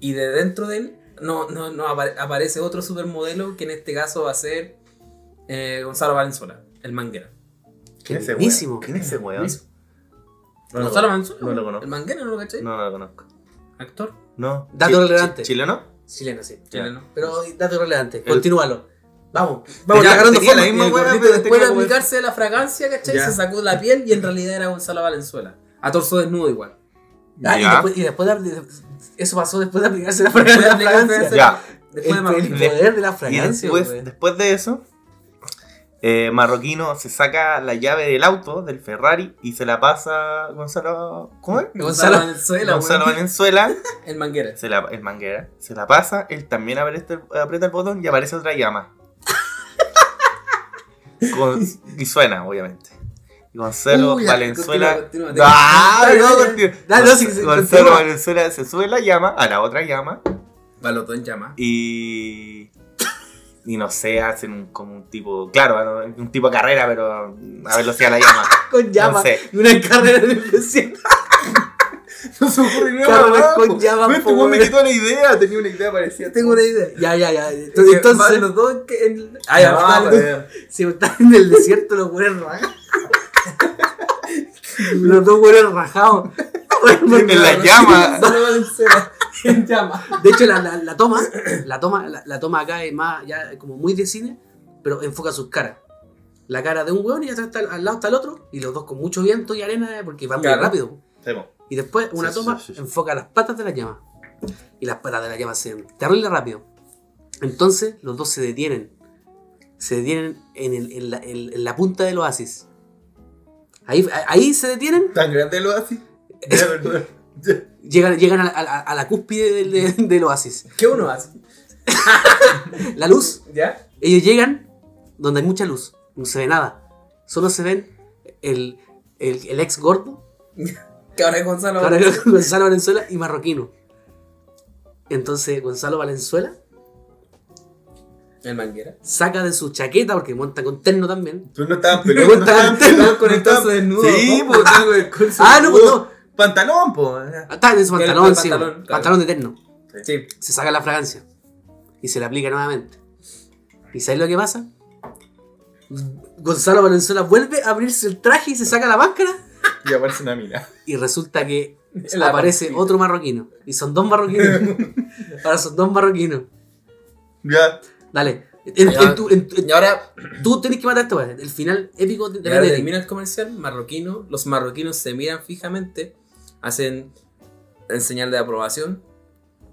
[SPEAKER 3] Y de dentro de él no, no, no apare- aparece otro supermodelo que en este caso va a ser eh, Gonzalo Valenzuela, el manguera.
[SPEAKER 2] ¡Qué
[SPEAKER 1] ¿Quién es ese
[SPEAKER 2] buenísimo!
[SPEAKER 1] weón? ¿Quién es ese weón?
[SPEAKER 3] Buenísimo.
[SPEAKER 1] No lo conozco.
[SPEAKER 3] Gonzalo Manzullo.
[SPEAKER 1] No lo conozco.
[SPEAKER 3] El manguero, ¿no lo cachai?
[SPEAKER 1] No, no lo conozco.
[SPEAKER 3] Actor
[SPEAKER 1] No.
[SPEAKER 2] Dato
[SPEAKER 1] Chi-
[SPEAKER 2] relevante.
[SPEAKER 1] chi- ¿Chileno?
[SPEAKER 2] Chileno, sí.
[SPEAKER 3] chileno.
[SPEAKER 2] Pero dato relevante, continúalo. Vamos,
[SPEAKER 1] Ya,
[SPEAKER 2] está agarrando
[SPEAKER 1] tenía la
[SPEAKER 2] forma.
[SPEAKER 1] misma
[SPEAKER 2] Y el
[SPEAKER 1] hueá,
[SPEAKER 2] gordito
[SPEAKER 1] pero
[SPEAKER 2] después-
[SPEAKER 3] Después de
[SPEAKER 1] como-
[SPEAKER 3] aplicarse la fragancia, ¿cachai?
[SPEAKER 1] Ya.
[SPEAKER 3] Se sacó la piel y en realidad era Gonzalo Valenzuela. A torso desnudo igual.
[SPEAKER 2] Ah, y
[SPEAKER 1] Ya.
[SPEAKER 2] después, y después de- eso pasó después de aplicarse la [LAUGHS]
[SPEAKER 3] Después de
[SPEAKER 2] fragancia.
[SPEAKER 3] aplicarse la fragancia.
[SPEAKER 1] Ya.
[SPEAKER 3] Después de
[SPEAKER 2] el,
[SPEAKER 3] Marvel.
[SPEAKER 2] el
[SPEAKER 1] De-
[SPEAKER 2] poder de la
[SPEAKER 1] Y
[SPEAKER 2] fragancia.
[SPEAKER 1] después,
[SPEAKER 2] güey.
[SPEAKER 1] después de eso, eh, Marroquino se saca la llave del auto, del Ferrari, y se la pasa a Gonzalo. ¿Cómo es?
[SPEAKER 3] Gonzalo
[SPEAKER 2] Gonzalo-
[SPEAKER 3] Valenzuela,
[SPEAKER 1] Gonzalo
[SPEAKER 3] weón.
[SPEAKER 1] Valenzuela,
[SPEAKER 3] El manguera.
[SPEAKER 1] se la, el manguera, se la pasa, él también aprieta, aprieta el botón y aparece otra llama. Con- y suena, obviamente. Gonzalo
[SPEAKER 3] Uy, ya,
[SPEAKER 1] Valenzuela.
[SPEAKER 3] continúa, continúa.
[SPEAKER 1] ¡Ah!
[SPEAKER 2] Dale,
[SPEAKER 1] no,
[SPEAKER 2] dale,
[SPEAKER 1] continúa.
[SPEAKER 2] dale, no, sí, sí,
[SPEAKER 1] Gonzalo
[SPEAKER 2] continúa.
[SPEAKER 1] Valenzuela se sube la llama a la otra llama
[SPEAKER 3] Balotón llama.
[SPEAKER 1] y. Y no sé, hacen un- como un tipo. Claro, un tipo de carrera, pero a velocidad de la [LAUGHS] llama.
[SPEAKER 2] con llama.
[SPEAKER 1] No sé.
[SPEAKER 2] Y una carrera de impresión.
[SPEAKER 1] [LAUGHS] No se ocurre nada,
[SPEAKER 2] Claro,
[SPEAKER 1] ¿verdad?
[SPEAKER 2] con llama,
[SPEAKER 1] Este
[SPEAKER 2] po,
[SPEAKER 1] weón me
[SPEAKER 2] weón.
[SPEAKER 1] quitó la idea, tenía una idea parecida.
[SPEAKER 3] [LAUGHS] Tengo una idea.
[SPEAKER 2] Ya, ya, ya. Entonces,
[SPEAKER 3] Entonces, van los dos en que en- Ah, ya,
[SPEAKER 2] Ya,
[SPEAKER 3] va,
[SPEAKER 2] vale.
[SPEAKER 3] [LAUGHS] vale.
[SPEAKER 2] si están en el desierto, los güeyes
[SPEAKER 3] [LAUGHS]
[SPEAKER 2] rajados. los dos güeyes rajados.
[SPEAKER 1] En la llama.
[SPEAKER 3] Gonzalo Valenzuela en llama.
[SPEAKER 2] De hecho, la, la- la toma, la toma, la, la toma acá es más, ya como muy de cine, pero enfoca sus caras. La cara de un hueón y atrás está, al lado está el otro, y los dos con mucho viento y arena, eh, porque van
[SPEAKER 3] Claro.
[SPEAKER 2] muy rápido.
[SPEAKER 1] Hacemos.
[SPEAKER 2] Y después una
[SPEAKER 1] Sí, sí,
[SPEAKER 2] toma
[SPEAKER 1] sí, sí.
[SPEAKER 2] enfoca las patas de la llama. Y las patas de la llama se ven terrible rápido. Entonces los dos se detienen. Se detienen en, el- en la, en- en la punta del oasis. Ahí, ahí se detienen,
[SPEAKER 1] Tan grande lo así. [LAUGHS] Ya, perdón.
[SPEAKER 2] llegan, llegan a, la- a la- a la cúspide del, del- del oasis.
[SPEAKER 3] ¿Qué uno hace?
[SPEAKER 2] La luz
[SPEAKER 3] ¿Ya?
[SPEAKER 2] Ellos llegan donde hay mucha luz, no se ve nada. Solo se ven el, el, el ex gordo,
[SPEAKER 3] Que ahora es Gonzalo
[SPEAKER 2] ahora
[SPEAKER 3] Valenzuela.
[SPEAKER 2] [LAUGHS] Gonzalo Valenzuela y Marroquino. Entonces Gonzalo Valenzuela
[SPEAKER 3] El manguera.
[SPEAKER 2] saca de su chaqueta, porque monta con terno también.
[SPEAKER 1] Tú no estabas
[SPEAKER 2] Me
[SPEAKER 1] pelón.
[SPEAKER 2] gusta el tema
[SPEAKER 1] pelón,
[SPEAKER 3] con el
[SPEAKER 1] estabas-
[SPEAKER 3] torso desnudo,
[SPEAKER 1] Sí,
[SPEAKER 3] ¿no?
[SPEAKER 1] pues tengo el curso
[SPEAKER 2] Ah, no, pues
[SPEAKER 1] desnudo.
[SPEAKER 2] no.
[SPEAKER 1] Pantalón, pues. po.
[SPEAKER 2] Está en su
[SPEAKER 3] Tiene
[SPEAKER 2] pantalón,
[SPEAKER 3] Uh. el
[SPEAKER 2] sí,
[SPEAKER 3] pantalón,
[SPEAKER 2] bueno,
[SPEAKER 3] claro.
[SPEAKER 2] pantalón de terno.
[SPEAKER 3] Sí.
[SPEAKER 2] Se saca la fragancia y se la aplica nuevamente. ¿Y sabes lo que pasa? Gonzalo Valenzuela vuelve a abrirse el traje y se saca la máscara.
[SPEAKER 1] Y aparece una mina.
[SPEAKER 2] Y resulta que
[SPEAKER 3] La
[SPEAKER 2] aparece
[SPEAKER 3] pancita.
[SPEAKER 2] otro marroquino. Y son dos marroquinos. Ahora son dos marroquinos.
[SPEAKER 1] Ya.
[SPEAKER 2] Dale. En-
[SPEAKER 3] Ya.
[SPEAKER 2] en tu- en tu- en-
[SPEAKER 3] Y ahora,
[SPEAKER 2] tú tenés que matar esto, weón. El final épico de-
[SPEAKER 3] y
[SPEAKER 2] depende
[SPEAKER 3] ahora
[SPEAKER 2] de ti.
[SPEAKER 3] termina el comercial marroquino. Los marroquinos se miran fijamente, hacen en señal de aprobación.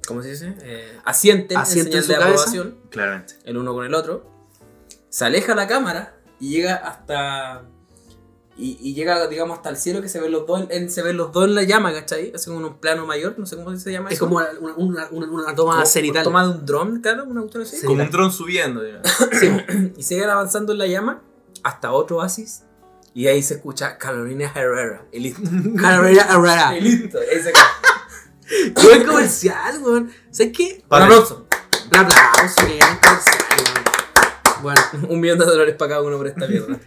[SPEAKER 3] ¿Cómo se dice? Eh, asienten,
[SPEAKER 2] Asienten
[SPEAKER 3] en
[SPEAKER 2] su
[SPEAKER 3] señal de
[SPEAKER 2] cabeza.
[SPEAKER 3] aprobación.
[SPEAKER 1] Claramente.
[SPEAKER 3] el uno con el otro. Se aleja la cámara y llega hasta. Y, y llega, digamos, hasta el cielo que se ven los dos en, en- se ven los dos en la llama, ¿cachai? Hacen un plano mayor, no sé cómo se llama
[SPEAKER 2] Es
[SPEAKER 3] eso.
[SPEAKER 2] como una, una- una- una toma
[SPEAKER 3] Como-
[SPEAKER 2] cenital.
[SPEAKER 3] Toma de un dron, claro, una cuestión así.
[SPEAKER 2] Sí.
[SPEAKER 1] Como un dron subiendo. ya.
[SPEAKER 3] [COUGHS] Y siguen avanzando en la llama hasta otro oasis. Y ahí se escucha Carolina Herrera. Y
[SPEAKER 2] [LAUGHS]
[SPEAKER 3] listo.
[SPEAKER 2] Carrera
[SPEAKER 1] Ah.
[SPEAKER 2] Herrera.
[SPEAKER 3] Y listo. y ahí se acaba.
[SPEAKER 2] Buen comercial, weón. ¿Sabes qué?
[SPEAKER 3] un
[SPEAKER 1] Para-
[SPEAKER 3] aplauso.
[SPEAKER 2] Un aplauso, que gran comercial, weón. Bueno,
[SPEAKER 3] Un millón de dólares para cada uno por esta
[SPEAKER 1] [LAUGHS]
[SPEAKER 3] mierda.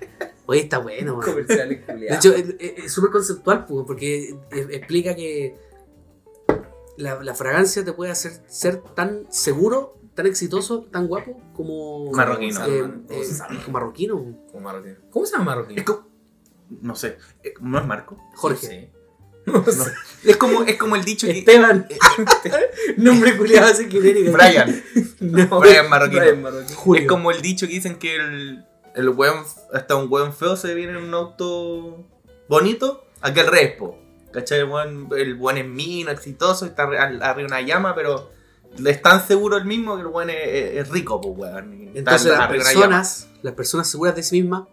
[SPEAKER 2] hoy está bueno, weón.
[SPEAKER 3] Comerciales,
[SPEAKER 2] De
[SPEAKER 3] culiados.
[SPEAKER 2] hecho, es- es es súper conceptual, pues, porque eh, explica que la, la fragancia te puede hacer ser tan seguro, tan exitoso, tan guapo como
[SPEAKER 1] Marroquino.
[SPEAKER 2] eh,
[SPEAKER 3] Como
[SPEAKER 2] eh,
[SPEAKER 3] Salman.
[SPEAKER 2] como marroquino.
[SPEAKER 3] Como marroquino. ¿Cómo se llama marroquino?
[SPEAKER 1] Es como- No sé. eh, ¿No es Marco?
[SPEAKER 2] Jorge.
[SPEAKER 1] [LAUGHS]
[SPEAKER 3] No sé.
[SPEAKER 1] Es como, es como el dicho que.
[SPEAKER 2] [LAUGHS] Esteban. Este. Nombre culiado así genérico.
[SPEAKER 1] [LAUGHS] Brian.
[SPEAKER 3] No,
[SPEAKER 1] Brian Marroquino.
[SPEAKER 3] Brian Marroquino.
[SPEAKER 2] Julio.
[SPEAKER 1] Es como el dicho que dicen que el, el weón, hasta un weón feo se viene en un auto bonito, aquel respo. ¿Cachai? El weón, el weón es mino, exitoso, está arri- al- arriba de una llama, pero es tan seguro el mismo que el weón es, es- es rico, pues weón. y está
[SPEAKER 2] Entonces
[SPEAKER 1] al-
[SPEAKER 2] las
[SPEAKER 1] arriba de una llama.
[SPEAKER 2] personas, las personas seguras de sí mismas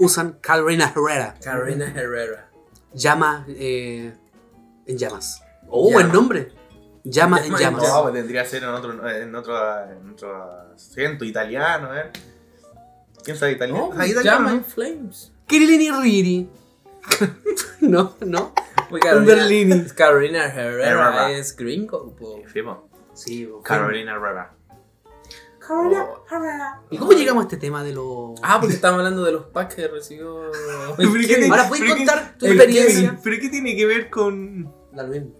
[SPEAKER 2] usan Carolina Herrera.
[SPEAKER 3] Carolina Herrera.
[SPEAKER 2] Llama eh, en llamas. Oh,
[SPEAKER 3] Llama.
[SPEAKER 2] buen nombre. Llama en
[SPEAKER 3] Llama en
[SPEAKER 2] llamas.
[SPEAKER 1] No, pues tendría que ser en otro, en otro, en otro acento italiano, ¿eh? ¿Quién sabe italiano? Ah, italiano,
[SPEAKER 3] Llama
[SPEAKER 1] ¿no?
[SPEAKER 3] in Flames.
[SPEAKER 2] Kirillini Riri. [LAUGHS] no, no.
[SPEAKER 3] Fue Carolina,
[SPEAKER 2] Berlini.
[SPEAKER 3] Carolina Herrera
[SPEAKER 1] Herrera.
[SPEAKER 3] es gringo. po.
[SPEAKER 1] Sí, po.
[SPEAKER 2] Sí,
[SPEAKER 1] Carolina Herrera.
[SPEAKER 3] Carolina
[SPEAKER 1] Oh.
[SPEAKER 3] Herrera.
[SPEAKER 2] ¿Y cómo llegamos a este tema de los.?
[SPEAKER 3] Ah, porque estábamos hablando de los packs
[SPEAKER 1] [LAUGHS]
[SPEAKER 3] que recibió.
[SPEAKER 1] Pero ¿qué tiene-
[SPEAKER 2] Ahora puedes
[SPEAKER 1] pero qué-
[SPEAKER 2] contar tu
[SPEAKER 3] el
[SPEAKER 2] experiencia.
[SPEAKER 1] ¿Pero qué tiene que ver con
[SPEAKER 2] La lo mismo.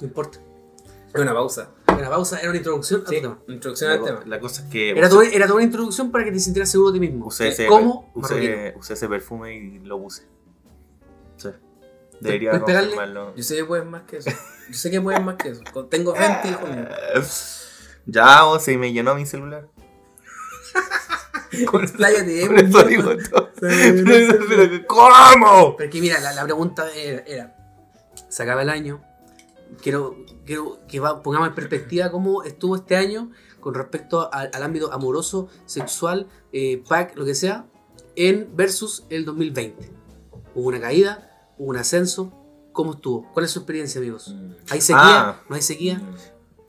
[SPEAKER 2] No importa.
[SPEAKER 3] Una pausa.
[SPEAKER 2] Era pausa, era una introducción a
[SPEAKER 3] Sí,
[SPEAKER 2] tu tema.
[SPEAKER 3] introducción
[SPEAKER 1] La,
[SPEAKER 3] al
[SPEAKER 1] co-
[SPEAKER 3] tema.
[SPEAKER 1] la cosa es que
[SPEAKER 2] Era
[SPEAKER 1] usé,
[SPEAKER 2] toda, era toda una introducción para que te sintieras seguro de ti mismo.
[SPEAKER 1] usé ese,
[SPEAKER 2] ¿Cómo?
[SPEAKER 1] usé, usé ese perfume y lo puse. Sí. Debería
[SPEAKER 2] Pues pegarle-
[SPEAKER 1] confirmarlo.
[SPEAKER 3] Yo sé que puedes más que eso. Yo sé que puedes más que eso. Con- Tengo 20, hijo mío.
[SPEAKER 1] Eh, Ya, o se me llenó mi celular. Con eso- [LAUGHS]
[SPEAKER 3] Expláyate, eh,
[SPEAKER 1] con eso
[SPEAKER 3] weón.
[SPEAKER 1] digo todo.
[SPEAKER 3] Se me
[SPEAKER 1] [LAUGHS] Pero-
[SPEAKER 3] llenó el
[SPEAKER 1] pero- ¿Cómo?
[SPEAKER 2] Pero es que mira, la, la pregunta era, era, se acaba el año, quiero, quiero que va- pongamos en perspectiva cómo estuvo este año con respecto al- al ámbito amoroso, sexual, eh, pack, lo que sea, en versus el 2020. Hubo una caída, hubo un ascenso, ¿cómo estuvo? ¿Cuál es su experiencia, amigos? ¿Hay sequía?
[SPEAKER 1] Ah.
[SPEAKER 2] ¿No hay sequía?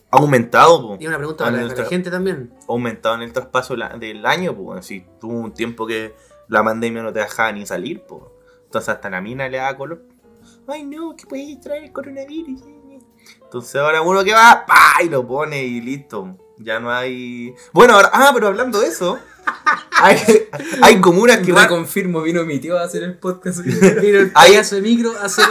[SPEAKER 1] Ha aumentado, po.
[SPEAKER 2] Y una pregunta
[SPEAKER 1] Ah,
[SPEAKER 2] para, la-
[SPEAKER 1] nuestra-
[SPEAKER 2] para la
[SPEAKER 1] [LAUGHS]
[SPEAKER 2] gente también.
[SPEAKER 1] aumentado en el traspaso la- del año, pues. Si tuvo un tiempo que la pandemia no te dejaba ni salir, pues. Entonces hasta la mina le da color. Ay, no, que puede traer el coronavirus. Entonces ahora uno que va, pa, y lo pone y listo. Ya no hay. Bueno, ahora, ah, pero hablando de eso, hay, hay comunas [LAUGHS] que van.
[SPEAKER 3] Reconfirmo, vino mi tío a hacer el
[SPEAKER 1] [LAUGHS]
[SPEAKER 3] podcast.
[SPEAKER 2] Pero el
[SPEAKER 1] Ahí-
[SPEAKER 2] payaso de micro hace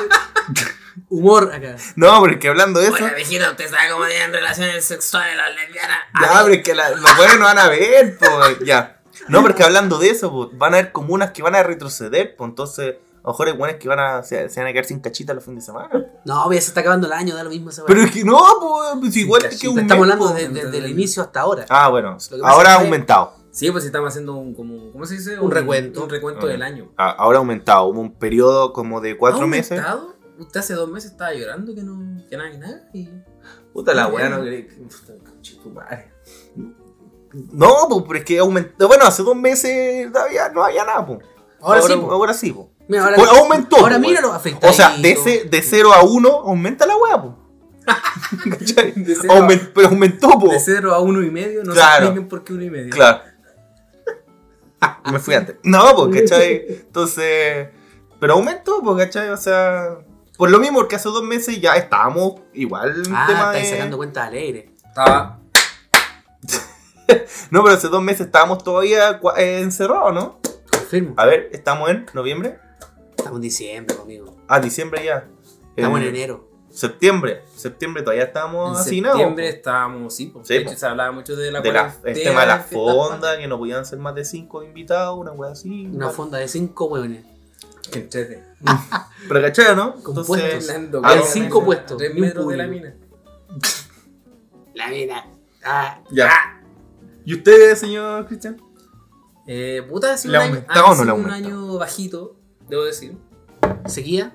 [SPEAKER 2] humor acá.
[SPEAKER 1] No, porque hablando de eso.
[SPEAKER 3] Bueno, viejito, usted sabe cómo tienen relaciones sexuales las lesbianas.
[SPEAKER 1] Ya, pero es que la- los buenos no van a ver, pues, ya. No, porque hablando de eso, po, van a haber comunas que van a retroceder, pues, entonces, a lo mejor hay buenas que van a, se, se van a quedar sin cachita los fines de semana.
[SPEAKER 2] No, ya se está acabando el año, da lo mismo esa weá.
[SPEAKER 1] Pero es que no, po, pues, igual es que
[SPEAKER 3] cachita,
[SPEAKER 1] un
[SPEAKER 2] Estamos
[SPEAKER 1] mes,
[SPEAKER 2] hablando
[SPEAKER 1] po.
[SPEAKER 2] de- de- desde el inicio hasta ahora.
[SPEAKER 1] Ah, bueno,
[SPEAKER 2] que pasa
[SPEAKER 1] ahora ha
[SPEAKER 2] es que-
[SPEAKER 1] aumentado.
[SPEAKER 3] Sí, pues estamos haciendo un, como, ¿cómo se dice?
[SPEAKER 2] Un recuento.
[SPEAKER 3] Un recuento
[SPEAKER 1] Ah.
[SPEAKER 3] del año.
[SPEAKER 1] Ah, ahora ha aumentado, hubo un periodo como de cuatro
[SPEAKER 3] ¿Ha
[SPEAKER 1] meses.
[SPEAKER 3] aumentado? Usted hace dos meses estaba llorando que no, que nada, que nada. Y...
[SPEAKER 1] Puta
[SPEAKER 3] la weá, no
[SPEAKER 1] creí No, pues, pero es que aumentó. Bueno, hace dos meses todavía no había nada, pues.
[SPEAKER 2] Ahora, sí, po.
[SPEAKER 1] Ahora sí, po.
[SPEAKER 2] Mira, ahora,
[SPEAKER 1] Pues aumentó,
[SPEAKER 2] Ahora
[SPEAKER 1] pues,
[SPEAKER 2] míralo,
[SPEAKER 1] O
[SPEAKER 2] afectadito.
[SPEAKER 1] sea, de, ese, de 0 a 1 aumenta la weá,
[SPEAKER 2] [LAUGHS]
[SPEAKER 1] po. ¿Cachai?
[SPEAKER 3] De cero a-
[SPEAKER 1] Aumen- pero aumentó, po.
[SPEAKER 3] De 0 a uno y medio, no
[SPEAKER 1] Uh. Claro.
[SPEAKER 3] se expliquen por qué uno y medio.
[SPEAKER 1] Claro. Ah, Me fui antes. No, po, ¿cachai? Entonces. Pero aumentó, po, ¿cachai? O sea. Por lo mismo, porque hace dos meses ya estábamos igual. en
[SPEAKER 2] Ah,
[SPEAKER 1] tema
[SPEAKER 2] estáis
[SPEAKER 1] de-
[SPEAKER 2] sacando cuentas alegres.
[SPEAKER 3] Estaba
[SPEAKER 1] No, pero hace dos meses estábamos todavía cua- eh, encerrados, ¿no?
[SPEAKER 2] Confirmo.
[SPEAKER 1] A ver, estamos en noviembre.
[SPEAKER 2] Estamos en diciembre, amigo.
[SPEAKER 1] Ah, diciembre ya.
[SPEAKER 2] Estamos
[SPEAKER 1] Eh,
[SPEAKER 2] en enero.
[SPEAKER 1] Septiembre. Septiembre todavía
[SPEAKER 3] en
[SPEAKER 1] estábamos hacinados.
[SPEAKER 3] septiembre
[SPEAKER 1] po.
[SPEAKER 3] estábamos, sí, pues,
[SPEAKER 1] Sí,
[SPEAKER 3] de hecho,
[SPEAKER 1] pues.
[SPEAKER 3] se hablaba mucho de la
[SPEAKER 1] de la, este, el
[SPEAKER 3] cuarentena,
[SPEAKER 1] tema de la
[SPEAKER 3] que está pasando.
[SPEAKER 1] fonda, que no podían ser más de cinco invitados, una wea así.
[SPEAKER 2] Una fonda de cinco hueones.
[SPEAKER 3] Que entrete.
[SPEAKER 1] Pero cachai, ¿no?
[SPEAKER 2] Compuestos.
[SPEAKER 1] Entonces,
[SPEAKER 3] Hablando
[SPEAKER 1] Ah,
[SPEAKER 3] que
[SPEAKER 1] en
[SPEAKER 2] cinco
[SPEAKER 3] a-
[SPEAKER 2] puestos,
[SPEAKER 3] Tres
[SPEAKER 2] ni un
[SPEAKER 3] metros de la
[SPEAKER 2] público.
[SPEAKER 3] mina.
[SPEAKER 2] La vida. Ah,
[SPEAKER 1] ya. ¿Y usted, señor Cristian?
[SPEAKER 3] Eh, puta, ha sido
[SPEAKER 1] ¿Le
[SPEAKER 3] un, año,
[SPEAKER 1] aumentaba
[SPEAKER 3] ha
[SPEAKER 1] o no le
[SPEAKER 3] sido un
[SPEAKER 1] aumentaba?
[SPEAKER 3] año bajito, debo decir.
[SPEAKER 2] ¿Sequía?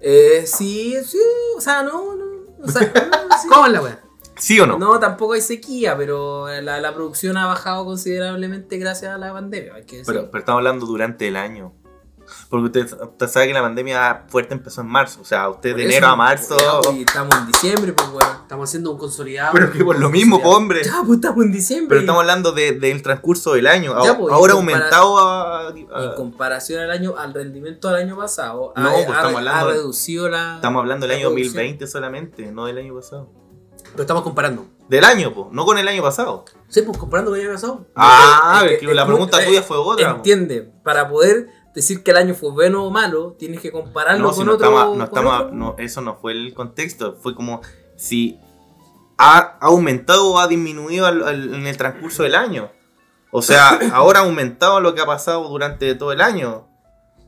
[SPEAKER 3] Eh, sí, sí, o sea, no, no.
[SPEAKER 1] [LAUGHS]
[SPEAKER 3] O sea, no, sí.
[SPEAKER 2] ¿Cómo es la wea?
[SPEAKER 1] ¿Sí o no?
[SPEAKER 3] No, tampoco hay sequía, pero la, la producción ha bajado considerablemente gracias a la pandemia, hay que decir.
[SPEAKER 1] Pero, pero estamos hablando durante el año. Porque usted, usted sabe que la pandemia fuerte empezó en marzo. O sea, usted de enero a marzo.
[SPEAKER 3] pues, Y estamos en diciembre, pues, weón.
[SPEAKER 2] Estamos haciendo un consolidado.
[SPEAKER 1] Pero que por lo mismo, po, hombre.
[SPEAKER 3] pues, Ya, pues estamos en diciembre.
[SPEAKER 1] Pero estamos hablando de- del transcurso del año.
[SPEAKER 3] Ya,
[SPEAKER 1] Ahora,
[SPEAKER 3] pues, y
[SPEAKER 1] ahora
[SPEAKER 3] compara-
[SPEAKER 1] aumentado a. a-
[SPEAKER 3] En comparación al año, al rendimiento del año pasado, ha,
[SPEAKER 1] ah. No, pues,
[SPEAKER 3] ha-
[SPEAKER 1] estamos
[SPEAKER 3] ha
[SPEAKER 1] hablando-
[SPEAKER 3] reducido la.
[SPEAKER 1] estamos hablando del
[SPEAKER 3] la
[SPEAKER 1] año
[SPEAKER 3] producción.
[SPEAKER 1] 2020 solamente, no del año pasado.
[SPEAKER 2] Pero estamos comparando.
[SPEAKER 1] Del año, pues, no con el año pasado.
[SPEAKER 2] Sí, pues comparando con el año pasado.
[SPEAKER 1] Ah,
[SPEAKER 3] es que-
[SPEAKER 1] es que la
[SPEAKER 3] es-
[SPEAKER 1] pregunta
[SPEAKER 3] es-
[SPEAKER 1] tuya fue otra. pues. po.
[SPEAKER 3] Entiende, para poder decir que el año fue bueno o malo, tienes que compararlo
[SPEAKER 1] No,
[SPEAKER 3] con
[SPEAKER 1] si no
[SPEAKER 3] otro.
[SPEAKER 1] estamos, no
[SPEAKER 3] con
[SPEAKER 1] estamos-
[SPEAKER 3] otro.
[SPEAKER 1] no, eso no fue el contexto, fue como si ha aumentado o ha disminuido al- al- en el transcurso del año. O
[SPEAKER 3] [COUGHS]
[SPEAKER 1] sea, ahora ha aumentado lo que ha pasado durante todo el año.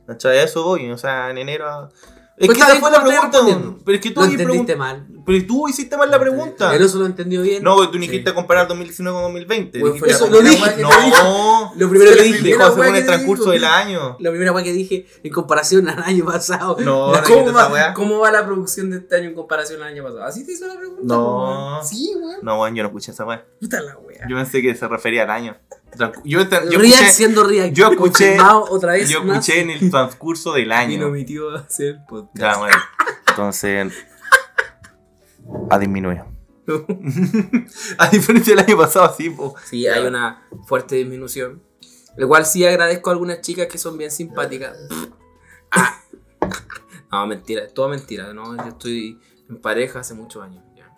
[SPEAKER 1] ¿Cachai? A eso voy, o sea, en enero... a- Es
[SPEAKER 2] Pues
[SPEAKER 1] que esa
[SPEAKER 2] está bien,
[SPEAKER 1] fue la
[SPEAKER 2] ¿cómo estás
[SPEAKER 1] pregunta,
[SPEAKER 2] respondiendo?
[SPEAKER 1] pero es que tú,
[SPEAKER 2] Lo
[SPEAKER 1] ahí
[SPEAKER 2] entendiste
[SPEAKER 1] pregun-
[SPEAKER 2] mal.
[SPEAKER 1] pero tú hiciste mal la pregunta.
[SPEAKER 2] El oso lo entendió bien.
[SPEAKER 1] No, pues tú no
[SPEAKER 3] Sí.
[SPEAKER 1] dijiste comparar 2019 con 2020.
[SPEAKER 3] Bueno,
[SPEAKER 1] dijiste
[SPEAKER 3] fue
[SPEAKER 1] la
[SPEAKER 2] eso, lo
[SPEAKER 1] primera
[SPEAKER 2] dije,
[SPEAKER 1] hueá que
[SPEAKER 2] lo
[SPEAKER 1] te
[SPEAKER 2] dije.
[SPEAKER 1] No,
[SPEAKER 2] Lo primero que dije.
[SPEAKER 1] dijo
[SPEAKER 3] la
[SPEAKER 1] según
[SPEAKER 3] hueá
[SPEAKER 1] el
[SPEAKER 3] que te
[SPEAKER 1] transcurso
[SPEAKER 3] digo.
[SPEAKER 1] del año.
[SPEAKER 2] La primera wea que dije en comparación al año pasado.
[SPEAKER 1] No, no dijiste
[SPEAKER 3] ¿Cómo
[SPEAKER 1] esa hueá.
[SPEAKER 3] va, cómo va la producción de este año en comparación al año pasado? Así te hizo la pregunta.
[SPEAKER 1] No.
[SPEAKER 3] po, weón. Sí, weón.
[SPEAKER 1] No, weón, yo no escuché esa weá.
[SPEAKER 3] Puta la wea.
[SPEAKER 1] Yo pensé que se refería al año. Tran- Yo, tra- yo
[SPEAKER 2] React
[SPEAKER 1] escuché,
[SPEAKER 2] siendo React.
[SPEAKER 1] yo escuché-
[SPEAKER 2] Confirmado otra vez.
[SPEAKER 1] yo
[SPEAKER 2] más.
[SPEAKER 1] escuché en el transcurso del
[SPEAKER 3] Y lo
[SPEAKER 1] año.
[SPEAKER 3] omitió a hacer podcast.
[SPEAKER 1] Ya, bueno. Entonces. Ha disminuido. [LAUGHS] A diferencia del año pasado, sí, po.
[SPEAKER 3] Sí, hay una fuerte disminución. Lo cual sí agradezco a algunas chicas que son bien simpáticas. Ah. No, mentira, es toda mentira, ¿no? Yo estoy en pareja hace muchos años. ya.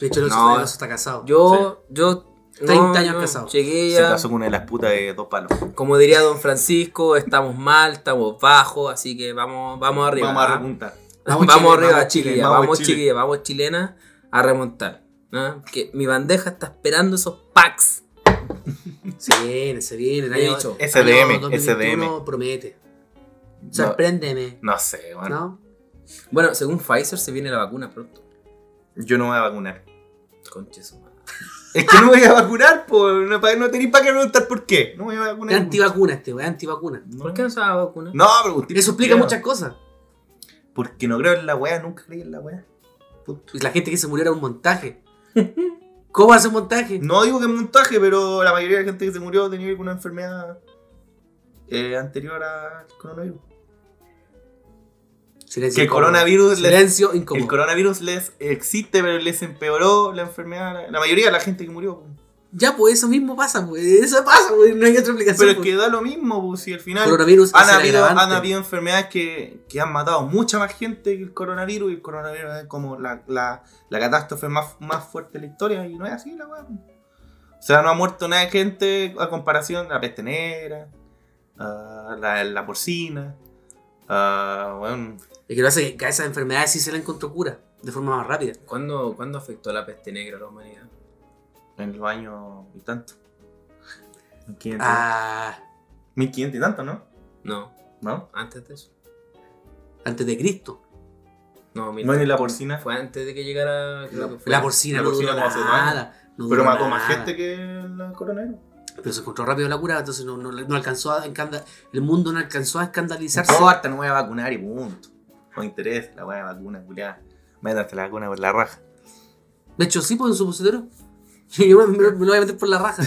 [SPEAKER 2] De hecho, el oso,
[SPEAKER 3] No.
[SPEAKER 2] el oso está casado.
[SPEAKER 3] Yo, yo.
[SPEAKER 2] 30 años
[SPEAKER 3] yo
[SPEAKER 2] casado.
[SPEAKER 3] Llegué
[SPEAKER 1] Se
[SPEAKER 3] a,
[SPEAKER 1] casó con una de las putas de dos palos.
[SPEAKER 3] como diría Don Francisco, estamos mal, estamos bajos, así que vamos, vamos arriba.
[SPEAKER 1] Vamos a
[SPEAKER 3] ¿ah?
[SPEAKER 1] repuntar.
[SPEAKER 3] Vamos,
[SPEAKER 2] Chile,
[SPEAKER 3] arriba,
[SPEAKER 2] vamos,
[SPEAKER 3] chiquilla.
[SPEAKER 2] Chile,
[SPEAKER 1] vamos,
[SPEAKER 3] vamos,
[SPEAKER 1] Chile.
[SPEAKER 3] chiquilla, vamos, chilena, a remontar. ¿ah? Que mi bandeja está esperando esos packs.
[SPEAKER 2] Se viene, se viene. "Ah, El
[SPEAKER 3] He
[SPEAKER 2] año,
[SPEAKER 3] dicho,
[SPEAKER 2] año
[SPEAKER 1] SDM,
[SPEAKER 2] 2021 promete.
[SPEAKER 1] No,
[SPEAKER 2] Sorpréndeme,
[SPEAKER 1] no sé, weón.
[SPEAKER 2] ¿no?
[SPEAKER 3] Bueno, según Pfizer se viene la vacuna pronto.
[SPEAKER 1] Yo no me voy a vacunar.
[SPEAKER 3] Conche su madre.
[SPEAKER 1] Es que no me voy a vacunar, pues. No, pa- no tenéis para qué preguntar por qué. No me voy a
[SPEAKER 2] Es
[SPEAKER 1] vacunar.
[SPEAKER 2] antivacuna este, weón, antivacuna.
[SPEAKER 1] No.
[SPEAKER 3] ¿Por qué no se va a vacunar?
[SPEAKER 1] No, pregunté.
[SPEAKER 2] Eso explica muchas cosas.
[SPEAKER 1] Porque no creo en la weá, nunca creí en la weá. Punto.
[SPEAKER 2] Y La gente que se murió era un montaje. [LAUGHS] ¿Cómo hace un montaje?
[SPEAKER 1] No digo que es montaje, pero la mayoría de la gente que se murió tenía alguna enfermedad eh, anterior al coronavirus.
[SPEAKER 2] Silencio
[SPEAKER 1] Que el
[SPEAKER 2] incómodo.
[SPEAKER 1] coronavirus les-
[SPEAKER 2] Silencio incómodo.
[SPEAKER 1] El coronavirus les existe, pero les empeoró la enfermedad. La, la mayoría de la gente que murió. po.
[SPEAKER 2] Ya, pues eso mismo pasa, pues. Eso pasa, pues. No hay otra explicación.
[SPEAKER 1] Pero es
[SPEAKER 2] pues.
[SPEAKER 1] que da lo mismo, po, si al final
[SPEAKER 2] coronavirus
[SPEAKER 1] han
[SPEAKER 2] es el
[SPEAKER 1] habido,
[SPEAKER 2] agravante.
[SPEAKER 1] han habido enfermedades que, que han matado mucha más gente que el coronavirus. Y el coronavirus es como la, la, la catástrofe más, más fuerte de la historia. Y no es así la weá. po. O sea, no ha muerto nada de gente a comparación de la peste negra, a la, la porcina. ah, a, bueno,
[SPEAKER 2] Es que lo hace que a esas enfermedades sí se le encontró cura de forma más rápida.
[SPEAKER 3] ¿Cuándo, ¿Cuándo afectó la peste negra a la humanidad?
[SPEAKER 1] en los años y tanto. 1500,
[SPEAKER 2] Ah,
[SPEAKER 1] 1500 y tanto, ¿no?
[SPEAKER 3] No,
[SPEAKER 1] ¿No?
[SPEAKER 3] antes de eso.
[SPEAKER 2] antes de Cristo.
[SPEAKER 3] No, mira.
[SPEAKER 1] No ni la porcina.
[SPEAKER 3] Fue antes de que llegara. creo que fue-
[SPEAKER 2] La
[SPEAKER 3] [LAUGHS]
[SPEAKER 2] porcina
[SPEAKER 1] la
[SPEAKER 2] no
[SPEAKER 1] porcina
[SPEAKER 2] duró
[SPEAKER 1] no hace
[SPEAKER 2] nada.
[SPEAKER 1] Pero
[SPEAKER 2] no duró
[SPEAKER 1] mató más
[SPEAKER 2] nada.
[SPEAKER 1] gente que el coronavirus.
[SPEAKER 2] Pero se encontró rápido la cura, entonces no, no- no alcanzó a encanda- el mundo no alcanzó a escandalizarse.
[SPEAKER 1] No importa, no voy a vacunar y punto. No me interesa la buena vacuna, culiada. Métanse la vacuna por la raja.
[SPEAKER 2] De hecho, sí, pues en [LAUGHS] supositorio. Yo me, me lo me lo voy a meter por
[SPEAKER 1] [LAUGHS]
[SPEAKER 2] la raja.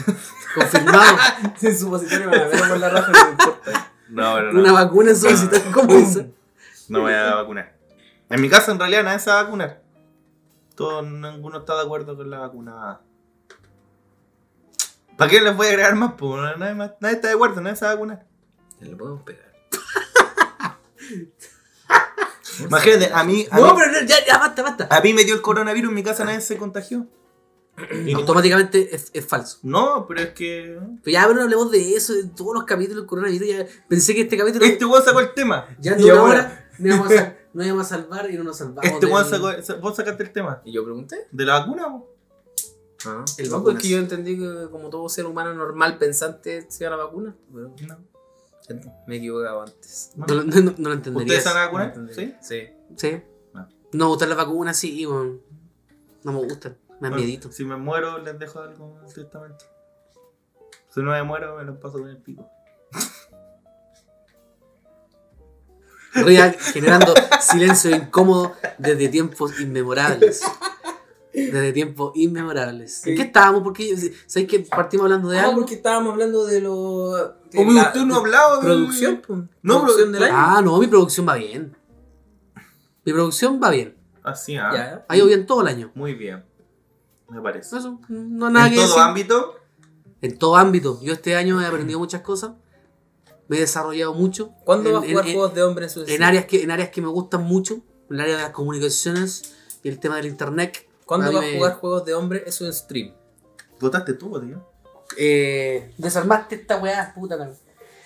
[SPEAKER 2] Confirmado.
[SPEAKER 3] Sin supositorio me la veo por la raja, no me importa. [LAUGHS]
[SPEAKER 1] No, pero
[SPEAKER 2] Una
[SPEAKER 1] no.
[SPEAKER 2] vacuna en supositorio como
[SPEAKER 1] [LAUGHS]
[SPEAKER 2] esa.
[SPEAKER 1] No voy a vacunar. En mi casa, en realidad, nadie se va a vacunar. Todo, ninguno está de acuerdo con la vacuna. ¿Para qué les voy a agregar más? po? nadie, más- nadie está de acuerdo, nadie se va a vacunar.
[SPEAKER 3] Ya Lo podemos pegar.
[SPEAKER 1] Imagínate, a mí, a,
[SPEAKER 2] No,
[SPEAKER 1] mí,
[SPEAKER 2] pero no, ya, ya, basta, basta.
[SPEAKER 1] a mí me dio el coronavirus en mi casa, nadie se contagió. Y no-
[SPEAKER 2] Automáticamente es, es falso.
[SPEAKER 1] no, pero es que.
[SPEAKER 2] Pero ya, pero no hablemos de eso, de todos los capítulos del coronavirus. Ya pensé que este capítulo.
[SPEAKER 1] Este weón sacó el tema.
[SPEAKER 2] ya
[SPEAKER 1] Y
[SPEAKER 2] en una
[SPEAKER 1] ahora,
[SPEAKER 2] hora no íbamos, a, sal- no íbamos a salvar y no nos salvamos.
[SPEAKER 1] Este
[SPEAKER 2] del-
[SPEAKER 1] weón sacó. Vos sacaste el tema.
[SPEAKER 3] ¿Y yo pregunté?
[SPEAKER 1] ¿De la vacuna? po?
[SPEAKER 3] Ah,
[SPEAKER 2] El
[SPEAKER 1] pues,
[SPEAKER 3] el
[SPEAKER 2] vacunas.
[SPEAKER 3] Es que yo entendí que, como todo ser humano normal pensante, se iba a la vacuna. Pero
[SPEAKER 1] No.
[SPEAKER 3] me he equivocado antes.
[SPEAKER 2] No, lo- [LAUGHS] no, no
[SPEAKER 1] ¿Ustedes
[SPEAKER 2] lo entenderías.
[SPEAKER 1] se van a vacunar?
[SPEAKER 3] ¿Entendí?
[SPEAKER 1] ¿Sí?
[SPEAKER 3] Sí.
[SPEAKER 2] Sí.
[SPEAKER 1] No.
[SPEAKER 3] Ah.
[SPEAKER 2] No me gustan las vacunas, sí, y, bueno, No me gustan. Me
[SPEAKER 3] Ah.
[SPEAKER 2] dan
[SPEAKER 1] Bueno,
[SPEAKER 2] miedito.
[SPEAKER 1] Si me muero, les dejo algo en el testamento. Si no me muero, me lo paso con el pico.
[SPEAKER 2] Ría
[SPEAKER 3] [LAUGHS]
[SPEAKER 2] generando silencio incómodo desde tiempos inmemorables. Desde tiempos inmemorables. ¿En qué estábamos? Porque sabéis que partimos hablando de
[SPEAKER 3] Ah,
[SPEAKER 2] algo.
[SPEAKER 3] porque estábamos hablando de lo. de
[SPEAKER 1] Obvio,
[SPEAKER 3] la-
[SPEAKER 1] usted no
[SPEAKER 3] de
[SPEAKER 1] hablaba de
[SPEAKER 3] Producción, pues.
[SPEAKER 1] No,
[SPEAKER 3] producción
[SPEAKER 1] pero-
[SPEAKER 3] del año.
[SPEAKER 2] Ah, no, mi producción va bien. Mi producción va bien.
[SPEAKER 1] Así, ah.
[SPEAKER 3] Ya.
[SPEAKER 2] Ha ido bien todo el año.
[SPEAKER 1] Muy bien. Me parece.
[SPEAKER 2] Eso, no nada
[SPEAKER 1] en
[SPEAKER 2] que
[SPEAKER 1] todo
[SPEAKER 2] decir.
[SPEAKER 1] ámbito,
[SPEAKER 2] En todo ámbito. Yo este año he aprendido muchas cosas. Me he desarrollado mucho.
[SPEAKER 3] ¿Cuándo
[SPEAKER 2] en,
[SPEAKER 3] va a jugar
[SPEAKER 2] en- en-
[SPEAKER 3] juegos de hombre en su
[SPEAKER 2] en áreas que En áreas que me gustan mucho. En el área de las comunicaciones y el tema del internet.
[SPEAKER 3] ¿Cuándo
[SPEAKER 2] A mí
[SPEAKER 3] va a
[SPEAKER 2] me-
[SPEAKER 3] jugar juegos de hombre en su stream?
[SPEAKER 1] votaste tú, tío.
[SPEAKER 2] Eh, desarmaste esta weá, puta cara.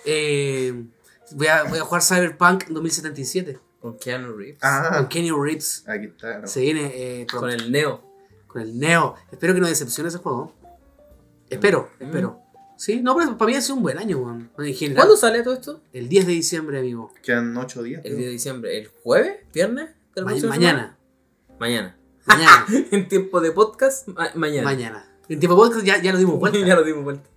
[SPEAKER 2] Eh, voy, a, voy a jugar Cyberpunk 2077
[SPEAKER 3] Con Keanu Reeves.
[SPEAKER 1] Ah.
[SPEAKER 2] con Kenny Reeves.
[SPEAKER 1] aquí está.
[SPEAKER 2] Se viene eh, Ah, pronto.
[SPEAKER 3] Con el Neo.
[SPEAKER 2] con el Neo. Espero que no decepcione ese juego. Espero,
[SPEAKER 3] Mm.
[SPEAKER 2] espero. Sí, no, pero para mí ha sido un buen año, weón. En general,
[SPEAKER 3] ¿Cuándo sale todo esto?
[SPEAKER 2] El 10 de diciembre, amigo.
[SPEAKER 1] Quedan 8 días.
[SPEAKER 3] El 10 de diciembre. ¿El jueves? ¿Viernes? de la
[SPEAKER 2] Ma-
[SPEAKER 3] próxima
[SPEAKER 2] mañana.
[SPEAKER 3] semana? Mañana. [LAUGHS]
[SPEAKER 2] Mañana.
[SPEAKER 3] En tiempo de podcast, ma- mañana.
[SPEAKER 2] mañana. En tiempo podcast ya, ya lo dimos vuelta.
[SPEAKER 3] [LAUGHS] ya lo dimos vuelta.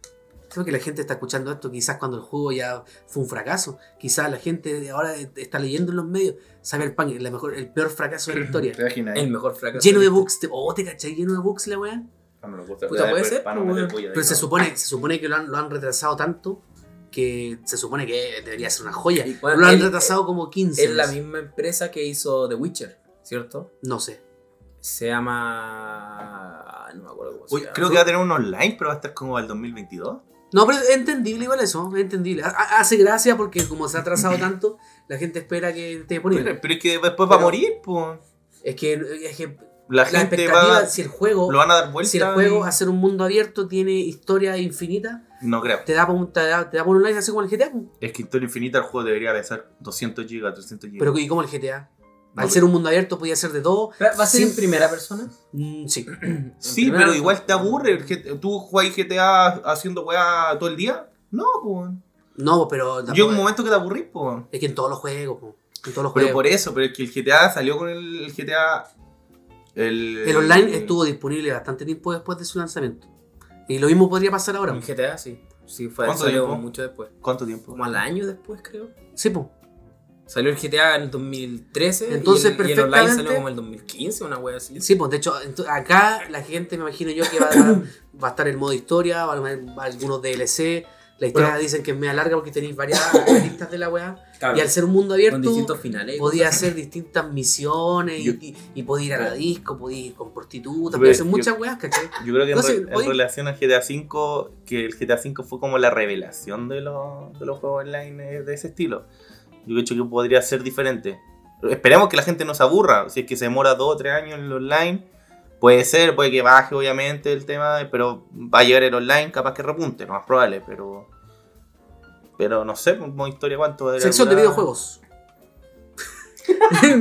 [SPEAKER 2] Creo que la gente está escuchando esto quizás cuando el juego ya fue un fracaso. Quizás la gente ahora está leyendo en los medios Cyberpunk, el, mejor, el peor fracaso de la
[SPEAKER 1] [CLEARS THROAT]
[SPEAKER 2] historia.
[SPEAKER 1] Página
[SPEAKER 3] El mejor fracaso.
[SPEAKER 2] lleno de
[SPEAKER 3] visto.
[SPEAKER 2] bugs. te- Oh, te cachai, lleno de bugs la weá.
[SPEAKER 1] Ah, no lo puse.
[SPEAKER 3] Puta, puede ser,
[SPEAKER 1] Para no
[SPEAKER 3] pues,
[SPEAKER 1] meter
[SPEAKER 3] bueno.
[SPEAKER 1] bulla de
[SPEAKER 2] Pero se
[SPEAKER 1] nuevo.
[SPEAKER 2] supone, se supone que lo han, lo han retrasado tanto que se supone que debería ser una joya.
[SPEAKER 3] Y bueno,
[SPEAKER 2] lo han
[SPEAKER 3] él-
[SPEAKER 2] retrasado como 15.
[SPEAKER 3] Es la
[SPEAKER 2] veces.
[SPEAKER 3] misma empresa que hizo The Witcher, ¿cierto?
[SPEAKER 2] No sé.
[SPEAKER 3] Se llama. No me acuerdo cómo se
[SPEAKER 1] Uy,
[SPEAKER 3] llama.
[SPEAKER 1] creo que va a tener un online, pero va a estar como al 2022.
[SPEAKER 2] No, pero es entendible igual eso, es entendible. Ha- ha- Hace gracia porque como se
[SPEAKER 1] [CLEARS THROAT]
[SPEAKER 2] ha atrasado tanto, la gente espera que esté
[SPEAKER 1] Pero,
[SPEAKER 2] disponible.
[SPEAKER 1] pero es que después va a
[SPEAKER 2] Pero-
[SPEAKER 1] morir, pues.
[SPEAKER 2] Es que, es que
[SPEAKER 1] La
[SPEAKER 2] la
[SPEAKER 1] gente
[SPEAKER 2] expectativa,
[SPEAKER 1] va.
[SPEAKER 2] si el juego,
[SPEAKER 1] Lo van a dar vuelta.
[SPEAKER 2] si el juego
[SPEAKER 1] y-
[SPEAKER 2] hacer un mundo abierto tiene historia infinita,
[SPEAKER 1] No creo.
[SPEAKER 2] te da pa un, te da, te da pa un online así como el GTA.
[SPEAKER 1] Es que en todo infinita el juego debería pesar 200 GB, 300 GB.
[SPEAKER 2] Pero ¿y como el GTA?
[SPEAKER 1] No,
[SPEAKER 2] Al ser un mundo abierto podía ser de todo.
[SPEAKER 3] ¿Va a ser
[SPEAKER 2] Sí.
[SPEAKER 3] en primera persona?
[SPEAKER 2] Mm, sí.
[SPEAKER 1] Sí,
[SPEAKER 3] Primero-
[SPEAKER 1] pero igual te aburre. el G- ¿Tú jugás GTA haciendo weá todo el día? No, pues.
[SPEAKER 2] No, pero
[SPEAKER 1] Llega
[SPEAKER 2] tampoco-
[SPEAKER 1] un momento que te aburrís, pues.
[SPEAKER 2] es que en todos los juegos, po. en todos los
[SPEAKER 1] Pero
[SPEAKER 2] juegos.
[SPEAKER 1] por eso, pero es que el GTA salió con el el GTA. El,
[SPEAKER 2] El online estuvo disponible bastante tiempo después de su lanzamiento. Y lo mismo podría pasar ahora.
[SPEAKER 3] En GTA sí. Sí, fue
[SPEAKER 1] ¿Cuánto
[SPEAKER 3] salió
[SPEAKER 1] tiempo?
[SPEAKER 3] mucho después.
[SPEAKER 1] ¿Cuánto tiempo?
[SPEAKER 3] Como al año después, creo.
[SPEAKER 2] Sí, pues.
[SPEAKER 3] Salió el GTA en 2013.
[SPEAKER 2] Entonces,
[SPEAKER 3] y el, y el online salió
[SPEAKER 2] perfectamente-
[SPEAKER 3] como el 2015, una wea así.
[SPEAKER 2] Sí, pues de hecho, ento- acá la gente me imagino yo que va a,
[SPEAKER 1] [COUGHS]
[SPEAKER 2] va a estar el modo historia, va a haber va a haber algunos DLC. La historia
[SPEAKER 1] Bueno.
[SPEAKER 2] dicen que es media larga porque tenéis
[SPEAKER 1] [COUGHS]
[SPEAKER 2] varias listas de la weá.
[SPEAKER 3] Claro,
[SPEAKER 2] Y al ser un mundo
[SPEAKER 3] con
[SPEAKER 2] abierto,
[SPEAKER 3] distintos finales.
[SPEAKER 2] podía hacer distintas misiones y,
[SPEAKER 1] Yo-
[SPEAKER 2] y, y podía ir a la disco, podía ir con prostitutas,
[SPEAKER 1] Yo-
[SPEAKER 2] podía hacer
[SPEAKER 1] yo-
[SPEAKER 2] muchas weas, ¿cachai?
[SPEAKER 1] Yo creo que en,
[SPEAKER 2] No sé,
[SPEAKER 1] re- en
[SPEAKER 2] hoy-
[SPEAKER 1] relación a GTA V, que el GTA V fue como la revelación de los, de los juegos online eh, de ese estilo. Yo creo que podría ser diferente. Esperemos que la gente no se aburra. Si es que se demora dos o tres años en el online, puede ser, puede que baje obviamente el tema, pero va a llegar el online, capaz que repunte, lo más probable, pero. Pero no sé, como historia cuánto va a durar?
[SPEAKER 2] Sección
[SPEAKER 1] [LAUGHS]
[SPEAKER 2] de videojuegos.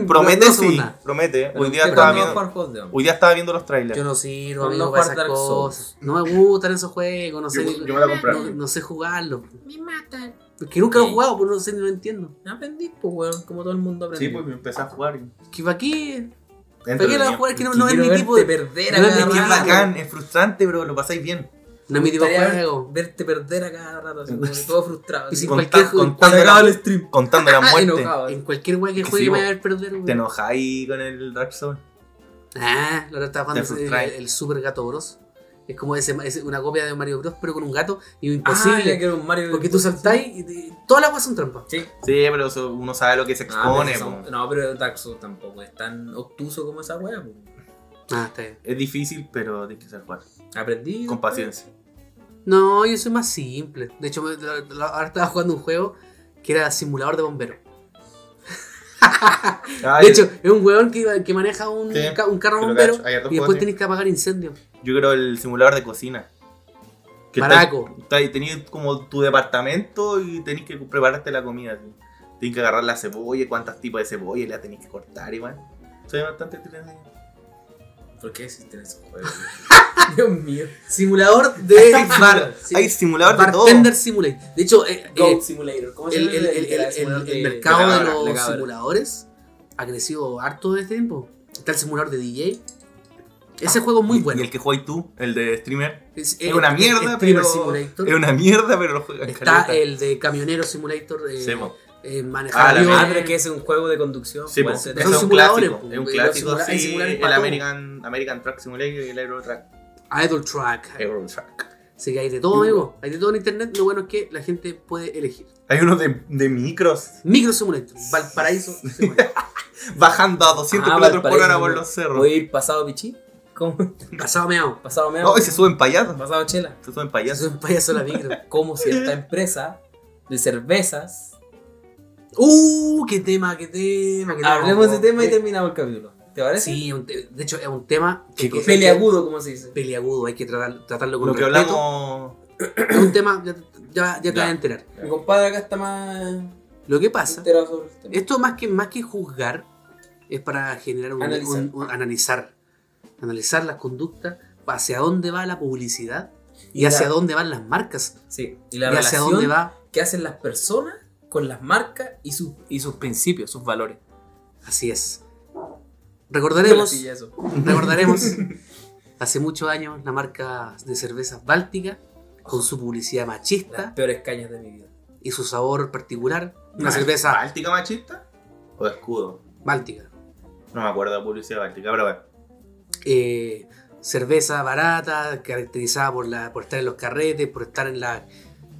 [SPEAKER 1] Promete,
[SPEAKER 2] No, no somos
[SPEAKER 1] sí,
[SPEAKER 2] nada.
[SPEAKER 1] promete. Hoy día,
[SPEAKER 3] Usted
[SPEAKER 1] estaba
[SPEAKER 3] cuando va a
[SPEAKER 1] viendo,
[SPEAKER 3] jugar juegos de hombre.
[SPEAKER 1] hoy día estaba viendo los trailers.
[SPEAKER 2] Yo no sirvo,
[SPEAKER 3] No,
[SPEAKER 2] amigo,
[SPEAKER 3] no
[SPEAKER 2] para
[SPEAKER 3] jugar
[SPEAKER 2] esas
[SPEAKER 3] Dark Souls.
[SPEAKER 2] cosas. No me gustan esos juegos, no sé,
[SPEAKER 1] me la compré.
[SPEAKER 2] no, no sé jugarlos.
[SPEAKER 3] Me matan.
[SPEAKER 2] Porque nunca lo he
[SPEAKER 3] Sí.
[SPEAKER 2] jugado, pues no sé, no lo entiendo.
[SPEAKER 3] No aprendí, pues, weón. Como todo el mundo
[SPEAKER 1] Sí,
[SPEAKER 3] aprendió.
[SPEAKER 1] pues me empecé a jugar.
[SPEAKER 2] ¿Que para qué? ¿Para qué
[SPEAKER 1] Entretenido.
[SPEAKER 2] la voy a jugar? Que no,
[SPEAKER 3] Que
[SPEAKER 2] no es
[SPEAKER 3] quiero
[SPEAKER 2] mi
[SPEAKER 3] verte
[SPEAKER 2] tipo de.
[SPEAKER 3] perder
[SPEAKER 2] no
[SPEAKER 3] a
[SPEAKER 2] es
[SPEAKER 3] cada
[SPEAKER 2] mi
[SPEAKER 1] Es que es
[SPEAKER 2] Ah,
[SPEAKER 3] rato.
[SPEAKER 1] bacán, es frustrante, pero lo pasáis bien.
[SPEAKER 2] No es mi tipo de
[SPEAKER 3] gustaría
[SPEAKER 2] juego.
[SPEAKER 3] Verte perder a cada rato, así como que todo frustrado.
[SPEAKER 2] Y
[SPEAKER 3] así
[SPEAKER 2] sin
[SPEAKER 3] como-
[SPEAKER 2] cualquier
[SPEAKER 1] Conta-
[SPEAKER 2] juego-
[SPEAKER 1] contando,
[SPEAKER 3] Se acaba
[SPEAKER 1] la-
[SPEAKER 3] el
[SPEAKER 2] [LAUGHS]
[SPEAKER 3] stream.
[SPEAKER 1] contando la
[SPEAKER 3] Ah,
[SPEAKER 1] muerte.
[SPEAKER 3] enojado.
[SPEAKER 2] En cualquier weá que
[SPEAKER 1] Que
[SPEAKER 2] juegue
[SPEAKER 1] sí,
[SPEAKER 2] me
[SPEAKER 1] vos.
[SPEAKER 2] voy a ver perder,
[SPEAKER 1] Te
[SPEAKER 2] weón.
[SPEAKER 1] enojáis con el Dark Souls.
[SPEAKER 2] Ah, la otra estaba
[SPEAKER 1] Te
[SPEAKER 2] jugando el,
[SPEAKER 1] frustráis.
[SPEAKER 2] el Super Gato Bros. Es como ese, ese- una copia de Mario Bros, pero con un gato y
[SPEAKER 3] Ah, ya
[SPEAKER 2] imposible.
[SPEAKER 3] que era un Mario
[SPEAKER 2] porque tú saltáis y te- todas las weas son trampas.
[SPEAKER 3] Sí.
[SPEAKER 1] Sí, pero eso- uno sabe lo que se
[SPEAKER 3] Ah, pero
[SPEAKER 1] expone.
[SPEAKER 3] eso son-
[SPEAKER 1] po.
[SPEAKER 3] no, pero Dark Souls tampoco es tan obtuso como esa wea. po.
[SPEAKER 2] Ah, está bien.
[SPEAKER 1] Es difícil, pero tienes que saber jugar.
[SPEAKER 3] Aprendí.
[SPEAKER 1] Con paciencia.
[SPEAKER 2] No, yo soy más simple. De hecho, me- la- la- ahora estaba jugando un juego que era simulador de bomberos.
[SPEAKER 1] Ay,
[SPEAKER 2] De hecho, es un weón que, que maneja un,
[SPEAKER 1] Ah, Sí,
[SPEAKER 2] ca- un carro
[SPEAKER 1] te lo
[SPEAKER 2] bombero
[SPEAKER 1] cacho. Hay hartos
[SPEAKER 2] y
[SPEAKER 1] juegos
[SPEAKER 2] después
[SPEAKER 1] así.
[SPEAKER 2] tenés que apagar incendios.
[SPEAKER 1] yo creo el simulador de cocina.
[SPEAKER 2] Baraco.
[SPEAKER 1] Tenías como tu departamento y tenés que prepararte la comida. así. Tenés que agarrar la cebolla, cuántos tipos de cebolla la tenés que cortar igual. Soy bastante entretenido.
[SPEAKER 3] ¿Por qué existen esos juegos? [LAUGHS] Dios mío.
[SPEAKER 2] Simulador de [LAUGHS] bar.
[SPEAKER 1] Hay simulador de todo.
[SPEAKER 2] Bartender Simulator. De hecho, eh, eh,
[SPEAKER 3] Goat Simulator. ¿Cómo se
[SPEAKER 2] el,
[SPEAKER 3] llama?
[SPEAKER 2] el- el- el-
[SPEAKER 3] simulador
[SPEAKER 2] el
[SPEAKER 3] de-
[SPEAKER 2] mercado de,
[SPEAKER 1] de
[SPEAKER 3] cabra,
[SPEAKER 2] los
[SPEAKER 3] cabra.
[SPEAKER 2] simuladores ha crecido harto de este tiempo. Está el simulador de DJ. Ese juego es muy bueno.
[SPEAKER 1] Y el que juegas tú, el de streamer,
[SPEAKER 2] es,
[SPEAKER 1] es una mierda,
[SPEAKER 2] Streamer
[SPEAKER 1] pero-
[SPEAKER 2] Simulator.
[SPEAKER 1] es una mierda, pero lo juegas
[SPEAKER 2] Está el de Camionero Simulator. Eh,
[SPEAKER 1] Sí, po.
[SPEAKER 2] eh, manejar
[SPEAKER 3] Ah, la
[SPEAKER 2] aviones.
[SPEAKER 3] madre que es un juego de conducción. ah,
[SPEAKER 1] Sí,
[SPEAKER 3] puede
[SPEAKER 1] pues,
[SPEAKER 3] ser.
[SPEAKER 1] ese
[SPEAKER 2] son
[SPEAKER 1] es un
[SPEAKER 2] simuladores,
[SPEAKER 1] clásico.
[SPEAKER 2] pues,
[SPEAKER 1] Es un
[SPEAKER 2] los
[SPEAKER 1] clásico,
[SPEAKER 2] simula- hay
[SPEAKER 1] sí,
[SPEAKER 2] simuladores
[SPEAKER 1] el
[SPEAKER 2] para todo.
[SPEAKER 1] American, American Truck Simulator y el Euro Truck.
[SPEAKER 2] Idle Track.
[SPEAKER 1] Euro Truck.
[SPEAKER 2] Así que hay de todo, amigo. Hay de todo en internet. Lo bueno es que la gente puede elegir.
[SPEAKER 1] Hay uno de, de micros
[SPEAKER 2] Micro Simulator. Valparaíso Simulator.
[SPEAKER 3] [LAUGHS]
[SPEAKER 1] bajando a 200
[SPEAKER 3] Ah,
[SPEAKER 1] kilómetros por hora
[SPEAKER 3] Valparaíso,
[SPEAKER 1] por
[SPEAKER 3] ¿no?
[SPEAKER 1] los cerros.
[SPEAKER 3] Voy a ir pasado pichí. ¿Cómo? [LAUGHS]
[SPEAKER 2] Pasado meado.
[SPEAKER 3] Pasado meado.
[SPEAKER 1] No, y se suben payasos.
[SPEAKER 3] Pasado chela.
[SPEAKER 1] Se suben
[SPEAKER 2] Yo soy
[SPEAKER 1] payasos.
[SPEAKER 2] un payaso de la micro.
[SPEAKER 3] Como
[SPEAKER 1] [LAUGHS]
[SPEAKER 3] cierta empresa de cervezas.
[SPEAKER 2] ¡Uh! ¡Qué tema, qué tema! Qué tema.
[SPEAKER 3] Hablemos de tema y terminamos el capítulo. ¿Te parece?
[SPEAKER 2] Sí, un te- de hecho es un tema que, que-
[SPEAKER 3] Peleagudo, como se dice.
[SPEAKER 2] peleagudo, hay que tratar- tratarlo con
[SPEAKER 1] Lo que
[SPEAKER 2] respeto.
[SPEAKER 1] hablamos.
[SPEAKER 2] Es un tema, ya, ya- ya te
[SPEAKER 1] Ya.
[SPEAKER 2] vas a enterar.
[SPEAKER 3] Mi compadre acá está más
[SPEAKER 2] Lo que pasa,
[SPEAKER 3] enterado sobre el tema.
[SPEAKER 2] esto más que, más que juzgar, es para generar un
[SPEAKER 3] Analizar.
[SPEAKER 2] un- un- analizar. Analizar las conductas, hacia dónde va la publicidad y,
[SPEAKER 3] Y
[SPEAKER 2] hacia
[SPEAKER 3] la-
[SPEAKER 2] dónde van las marcas.
[SPEAKER 3] Sí. Y la
[SPEAKER 2] y hacia
[SPEAKER 3] relación
[SPEAKER 2] dónde va.
[SPEAKER 3] que hacen las personas con las marcas y, sus y sus principios, sus valores.
[SPEAKER 2] Así es.
[SPEAKER 3] Yo la
[SPEAKER 2] Recordaremos.
[SPEAKER 3] pillé eso.
[SPEAKER 2] Recordaremos,
[SPEAKER 3] [LAUGHS]
[SPEAKER 2] hace muchos años, la marca de cervezas Báltica, con su publicidad
[SPEAKER 3] Las
[SPEAKER 2] machista
[SPEAKER 3] peores cañas de mi vida.
[SPEAKER 2] y su sabor particular, una cerveza
[SPEAKER 1] ¿Báltica machista? ¿O escudo?
[SPEAKER 2] báltica.
[SPEAKER 1] No me acuerdo de publicidad báltica, pero bueno.
[SPEAKER 2] Eh, cerveza barata, caracterizada por, la, por estar en los carretes, por estar en la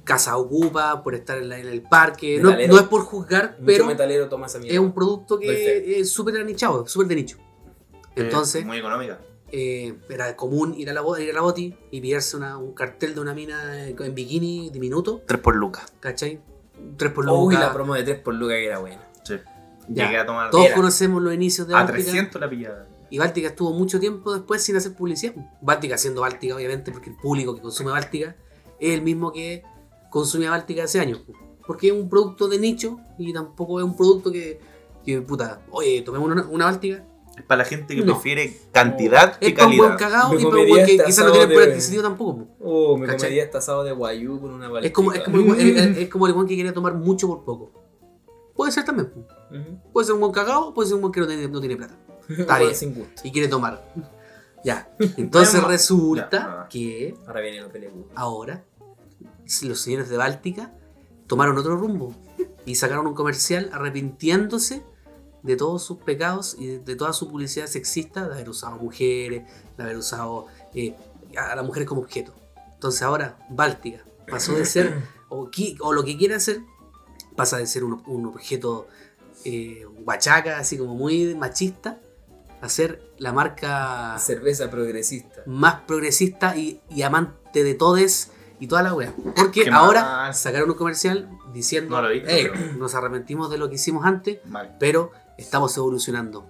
[SPEAKER 2] casa ocupa, por estar en, la- en el parque. No,
[SPEAKER 3] Metalero.
[SPEAKER 2] no es por juzgar,
[SPEAKER 3] Mucho
[SPEAKER 2] pero
[SPEAKER 3] metalero toma esa mierda.
[SPEAKER 2] es un producto
[SPEAKER 3] Doy
[SPEAKER 2] que
[SPEAKER 3] fe.
[SPEAKER 2] es súper anichado, súper de nicho.
[SPEAKER 1] Eh,
[SPEAKER 2] Entonces,
[SPEAKER 1] muy económica.
[SPEAKER 2] eh, era común ir a la, bo- ir a la boti y pillarse una- un cartel de una mina eh, en bikini diminuto
[SPEAKER 1] Tres por lucas.
[SPEAKER 2] ¿Cachai? Tres por
[SPEAKER 3] Uy,
[SPEAKER 2] lucas.
[SPEAKER 3] la promo de 3 por Luca que era buena.
[SPEAKER 1] Sí.
[SPEAKER 2] Ya.
[SPEAKER 1] Llegué a tomar.
[SPEAKER 2] Todos
[SPEAKER 1] Era.
[SPEAKER 2] conocemos los inicios de
[SPEAKER 1] A
[SPEAKER 2] Báltica.
[SPEAKER 1] 300 la pillada.
[SPEAKER 2] Y Báltica estuvo mucho tiempo después sin hacer publicidad. Báltica siendo Báltica, obviamente, porque el público que consume Báltica es el mismo que consumía Báltica hace años. Porque es un producto de nicho y tampoco es un producto que, que puta, oye, tomemos una, una Báltica.
[SPEAKER 1] Es para la gente que
[SPEAKER 2] No.
[SPEAKER 1] prefiere cantidad y
[SPEAKER 2] Es para un buen
[SPEAKER 1] calidad.
[SPEAKER 2] cagado
[SPEAKER 3] Me
[SPEAKER 2] y para un
[SPEAKER 3] comería
[SPEAKER 2] buen que
[SPEAKER 3] este
[SPEAKER 2] quizás no
[SPEAKER 3] asado
[SPEAKER 2] tiene poder
[SPEAKER 3] de-
[SPEAKER 2] adquisitivo tampoco. po.
[SPEAKER 3] Oh, me
[SPEAKER 2] ¿Cachai?
[SPEAKER 3] comería este asado de guayú con una
[SPEAKER 2] Es
[SPEAKER 3] balestica. [LAUGHS]
[SPEAKER 2] como, es, como el, buen- es- es como el buen que quiere tomar mucho por poco. Puede ser también. po.
[SPEAKER 3] Ujú.
[SPEAKER 2] Puede ser un buen cagado, puede ser un buen que no tiene, no tiene plata
[SPEAKER 3] Bueno,
[SPEAKER 2] bien.
[SPEAKER 3] sin gusto.
[SPEAKER 2] y quiere tomar. [LAUGHS]
[SPEAKER 3] [LAUGHS]
[SPEAKER 2] Ya. Entonces
[SPEAKER 1] Bueno,
[SPEAKER 2] resulta
[SPEAKER 1] ya.
[SPEAKER 2] que
[SPEAKER 3] Ahora viene la pelea.
[SPEAKER 2] ahora los señores de Báltica tomaron otro rumbo y sacaron un comercial arrepintiéndose de todos sus pecados y de, de toda su publicidad sexista, de haber usado mujeres, de haber usado eh, a las mujeres como objeto. Entonces ahora Báltica pasó de ser, o, qui- o lo que quiere hacer, pasa de ser un, un objeto eh, guachaca, así como muy machista, a ser la
[SPEAKER 3] Ah.
[SPEAKER 2] marca
[SPEAKER 3] Cerveza progresista.
[SPEAKER 2] más progresista y, y amante de todes y toda la wea. Porque
[SPEAKER 1] Qué
[SPEAKER 2] ahora
[SPEAKER 1] mal.
[SPEAKER 2] sacaron un comercial diciendo,
[SPEAKER 1] No lo he visto,
[SPEAKER 2] "Hey,
[SPEAKER 1] pero-
[SPEAKER 2] nos arrepentimos de lo que hicimos antes,
[SPEAKER 1] Mal.
[SPEAKER 2] pero estamos evolucionando.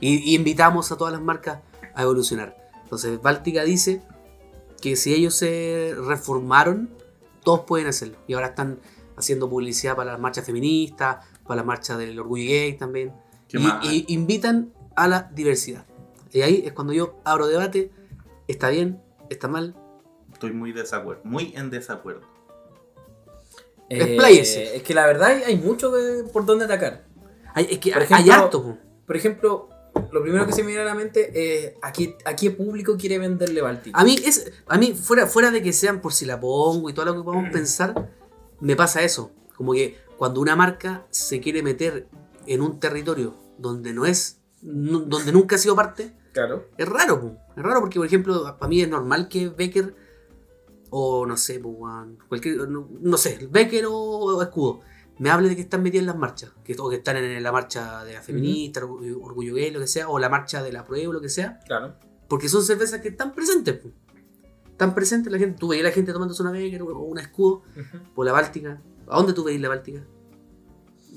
[SPEAKER 2] Y, y invitamos a todas las marcas a evolucionar. Entonces, Báltica dice que si ellos se reformaron, todos pueden hacerlo. Y ahora están haciendo publicidad para las marchas feministas, para las marchas del orgullo gay también
[SPEAKER 1] Qué
[SPEAKER 2] y,
[SPEAKER 1] mal.
[SPEAKER 2] y invitan a la diversidad. Y ahí es cuando yo abro debate, está bien, está mal.
[SPEAKER 1] Estoy muy desacuerdo. Muy en desacuerdo.
[SPEAKER 2] Expláyese.
[SPEAKER 3] Eh, es que la verdad hay- hay mucho que- por donde atacar.
[SPEAKER 2] Hay, es que
[SPEAKER 3] Por
[SPEAKER 2] hay- hay
[SPEAKER 3] ejemplo,
[SPEAKER 2] harto. po.
[SPEAKER 3] Por ejemplo, lo primero que se me viene a la mente es a qué, a qué público quiere venderle Báltica.
[SPEAKER 2] A mí, es, a mí fuera, fuera de que sean por si la pongo y todo lo que podamos pensar, me pasa eso. Como que cuando una marca se quiere meter en un territorio donde no es, nu- donde nunca ha sido parte,
[SPEAKER 3] Claro.
[SPEAKER 2] Es raro, po. es raro porque, por ejemplo, para mí es normal que Becker o no sé, po, weón, cualquier, no, no sé, Becker o, o Escudo me hable de que están metidos en las marchas, que, o que están en la marcha de la feminista, orgu- Orgullo Gay, lo que sea, o la marcha de la prueba, lo que sea,
[SPEAKER 3] Claro.
[SPEAKER 2] porque son cervezas que están presentes, po. están presentes la gente, tú veías la gente tomándose una Becker o o una Escudo, o la Báltica, ¿a dónde tú veías la Báltica?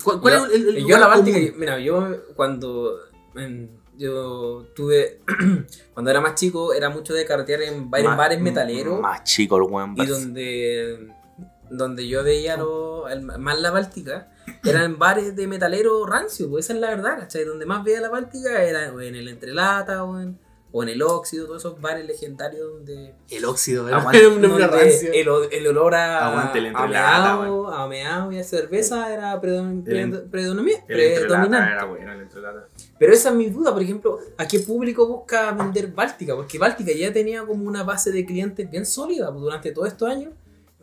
[SPEAKER 2] ¿Cuál, cuál
[SPEAKER 3] Yo-
[SPEAKER 2] es el, el
[SPEAKER 3] yo
[SPEAKER 2] lugar
[SPEAKER 3] la Báltica,
[SPEAKER 2] común?
[SPEAKER 3] yo- mira, yo cuando en- yo tuve [CLEARS THROAT] cuando era más chico era mucho de carretear en, ba- en
[SPEAKER 1] Más-
[SPEAKER 2] mm,
[SPEAKER 3] bares metaleros
[SPEAKER 1] Más chico el weón.
[SPEAKER 3] y donde donde yo veía lo- el- más la Báltica
[SPEAKER 2] [CLEARS THROAT]
[SPEAKER 3] eran bares de metalero rancio, pues esa es la verdad, ¿cachai? Donde más veía la Báltica era o en el Entrelata o en, o en el Óxido, todos esos bares legendarios donde
[SPEAKER 2] El óxido, Ah, ¿verdad?
[SPEAKER 1] Aguante.
[SPEAKER 2] Era un nombre
[SPEAKER 3] donde
[SPEAKER 2] rancio.
[SPEAKER 3] el, o- el olor a,
[SPEAKER 1] Aguante el
[SPEAKER 3] a
[SPEAKER 1] entrelata,
[SPEAKER 3] meao, a meao y a cerveza era predomin-
[SPEAKER 1] El en-
[SPEAKER 3] predo- predominante.
[SPEAKER 1] El entrelata
[SPEAKER 3] predominante.
[SPEAKER 1] era bueno, el entrelata.
[SPEAKER 3] Pero esa es mi duda, por ejemplo, ¿a qué público busca vender Báltica? Porque Báltica ya tenía como una base de clientes bien sólida durante todos estos años.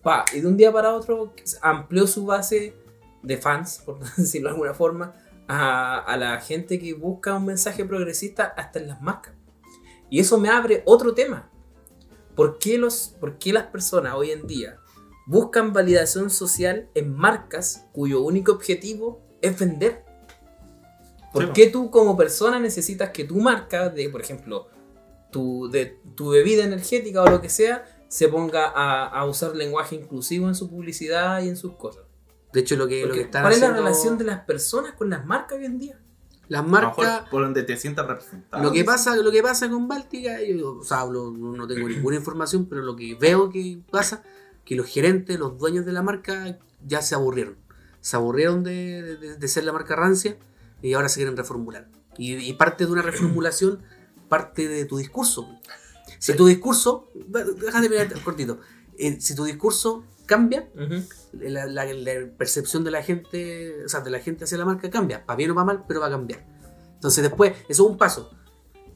[SPEAKER 3] Pa, y de un día para otro amplió su base de fans, por [LAUGHS] decirlo de alguna forma, a, a la gente que busca un mensaje progresista hasta en las marcas. Y eso me abre otro tema. ¿Por qué, los, ¿Por qué las personas hoy en día buscan validación social en marcas cuyo único objetivo es vender? ¿Por
[SPEAKER 1] Sí,
[SPEAKER 3] qué tú como persona necesitas que tu marca, de, por ejemplo, tu, de, tu bebida energética o lo que sea, se ponga a, a usar lenguaje inclusivo en su publicidad y en sus cosas?
[SPEAKER 2] De hecho, lo que, lo
[SPEAKER 3] Porque,
[SPEAKER 2] que están
[SPEAKER 3] ¿Cuál es
[SPEAKER 2] haciendo...
[SPEAKER 3] la relación de las personas con las marcas hoy en día?
[SPEAKER 2] Las
[SPEAKER 1] A lo mejor
[SPEAKER 2] marcas,
[SPEAKER 1] por donde te sientas representado.
[SPEAKER 2] lo que pasa, lo que pasa con Báltica, yo o sea, hablo, no no tengo ninguna información, pero lo que veo que pasa, que los gerentes, los dueños de la marca ya se aburrieron. Se aburrieron de, de- de ser la marca rancia y ahora se quieren reformular. Y, y parte de una reformulación, parte de tu discurso. Si tu discurso, déjate mirar cortito, Eh, si tu discurso cambia, la, la- la percepción de la gente, o sea, de la gente hacia la marca cambia, para bien o para mal, pero va a cambiar. Entonces después, eso es un paso.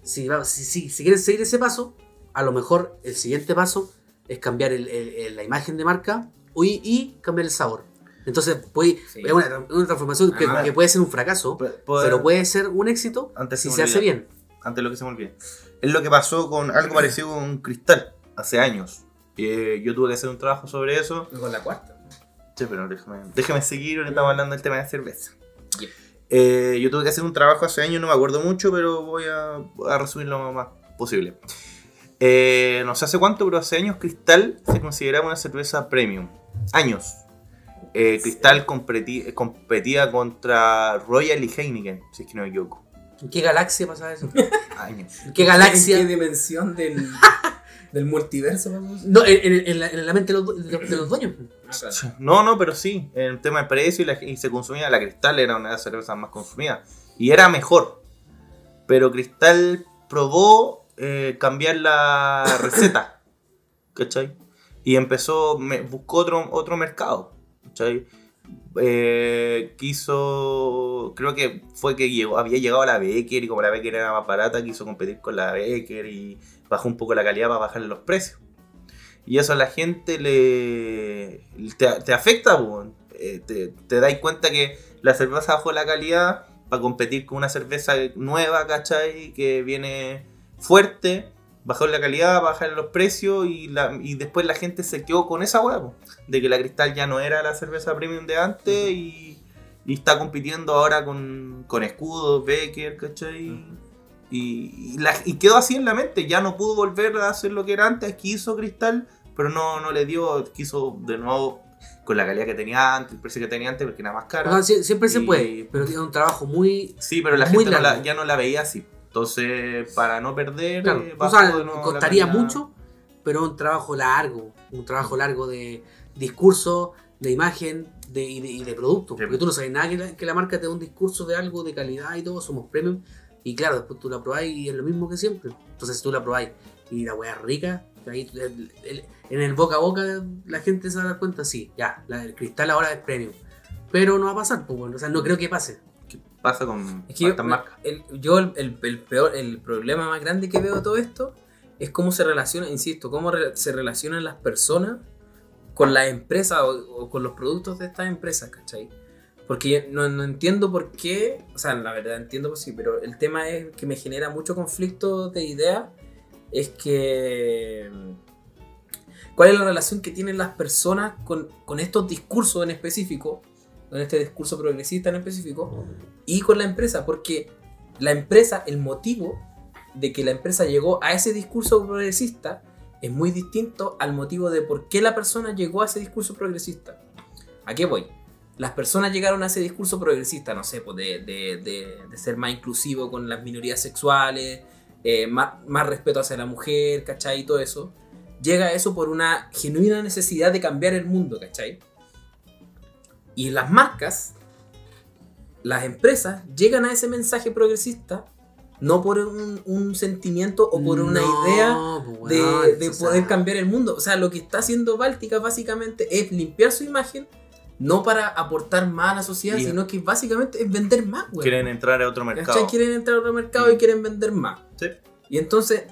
[SPEAKER 2] Si, va- si, si, si quieres seguir ese paso, a lo mejor el siguiente paso es cambiar el- el- el- la imagen de marca o y, y cambiar el sabor. Entonces, puede,
[SPEAKER 3] Sí.
[SPEAKER 2] es una, tra- una transformación que,
[SPEAKER 1] Ah.
[SPEAKER 2] que puede ser un fracaso,
[SPEAKER 1] Pu- puede-
[SPEAKER 2] pero puede ser un éxito
[SPEAKER 1] Antes se
[SPEAKER 2] si
[SPEAKER 1] me
[SPEAKER 2] se hace
[SPEAKER 1] olvidó.
[SPEAKER 2] bien.
[SPEAKER 1] antes de lo que se me olvide. Es lo que pasó con algo parecido con Cristal hace años. Eh, yo tuve que hacer un trabajo sobre eso.
[SPEAKER 3] Con la cuarta.
[SPEAKER 1] Che, pero déjame, déjame seguir, ahora estamos hablando del tema de cerveza.
[SPEAKER 3] Yep.
[SPEAKER 1] Eh, yo tuve que hacer un trabajo hace años, no me acuerdo mucho, pero voy a, a resumirlo lo más posible. Eh, no sé hace cuánto, pero hace años Cristal se consideraba una cerveza premium. Años. Eh, Cristal competi- competía contra Royal y Heineken, si es que no me equivoco.
[SPEAKER 2] ¿En qué galaxia pasa eso?
[SPEAKER 1] Años.
[SPEAKER 2] ¿En qué galaxia?
[SPEAKER 3] ¿En qué dimensión [LAUGHS] del, del multiverso vamos?
[SPEAKER 2] No, en, en- en la, en la mente de los, du- de los- de los dueños.
[SPEAKER 1] No, no, pero sí, en tema de precio y, la- y se consumía, la Cristal era una de las cervezas más consumidas y era mejor. Pero Cristal probó eh, cambiar la receta, ¿cachai? Y empezó, me- buscó otro, otro mercado, ¿cachai? eh, quiso, creo que fue que llegó, había llegado a la Becker y como la Becker era más barata, quiso competir con la Becker y bajó un poco la calidad para bajarle los precios. Y eso a la gente le te, te afecta, weón. Eh, te, te dais cuenta que la cerveza bajó la calidad para competir con una cerveza nueva, ¿cachai? Que viene fuerte, bajó la calidad, bajaron los precios y, la, y después la gente se quedó con esa huevo. De que la cristal ya no era la cerveza premium de antes y, y está compitiendo ahora con, con escudos, Becker, ¿cachai? Y, y la- y quedó así en la mente, ya no pudo volver a hacer lo que era antes, quiso cristal, pero no, no le dio, quiso de nuevo con la calidad que tenía antes, el precio que tenía antes, porque era más
[SPEAKER 2] O
[SPEAKER 1] cara.
[SPEAKER 2] sea, sie- siempre se
[SPEAKER 1] Y-
[SPEAKER 2] puede, pero tiene un trabajo muy.
[SPEAKER 1] Sí, pero la
[SPEAKER 2] Muy
[SPEAKER 1] gente no la-
[SPEAKER 2] largo.
[SPEAKER 1] ya no la veía así. Entonces, para no perder,
[SPEAKER 2] Claro,
[SPEAKER 1] eh,
[SPEAKER 2] o
[SPEAKER 1] bajó
[SPEAKER 2] sea,
[SPEAKER 1] de nuevo la
[SPEAKER 2] costaría
[SPEAKER 1] calidad.
[SPEAKER 2] mucho, pero un trabajo largo. Un trabajo largo de discurso, de imagen de, y, de, y de producto.
[SPEAKER 1] Sí.
[SPEAKER 2] Porque tú no sabes nada que la, que la marca te dé un discurso de algo de calidad y todo, somos premium. Y claro, después tú la probás y es lo mismo que siempre. Entonces tú la probás y la weá es rica. Ahí, el- el- en el boca a boca la gente se va a dar cuenta, sí, ya, la del cristal ahora es premium. Pero no va a pasar, pues bueno, o sea, no creo que pase.
[SPEAKER 1] ¿Qué pasa con
[SPEAKER 3] Es que yo,
[SPEAKER 1] estas marcas?
[SPEAKER 3] el, yo el, el- el peor, el problema más grande que veo de todo esto es cómo se relaciona, insisto, cómo re- se relacionan las personas con las empresas o, o con los productos de estas empresas, ¿cachai? Porque yo no, no entiendo por qué, o sea, la verdad entiendo por sí, pero el tema es que me genera mucho conflicto de ideas, es que... ¿Cuál es la relación que tienen las personas con, con estos discursos en específico, con este discurso progresista en específico, y con la empresa, porque la empresa, el motivo de que la empresa llegó a ese discurso progresista es muy distinto al motivo de por qué la persona llegó a ese discurso progresista. ¿A qué voy? Las personas llegaron a ese discurso progresista, no sé, pues de, de- de- de ser más inclusivo con las minorías sexuales, eh, más, más respeto hacia la mujer, ¿cachai? Y todo eso. Llega a eso por una genuina necesidad de cambiar el mundo, ¿cachai? Y las marcas las empresas llegan a ese mensaje progresista no por un, un sentimiento o por una
[SPEAKER 2] No,
[SPEAKER 3] idea
[SPEAKER 2] pues,
[SPEAKER 3] de,
[SPEAKER 2] weón,
[SPEAKER 3] de
[SPEAKER 2] o sea,
[SPEAKER 3] poder cambiar el mundo. O sea, lo que está haciendo Báltica básicamente es limpiar su imagen, no para aportar más a la sociedad,
[SPEAKER 1] Y-
[SPEAKER 3] sino que básicamente es vender más, güey.
[SPEAKER 1] Quieren entrar a otro
[SPEAKER 3] ¿Cachai?
[SPEAKER 1] mercado.
[SPEAKER 3] Quieren entrar a otro mercado y quieren vender más.
[SPEAKER 1] Sí.
[SPEAKER 3] Y entonces,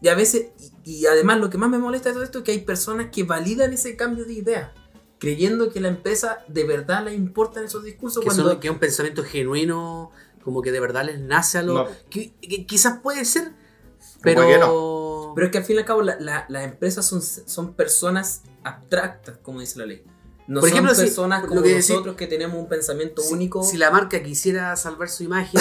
[SPEAKER 3] y a veces, y, y además lo que más me molesta de todo esto es que hay personas que validan ese cambio de idea, creyendo que la empresa de verdad le importan esos discursos
[SPEAKER 2] que,
[SPEAKER 3] cuando...
[SPEAKER 2] son- que es un pensamiento genuino, como que de verdad les nace a los.
[SPEAKER 1] No.
[SPEAKER 2] que- que quizás puede ser,
[SPEAKER 1] que
[SPEAKER 2] pero.
[SPEAKER 3] Pero es que al fin y al cabo la- la- las empresas son, son personas abstractas, como dice la ley. No
[SPEAKER 2] Por ejemplo, si-
[SPEAKER 3] son personas
[SPEAKER 2] lo
[SPEAKER 3] como
[SPEAKER 2] que decí-
[SPEAKER 3] nosotros que tenemos un pensamiento
[SPEAKER 2] si,
[SPEAKER 3] único.
[SPEAKER 2] si la marca quisiera salvar su imagen,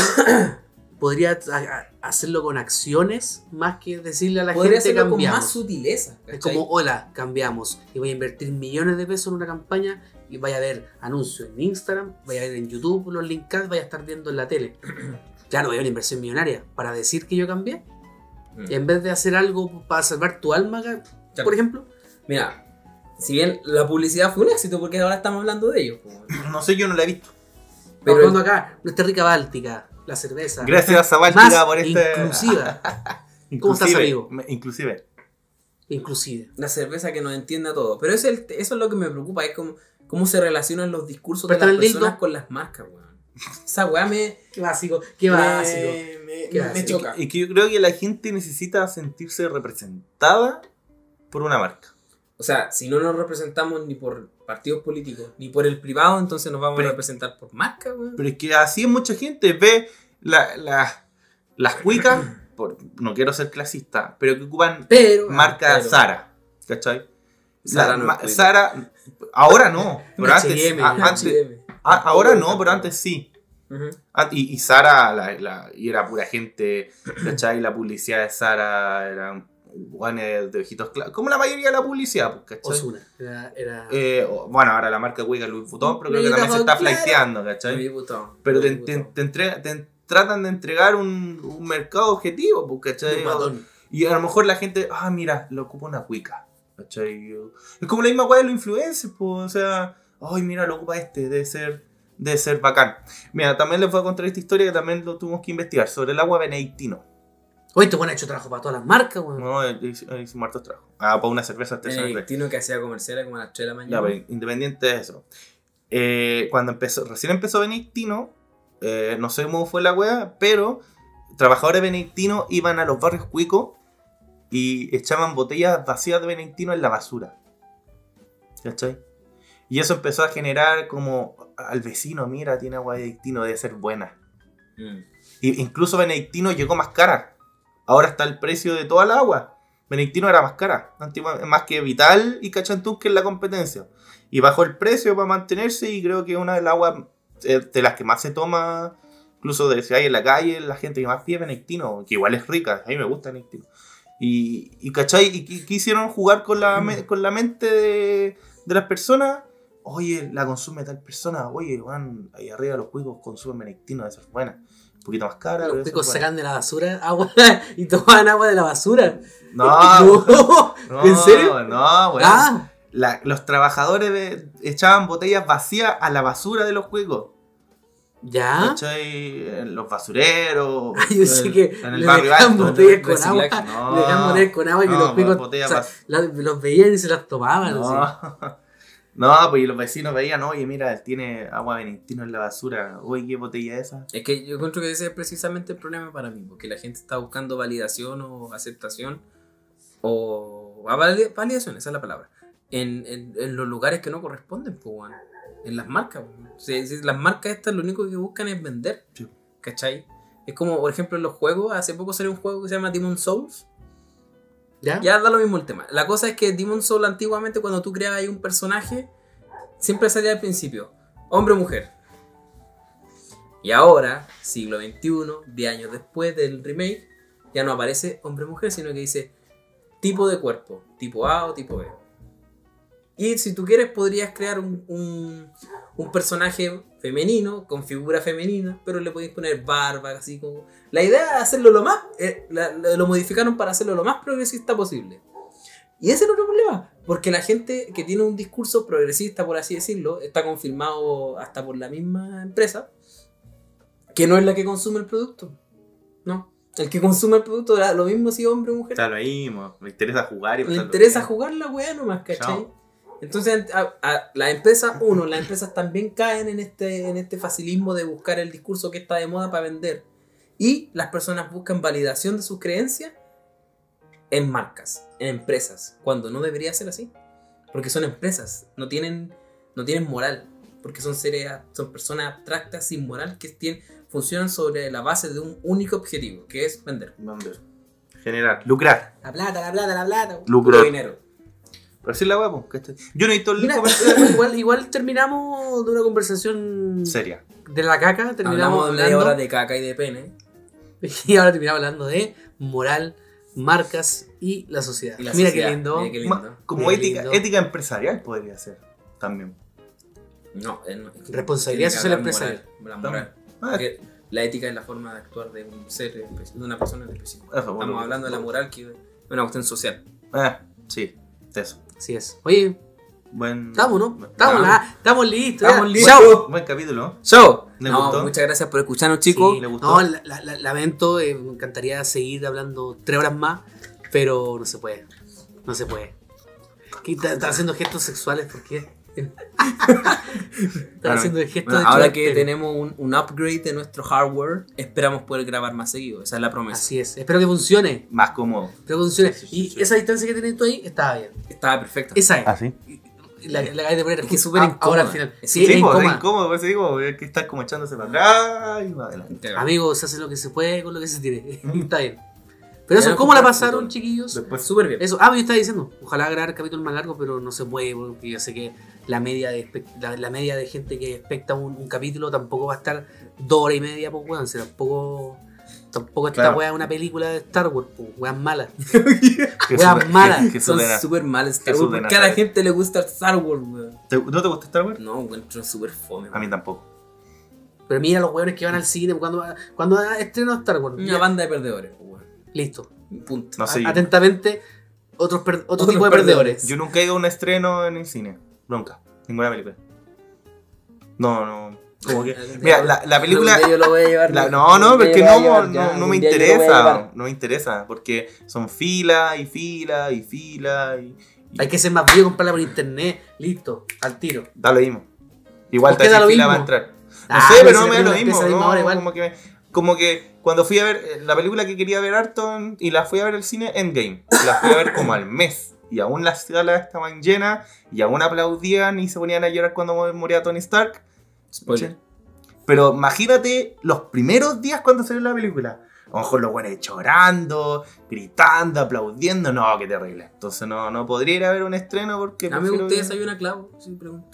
[SPEAKER 2] [COUGHS] podría a- a- hacerlo con acciones más que decirle a la
[SPEAKER 3] podría
[SPEAKER 2] gente
[SPEAKER 3] hacerlo con más
[SPEAKER 2] cambiamos.
[SPEAKER 3] sutileza.
[SPEAKER 2] Es
[SPEAKER 3] ¿cachai?
[SPEAKER 2] como, hola, cambiamos. Y voy a invertir millones de pesos en una campaña y vaya a ver anuncios en Instagram, vaya a ver en YouTube, los linkados, vaya a estar viendo en la tele. Claro, hay una inversión millonaria para decir que yo cambié.
[SPEAKER 3] Mm.
[SPEAKER 2] En vez de hacer algo para salvar tu alma, ca-
[SPEAKER 3] Claro.
[SPEAKER 2] por ejemplo.
[SPEAKER 3] Mira, si bien la publicidad fue un éxito, porque ahora estamos hablando de ello. pues, bueno.
[SPEAKER 1] No sé, yo no la he visto.
[SPEAKER 3] Pero-
[SPEAKER 2] Pero hablando acá, nuestra rica báltica, la cerveza.
[SPEAKER 1] Gracias a Báltica
[SPEAKER 2] Más
[SPEAKER 1] por este.
[SPEAKER 2] inclusiva. ¿Cómo estás,
[SPEAKER 1] Inclusive,
[SPEAKER 2] amigo?
[SPEAKER 1] me- Inclusive.
[SPEAKER 2] inclusiva.
[SPEAKER 3] La cerveza que nos entienda todo. Pero eso es, el- eso es lo que me preocupa, es como, cómo se relacionan los discursos de
[SPEAKER 2] Préstame
[SPEAKER 3] las
[SPEAKER 2] el dildo.
[SPEAKER 3] personas con las marcas, weón. Esa weá me,
[SPEAKER 2] Clásico, qué
[SPEAKER 3] me-
[SPEAKER 2] básico.
[SPEAKER 3] me-
[SPEAKER 2] Qué
[SPEAKER 3] me
[SPEAKER 2] básico.
[SPEAKER 3] choca.
[SPEAKER 1] Es que yo creo que la gente necesita sentirse representada por una marca.
[SPEAKER 3] O sea, si no nos representamos ni por partidos políticos, ni por el privado, entonces nos vamos
[SPEAKER 1] Pero-
[SPEAKER 3] a representar por marca, weón.
[SPEAKER 1] Pero es que así es mucha gente. Ve la- la- las cuicas, por- no quiero ser clasista, pero que ocupan
[SPEAKER 3] Pero.
[SPEAKER 1] marca
[SPEAKER 3] pero-
[SPEAKER 1] Zara. ¿Cachai?
[SPEAKER 3] Zara
[SPEAKER 1] La-
[SPEAKER 3] no
[SPEAKER 1] ma-
[SPEAKER 3] es cuica.
[SPEAKER 1] Zara- ahora no, pero antes,
[SPEAKER 2] H&M,
[SPEAKER 1] a-
[SPEAKER 3] Ah,
[SPEAKER 2] ya.
[SPEAKER 1] antes- a- ahora no, pero antes sí.
[SPEAKER 3] Ujú.
[SPEAKER 1] Ah, y, y Sara, la, la- y era pura gente, ¿cachai? La publicidad de Sara eran guanes eh, de ojitos claros. Como la mayoría de la publicidad, pues, ¿cachai?
[SPEAKER 2] Osuna. Era, era-
[SPEAKER 1] Eh, o- bueno, ahora la marca Wicca Louis Vuitton, pero creo que
[SPEAKER 3] Louis
[SPEAKER 1] también se está
[SPEAKER 3] Vuitton,
[SPEAKER 1] flaiteando,
[SPEAKER 3] Louis
[SPEAKER 1] ¿cachai?
[SPEAKER 3] Vuitton,
[SPEAKER 1] Pero te,
[SPEAKER 3] Louis
[SPEAKER 1] te-
[SPEAKER 3] Vuitton.
[SPEAKER 1] te entrega- te tratan de entregar un, un mercado objetivo, pues, ¿cachai?
[SPEAKER 2] un matón.
[SPEAKER 1] Y a lo mejor la gente, ah, mira, lo ocupa una cuica. ¿Cachai? Es como la misma weá de los influencers, pues. O sea, ay, mira, lo ocupa este, debe ser, debe ser bacán. Mira, también les voy a contar esta historia que también lo tuvimos que investigar sobre el agua benedictino.
[SPEAKER 2] Oye, te bueno, hecho trabajo para todas las marcas, weón.
[SPEAKER 1] No, es muertos
[SPEAKER 3] Eh,
[SPEAKER 1] trajo. Ah, para una cerveza artesanal.
[SPEAKER 3] Benedictino que hacía comerciales como a las 3 de la mañana.
[SPEAKER 1] Ya, pero independiente de eso. eh, cuando empezó, recién empezó Benedictino, eh, no sé cómo fue la wea, pero trabajadores benedictinos iban a los barrios cuicos y echaban botellas vacías de benedictino en la basura. ¿Cachai? Y eso empezó a generar como al vecino, mira, tiene agua de benedictino, debe ser buena.
[SPEAKER 3] Mm.
[SPEAKER 1] Y- incluso benedictino llegó más cara. Ahora está el precio de toda la agua. Benedictino era más cara, antigua- más que Vital y Cachantún que en la competencia. Y bajó el precio para mantenerse y creo que es una de las aguas eh, de las que más se toma, incluso de si hay en la calle, la gente que más pide Benedictino, que igual es rica, a mí me gusta Benedictino. Y, y ¿cachai? Y qui- quisieron jugar con la, me- con la mente de, de las personas. Oye, la consume tal persona. Oye, van ahí arriba los cuicos consumen Benedictino, esa es buena. Un poquito más cara. pero
[SPEAKER 2] Los
[SPEAKER 1] esa es
[SPEAKER 2] picos
[SPEAKER 1] buena.
[SPEAKER 2] sacan de la basura [LAUGHS] agua y toman agua de la basura.
[SPEAKER 1] No,
[SPEAKER 2] [LAUGHS] No, ¿En serio?
[SPEAKER 1] No, weón.
[SPEAKER 2] Ah,
[SPEAKER 1] La- los trabajadores de- echaban botellas vacías a la basura de los cuicos.
[SPEAKER 2] ya. [LAUGHS]
[SPEAKER 1] ¿Cachai? En los basureros.
[SPEAKER 2] Ah, yo sé
[SPEAKER 1] en-
[SPEAKER 2] que
[SPEAKER 1] En el
[SPEAKER 2] le
[SPEAKER 1] barrio
[SPEAKER 2] dejan
[SPEAKER 1] alto.
[SPEAKER 2] botellas con
[SPEAKER 3] Reciclaje,
[SPEAKER 2] agua.
[SPEAKER 1] No,
[SPEAKER 2] Le dejan botellas con agua y que
[SPEAKER 1] no,
[SPEAKER 2] los picos
[SPEAKER 1] botellas
[SPEAKER 2] o sea,
[SPEAKER 1] vac-
[SPEAKER 2] la- los veían y se las tomaban. así.
[SPEAKER 1] no. [LAUGHS] No, pues y los vecinos veían, oye, mira, tiene agua benedictino en la basura. Oye, qué botella es esa.
[SPEAKER 3] Es que yo encuentro que ese es precisamente el problema para mí, porque la gente está buscando validación o aceptación, o ah, vali- validación, esa es la palabra, en, en- en los lugares que no corresponden, pues, weón. en las marcas. weón. Si- si las marcas estas lo único que buscan es vender,
[SPEAKER 1] Sí.
[SPEAKER 3] ¿cachai? Es como, por ejemplo, en los juegos, hace poco salió un juego que se llama Demon Souls,
[SPEAKER 2] ¿Ya?
[SPEAKER 3] ya da lo mismo el tema. La cosa es que Demon Soul antiguamente cuando tú creabas ahí un personaje, siempre salía al principio, hombre o mujer. Y ahora, siglo XXI, 10 años después del remake, ya no aparece hombre o mujer, sino que dice tipo de cuerpo, tipo A o tipo B. Y si tú quieres podrías crear un, un- un personaje femenino, con figura femenina, pero le podéis poner barba, así como... La idea es hacerlo lo más... eh, la- la- lo modificaron para hacerlo lo más progresista posible. Y ese es el otro problema, porque la gente que tiene un discurso progresista, por así decirlo, está confirmado hasta por la misma empresa, que no es la que consume el producto. No. El que consume el producto, da lo mismo si hombre o mujer.
[SPEAKER 1] Está lo mismo. Me interesa jugar y
[SPEAKER 3] Le
[SPEAKER 1] pasarlo
[SPEAKER 3] interesa
[SPEAKER 1] bien.
[SPEAKER 3] jugar la weá nomás, ¿cachai?
[SPEAKER 1] Chao.
[SPEAKER 3] Entonces, a- a- las empresas, uno, las empresas también caen en este, en este facilismo de buscar el discurso que está de moda para vender. Y las personas buscan validación de sus creencias en marcas, en empresas, cuando no debería ser así. Porque son empresas, no tienen, no tienen moral, porque son seres, son personas abstractas sin moral que tienen, funcionan sobre la base de un único objetivo, que es vender.
[SPEAKER 1] Vender. Generar. Lucrar.
[SPEAKER 3] La plata, la plata, la plata.
[SPEAKER 1] Lucro.
[SPEAKER 3] puto dinero.
[SPEAKER 1] Pero así es la huevo. Yo necesito el
[SPEAKER 2] Mira,
[SPEAKER 1] link
[SPEAKER 2] igual, igual terminamos de una conversación [LAUGHS]
[SPEAKER 1] seria.
[SPEAKER 2] de la caca, terminamos
[SPEAKER 3] Hablamos de media
[SPEAKER 2] hablando,
[SPEAKER 3] hora de caca y de pene.
[SPEAKER 2] [LAUGHS] y ahora terminamos hablando de moral, marcas y la sociedad.
[SPEAKER 3] y la
[SPEAKER 2] mira,
[SPEAKER 3] sociedad.
[SPEAKER 2] qué lindo.
[SPEAKER 3] Mira qué lindo.
[SPEAKER 1] Ma- Como
[SPEAKER 2] Muy
[SPEAKER 1] ética,
[SPEAKER 2] lindo.
[SPEAKER 1] ética empresarial podría ser. También.
[SPEAKER 3] No, eh, no, es que
[SPEAKER 2] Responsabilidad
[SPEAKER 3] tiene que
[SPEAKER 2] social
[SPEAKER 3] haber
[SPEAKER 2] empresarial.
[SPEAKER 3] moral, La moral.
[SPEAKER 1] Ah,
[SPEAKER 3] Porque la ética es la forma de actuar de un ser, espe- de una persona en específico.
[SPEAKER 1] Eso, bueno.
[SPEAKER 3] Estamos hablando de la moral que es una cuestión social.
[SPEAKER 1] eh, sí. Eso.
[SPEAKER 2] Así es. Oye,
[SPEAKER 1] Buen.
[SPEAKER 2] estamos, ¿no?
[SPEAKER 1] buen-
[SPEAKER 2] Estamos,
[SPEAKER 3] Estamos.
[SPEAKER 2] la- estamos listos.
[SPEAKER 3] Estamos
[SPEAKER 2] ya.
[SPEAKER 3] listos.
[SPEAKER 2] Chao.
[SPEAKER 1] Buen capítulo.
[SPEAKER 3] ¡Show!
[SPEAKER 1] ¿Le
[SPEAKER 3] No,
[SPEAKER 1] gustó?
[SPEAKER 3] muchas gracias por escucharnos, chicos.
[SPEAKER 2] Sí,
[SPEAKER 1] ¿Le gustó?
[SPEAKER 2] No, la- la- la- lamento, eh, me encantaría seguir hablando tres horas más, pero no se puede. No se puede. ¿Qué está, está haciendo gestos sexuales? ¿Por qué? [LAUGHS] Están
[SPEAKER 1] Bueno,
[SPEAKER 2] haciendo gestos
[SPEAKER 3] Bueno,
[SPEAKER 2] de
[SPEAKER 3] ahora que
[SPEAKER 2] chortero.
[SPEAKER 3] tenemos un, un upgrade de nuestro hardware, esperamos poder grabar más seguido. Esa es la promesa.
[SPEAKER 2] Así es. Espero que funcione.
[SPEAKER 1] Más cómodo.
[SPEAKER 2] Espero que funcione.
[SPEAKER 1] Sí, sí, sí, Ah.
[SPEAKER 2] Y
[SPEAKER 1] sí.
[SPEAKER 2] esa distancia que tenés tú ahí estaba bien.
[SPEAKER 3] Estaba perfecta.
[SPEAKER 2] Esa es.
[SPEAKER 1] Así.
[SPEAKER 2] La, la acabas de poner.
[SPEAKER 3] Es que es súper
[SPEAKER 2] Ah,
[SPEAKER 3] incómoda.
[SPEAKER 2] Ahora al final.
[SPEAKER 3] Es
[SPEAKER 2] Sí,
[SPEAKER 1] Sí, pues,
[SPEAKER 2] es
[SPEAKER 1] es
[SPEAKER 2] incómoda.
[SPEAKER 1] incómodo, por eso digo, es que estás como echándose para atrás y para adelante.
[SPEAKER 2] Amigos, se hace lo que se puede con lo que se tiene. Está bien. Pero
[SPEAKER 3] Ya
[SPEAKER 2] eso,
[SPEAKER 3] no
[SPEAKER 2] ¿cómo la
[SPEAKER 3] comparto
[SPEAKER 2] pasaron,
[SPEAKER 3] todo.
[SPEAKER 2] chiquillos?
[SPEAKER 1] Después
[SPEAKER 3] Pues Súper bien.
[SPEAKER 2] Eso, ah, yo estaba diciendo, ojalá grabar capítulos más largos, pero no se puede, porque yo sé que la media de, espe- la, la media de gente que expecta un, un capítulo tampoco va a estar dos horas y media, pues weón, si tampoco, tampoco esta
[SPEAKER 1] Claro.
[SPEAKER 2] weá es una película de Star Wars, pues weón mala.
[SPEAKER 1] que
[SPEAKER 2] Weas
[SPEAKER 1] suben-
[SPEAKER 2] malas.
[SPEAKER 1] que- que
[SPEAKER 3] Son
[SPEAKER 1] suben a-
[SPEAKER 3] súper mal Star
[SPEAKER 1] Jesús
[SPEAKER 3] Wars.
[SPEAKER 1] de
[SPEAKER 3] ¿Por qué a la
[SPEAKER 1] Nazaret.
[SPEAKER 3] gente le gusta Star Wars, weón?
[SPEAKER 1] ¿Te- ¿No te gusta Star Wars?
[SPEAKER 3] No, encuentro súper fome.
[SPEAKER 1] A mí
[SPEAKER 3] weón.
[SPEAKER 1] tampoco.
[SPEAKER 2] Pero mira los weones que van al cine, cuando, va- cuando va a estreno Star Wars,
[SPEAKER 3] Una
[SPEAKER 2] ya,
[SPEAKER 3] banda de perdedores, weón.
[SPEAKER 2] listo.
[SPEAKER 3] Punto.
[SPEAKER 1] No sé.
[SPEAKER 2] A-
[SPEAKER 1] yo-
[SPEAKER 2] Atentamente, otros per- otro
[SPEAKER 3] Otros
[SPEAKER 2] tipo de perdedores.
[SPEAKER 3] perdedores.
[SPEAKER 1] Yo nunca he ido a un estreno en el cine. Nunca. Ninguna película. No, no. Como
[SPEAKER 3] [LAUGHS]
[SPEAKER 1] que. Mira, la, la película.
[SPEAKER 3] Algún día yo lo voy a llevar,
[SPEAKER 1] la- no,
[SPEAKER 3] ¿no?
[SPEAKER 1] no,
[SPEAKER 3] Algún día
[SPEAKER 1] porque
[SPEAKER 3] yo lo voy a
[SPEAKER 1] no, no, no
[SPEAKER 3] llevar, ya,
[SPEAKER 1] me
[SPEAKER 3] algún día yo lo voy a
[SPEAKER 1] interesa.
[SPEAKER 3] llevar.
[SPEAKER 1] No me interesa. Porque son fila y fila y fila y. y-
[SPEAKER 2] Hay que ser más viejo, comprarla por internet, listo, al tiro.
[SPEAKER 1] Da lo mismo. Igual
[SPEAKER 2] Nos
[SPEAKER 1] te
[SPEAKER 2] queda
[SPEAKER 1] hacía
[SPEAKER 2] lo
[SPEAKER 1] fila
[SPEAKER 2] mismo.
[SPEAKER 1] para entrar. No
[SPEAKER 2] Ah,
[SPEAKER 1] sé,
[SPEAKER 2] pero
[SPEAKER 1] pero
[SPEAKER 2] si
[SPEAKER 1] no
[SPEAKER 2] la
[SPEAKER 1] me da lo
[SPEAKER 2] película
[SPEAKER 1] mismo.
[SPEAKER 2] empieza a la misma
[SPEAKER 1] no,
[SPEAKER 2] hora igual.
[SPEAKER 1] como, que, como que cuando fui a ver eh, la película que quería ver harto, en- y la fui a ver al cine Endgame, la fui a ver como al mes. Y aún las salas estaban llenas, y aún aplaudían y se ponían a llorar cuando moría Tony Stark.
[SPEAKER 3] Spoiler.
[SPEAKER 1] Pero imagínate los primeros días cuando salió la película. A lo mejor los buenos llorando, gritando, aplaudiendo. No, qué terrible. Entonces no, no podría ir a ver un estreno porque.
[SPEAKER 3] Amigo,
[SPEAKER 1] prefiero-
[SPEAKER 3] ¿ustedes hay una clavo? Sí, pregunto.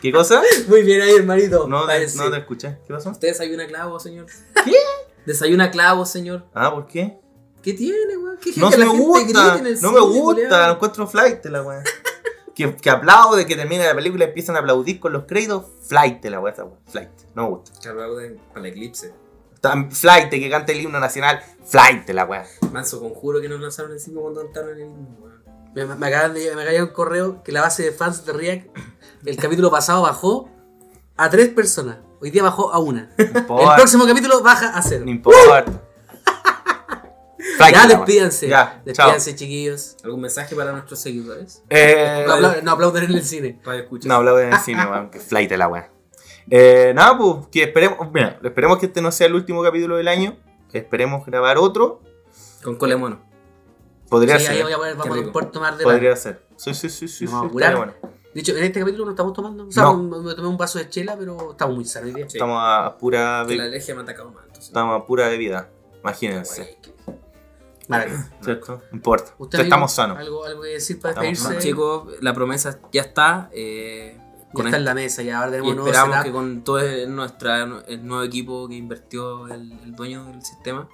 [SPEAKER 1] ¿Qué
[SPEAKER 2] [LAUGHS]
[SPEAKER 1] cosa?
[SPEAKER 3] [LAUGHS] Muy bien ahí, hermanito.
[SPEAKER 1] No, te-
[SPEAKER 3] Parece.
[SPEAKER 1] no te escuché. ¿Qué pasó?
[SPEAKER 3] ¿Usted desayuna clavo, señor?
[SPEAKER 1] ¿Qué?
[SPEAKER 3] Desayuna clavo, señor.
[SPEAKER 1] Ah, ¿por qué?
[SPEAKER 3] ¿Qué tiene, weón? ¿Qué
[SPEAKER 1] No
[SPEAKER 3] que la
[SPEAKER 1] me
[SPEAKER 3] gente
[SPEAKER 1] gusta,
[SPEAKER 3] grite en el
[SPEAKER 1] no me
[SPEAKER 3] cine,
[SPEAKER 1] gusta, lo
[SPEAKER 3] culiao?
[SPEAKER 1] encuentro flight la weá. Que, que aplaude, que termina la película y empiezan a aplaudir con los créditos, flight la weá, esa weá, flight, no me gusta.
[SPEAKER 3] Que aplauden para el eclipse.
[SPEAKER 1] Tan flight que cante el himno nacional, flight la weá.
[SPEAKER 3] Manso conjuro que nos lanzaron encima cuando cantaron el himno, weón.
[SPEAKER 2] Me, me acaban de me cayó un correo que la base de fans de React el capítulo pasado bajó a tres personas. Hoy día bajó a una.
[SPEAKER 1] No
[SPEAKER 2] El
[SPEAKER 1] importa,
[SPEAKER 2] próximo capítulo baja a cero.
[SPEAKER 1] no
[SPEAKER 3] [LAUGHS]
[SPEAKER 1] importa. Flight,
[SPEAKER 2] Ya
[SPEAKER 1] la weá.
[SPEAKER 2] despídanse.
[SPEAKER 1] Ya, chao.
[SPEAKER 2] despídanse, chiquillos.
[SPEAKER 3] ¿Algún mensaje para nuestros seguidores?
[SPEAKER 1] Eh,
[SPEAKER 2] No, apla- no aplaudan en el cine.
[SPEAKER 3] Radio escuchas.
[SPEAKER 1] No hablaba
[SPEAKER 3] [LAUGHS]
[SPEAKER 1] en el cine, weón, que flight la weá. Eh, nada, pues, que esperemos, mira, esperemos que este no sea el último capítulo del año, esperemos grabar otro,
[SPEAKER 3] Con cole mono.
[SPEAKER 1] podría
[SPEAKER 2] Sí, ahí
[SPEAKER 1] ser,
[SPEAKER 2] voy a poner,
[SPEAKER 3] Qué
[SPEAKER 2] vamos a
[SPEAKER 3] rico.
[SPEAKER 2] poder tomar de
[SPEAKER 1] podría ser. Sí, sí, sí, sí,
[SPEAKER 2] Nos
[SPEAKER 1] sí,
[SPEAKER 2] vamos a
[SPEAKER 1] estaría
[SPEAKER 2] apurar.
[SPEAKER 1] bueno.
[SPEAKER 2] De hecho, en este capítulo no estamos tomando. O sea,
[SPEAKER 1] No.
[SPEAKER 2] me, me tomé un vaso de chela, pero estamos muy sanos hoy día.
[SPEAKER 3] Sí.
[SPEAKER 1] Estamos a a pura,
[SPEAKER 3] Que la
[SPEAKER 1] be-
[SPEAKER 3] alergia me ha atacado mal. Entonces,
[SPEAKER 1] estamos a pura bebida. Imagínense.
[SPEAKER 3] Guay, que-
[SPEAKER 2] Maravilloso.
[SPEAKER 1] ¿Cierto? No importa.
[SPEAKER 2] ¿Usted,
[SPEAKER 1] Entonces
[SPEAKER 2] amigo,
[SPEAKER 1] estamos sanos.
[SPEAKER 2] ¿Algo, algo que decir para
[SPEAKER 1] Estamos
[SPEAKER 2] despedirse?
[SPEAKER 1] sanos.
[SPEAKER 3] Chicos, la promesa ya está. eh,
[SPEAKER 2] Ya
[SPEAKER 3] con
[SPEAKER 2] está
[SPEAKER 3] esto-
[SPEAKER 2] en la mesa, ya ahora
[SPEAKER 3] y
[SPEAKER 2] tenemos nuevo
[SPEAKER 3] esperamos
[SPEAKER 2] setup.
[SPEAKER 3] que con todo el, nuestra, el nuevo equipo que invirtió el, el dueño del sistema,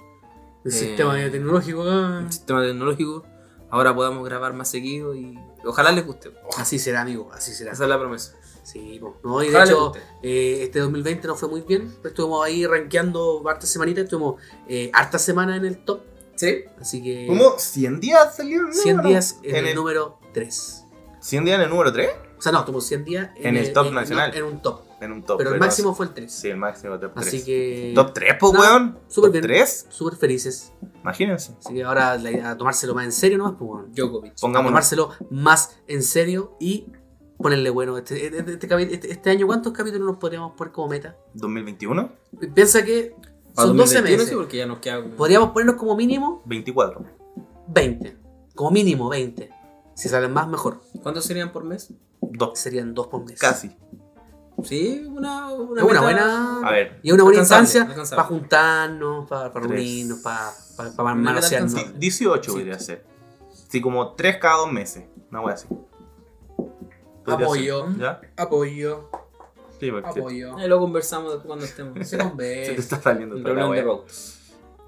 [SPEAKER 2] El
[SPEAKER 3] eh,
[SPEAKER 2] sistema tecnológico. ah.
[SPEAKER 3] el sistema tecnológico, ahora podamos grabar más seguido y ojalá les guste.
[SPEAKER 2] Así será, amigo, así será.
[SPEAKER 3] Esa es la promesa.
[SPEAKER 2] Sí, po. no, y de
[SPEAKER 3] Ojalá les
[SPEAKER 2] hecho,
[SPEAKER 3] guste.
[SPEAKER 2] eh, este 2020 nos fue muy bien. Estuvimos ahí rankeando hartas semanitas, estuvimos eh, hartas semanas en el top.
[SPEAKER 3] Sí.
[SPEAKER 2] Así que
[SPEAKER 1] ¿Cómo? ¿100 días salió? el
[SPEAKER 2] 100
[SPEAKER 1] número?
[SPEAKER 2] días en,
[SPEAKER 1] en
[SPEAKER 2] el,
[SPEAKER 1] el-
[SPEAKER 2] número 3.
[SPEAKER 1] 100 días en el número 3
[SPEAKER 2] O sea, no, estuvimos 100 días eh,
[SPEAKER 1] En el top nacional.
[SPEAKER 2] En, un top.
[SPEAKER 1] en un top.
[SPEAKER 2] pero el máximo fue el 3.
[SPEAKER 1] Sí, el máximo top 3.
[SPEAKER 2] Así que.
[SPEAKER 1] ¿Top 3, po,
[SPEAKER 2] No,
[SPEAKER 1] weón?
[SPEAKER 2] súper
[SPEAKER 1] ¿Top
[SPEAKER 2] bien.
[SPEAKER 1] 3?
[SPEAKER 2] Súper felices.
[SPEAKER 1] Imagínense.
[SPEAKER 2] Así que ahora la idea- a tomárselo más en serio, ¿no? Pues, bueno,
[SPEAKER 3] Djokovic.
[SPEAKER 2] a
[SPEAKER 1] Pongámonos.
[SPEAKER 2] tomárselo más en serio y ponerle bueno. Este, este, este capi- este- este año, ¿cuántos capítulos nos podríamos poner como meta?
[SPEAKER 1] ¿2021?
[SPEAKER 2] Piensa que
[SPEAKER 3] Para
[SPEAKER 2] son 12
[SPEAKER 3] 2021,
[SPEAKER 2] meses.
[SPEAKER 3] sí, porque ya nos queda como-
[SPEAKER 2] Podríamos ponernos como mínimo
[SPEAKER 1] 24.
[SPEAKER 2] 20. Como mínimo 20. Si salen más, mejor.
[SPEAKER 3] ¿Cuántos serían por mes?
[SPEAKER 1] 2.
[SPEAKER 2] Serían dos por mes.
[SPEAKER 1] Casi.
[SPEAKER 3] Sí, una, una,
[SPEAKER 2] Es una
[SPEAKER 3] meta-
[SPEAKER 2] buena.
[SPEAKER 1] A ver.
[SPEAKER 2] Y es una buena
[SPEAKER 3] Alcanzable,
[SPEAKER 2] instancia
[SPEAKER 3] alcanzable.
[SPEAKER 2] para juntarnos, para
[SPEAKER 1] Tres.
[SPEAKER 2] reunirnos, para para para
[SPEAKER 3] Una meta
[SPEAKER 2] manosearnos.
[SPEAKER 3] alcanzable.
[SPEAKER 1] 18
[SPEAKER 3] Sí.
[SPEAKER 1] podría ser. Sí, como 3 cada 2 meses. Una wea así. Podría
[SPEAKER 2] Apoyo.
[SPEAKER 1] ser, ¿Ya?
[SPEAKER 2] Apoyo,
[SPEAKER 1] Sí, porque
[SPEAKER 3] Ahí lo conversamos después cuando estemos.
[SPEAKER 2] Se
[SPEAKER 1] se te
[SPEAKER 2] convence.
[SPEAKER 1] está saliendo
[SPEAKER 3] en
[SPEAKER 1] toda la
[SPEAKER 3] reunión de
[SPEAKER 1] wea.
[SPEAKER 3] Raw.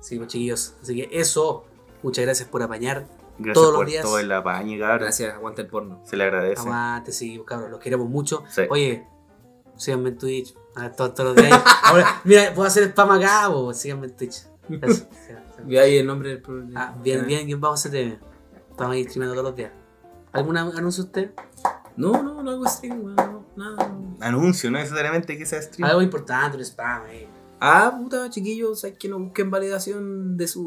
[SPEAKER 2] Sí, pues, chiquillos. Así que eso. Muchas gracias por apañar.
[SPEAKER 1] Gracias
[SPEAKER 2] Todos los
[SPEAKER 1] por
[SPEAKER 2] días.
[SPEAKER 1] todo el apañe, cabrón.
[SPEAKER 3] Gracias, aguanta el porno.
[SPEAKER 1] Se le agradece.
[SPEAKER 2] Aguante, sí, cabros. Los queremos mucho.
[SPEAKER 1] Sí.
[SPEAKER 2] Oye, síganme en Twitch. A ver, todos, todos
[SPEAKER 1] [LAUGHS]
[SPEAKER 2] los días. Ahora, mira, puedo hacer spam acá, bo. síganme en Twitch.
[SPEAKER 1] [LAUGHS]
[SPEAKER 2] Eso, síganme.
[SPEAKER 3] Ve ahí el nombre del programa.
[SPEAKER 2] Ah, bien, bien, bien, vamos a TV. Estamos ahí streamando todos los días. ¿Algún anuncio usted?
[SPEAKER 3] No, no, no hago stream, weón. no, Nada.
[SPEAKER 1] Anuncio, no necesariamente que sea stream.
[SPEAKER 2] Algo importante, un spam, eh.
[SPEAKER 3] Ah, puta, chiquillos, hay que no busquen validación de
[SPEAKER 2] Un
[SPEAKER 3] su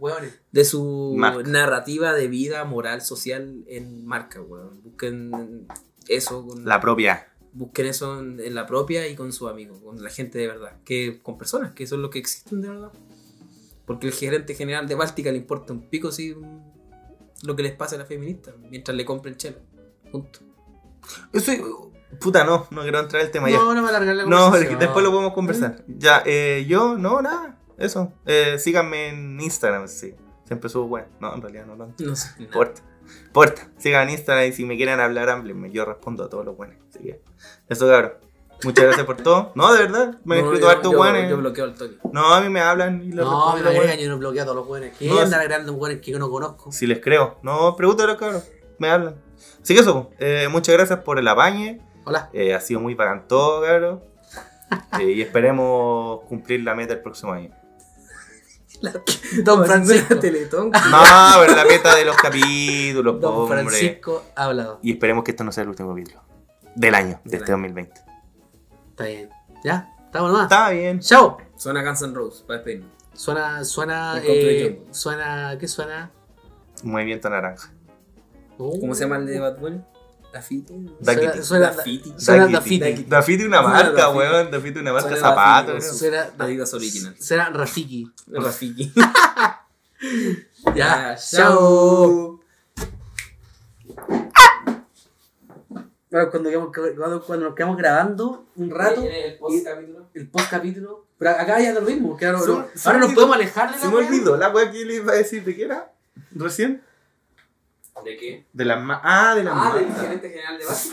[SPEAKER 2] hueón.
[SPEAKER 3] de su
[SPEAKER 1] Marca.
[SPEAKER 3] narrativa de vida, moral, social en marca, weón. Busquen eso con
[SPEAKER 1] La propia.
[SPEAKER 3] busquen eso en, en la propia y con sus amigos, con la gente de verdad, que con personas que son los que existen de verdad. Porque el gerente general de Báltica le importa un pico si un- lo que les pasa a las feministas, mientras le compren chela. Punto.
[SPEAKER 1] Eso Puta, no, no quiero entrar al tema ya.
[SPEAKER 2] No, no me alargar la
[SPEAKER 1] No,
[SPEAKER 2] conversación.
[SPEAKER 1] que después lo podemos conversar. Ya, eh, yo, no, nada. Eso. Eh, síganme en Instagram, sí. Siempre subo bueno. No, en realidad no tanto. [LAUGHS]
[SPEAKER 3] No sé. nada.
[SPEAKER 1] Porta. Porta. Síganme en Instagram y si me quieren hablar, háblenme. Yo respondo a todos los buenos. Así que, eso, cabrón. Muchas gracias por todo. No, de verdad. Me han
[SPEAKER 3] No,
[SPEAKER 1] escrito
[SPEAKER 3] yo-
[SPEAKER 1] harto
[SPEAKER 3] yo-
[SPEAKER 1] buenos.
[SPEAKER 3] Yo bloqueo el toque.
[SPEAKER 1] No, a mí me hablan y los
[SPEAKER 2] No, me
[SPEAKER 1] respondo,
[SPEAKER 2] agrega,
[SPEAKER 1] weón.
[SPEAKER 2] yo no bloqueo a todos los hueones. ¿Quién
[SPEAKER 1] No,
[SPEAKER 2] anda agregando hueones que yo
[SPEAKER 1] [LAUGHS]
[SPEAKER 2] no conozco?
[SPEAKER 1] Si les creo. No, pregúntalo, cabrón. Me hablan. Así que eso, eh, muchas gracias por el apañe.
[SPEAKER 2] Hola.
[SPEAKER 1] Eh, ha sido muy bacán todo, cabrón. Eh, y esperemos cumplir la meta el próximo año.
[SPEAKER 2] Don Francisco.
[SPEAKER 3] Teletón.
[SPEAKER 1] No, pero la meta de los capítulos, po,
[SPEAKER 2] Don
[SPEAKER 1] hombre.
[SPEAKER 2] Francisco ha hablado.
[SPEAKER 1] Y esperemos que esto no sea el último capítulo del año, de
[SPEAKER 3] Del
[SPEAKER 1] este
[SPEAKER 3] año.
[SPEAKER 1] 2020.
[SPEAKER 2] Está bien. ¿Ya? ¿Estamos nomás?
[SPEAKER 1] Está bien.
[SPEAKER 2] ¡Chao!
[SPEAKER 3] Suena Guns N' Roses, para despedirnos.
[SPEAKER 2] Suena, suena,
[SPEAKER 3] Encontré
[SPEAKER 2] eh,
[SPEAKER 3] yo.
[SPEAKER 2] suena, ¿qué suena?
[SPEAKER 1] Movimiento naranja.
[SPEAKER 2] Uh,
[SPEAKER 3] ¿Cómo se llama el de Bad Bunny? Dafiti.
[SPEAKER 1] Daquiti.
[SPEAKER 2] Suena,
[SPEAKER 3] Dafiti.
[SPEAKER 2] suena, suena
[SPEAKER 1] Daquiti.
[SPEAKER 2] Dafiti.
[SPEAKER 1] Dafiti una
[SPEAKER 3] Suena
[SPEAKER 1] marca,
[SPEAKER 3] Dafiti.
[SPEAKER 1] weón. Dafiti una marca,
[SPEAKER 3] Suena
[SPEAKER 1] zapatos.
[SPEAKER 3] Dafiti,
[SPEAKER 1] weón.
[SPEAKER 2] Será,
[SPEAKER 3] Adidas Original.
[SPEAKER 2] será Rafiki.
[SPEAKER 3] Rafiki.
[SPEAKER 2] Ya,
[SPEAKER 3] [LAUGHS] Ya,
[SPEAKER 2] chao. Bueno, cuando, quedamos- cuando, cuando nos quedamos grabando un rato,
[SPEAKER 3] el post capítulo?
[SPEAKER 2] el post capítulo. Pero acá ya da lo mismo. que ahora-
[SPEAKER 1] Se-
[SPEAKER 2] ahora
[SPEAKER 1] se me
[SPEAKER 2] nos
[SPEAKER 1] olvidó-
[SPEAKER 2] podemos alejar de la
[SPEAKER 1] Se me
[SPEAKER 2] wea.
[SPEAKER 1] olvidó la weá que le iba a decir de qué era recién.
[SPEAKER 3] ¿De qué?
[SPEAKER 1] De las ma- Ah, de las
[SPEAKER 3] Ah, del
[SPEAKER 1] marcas.
[SPEAKER 3] gerente general de base.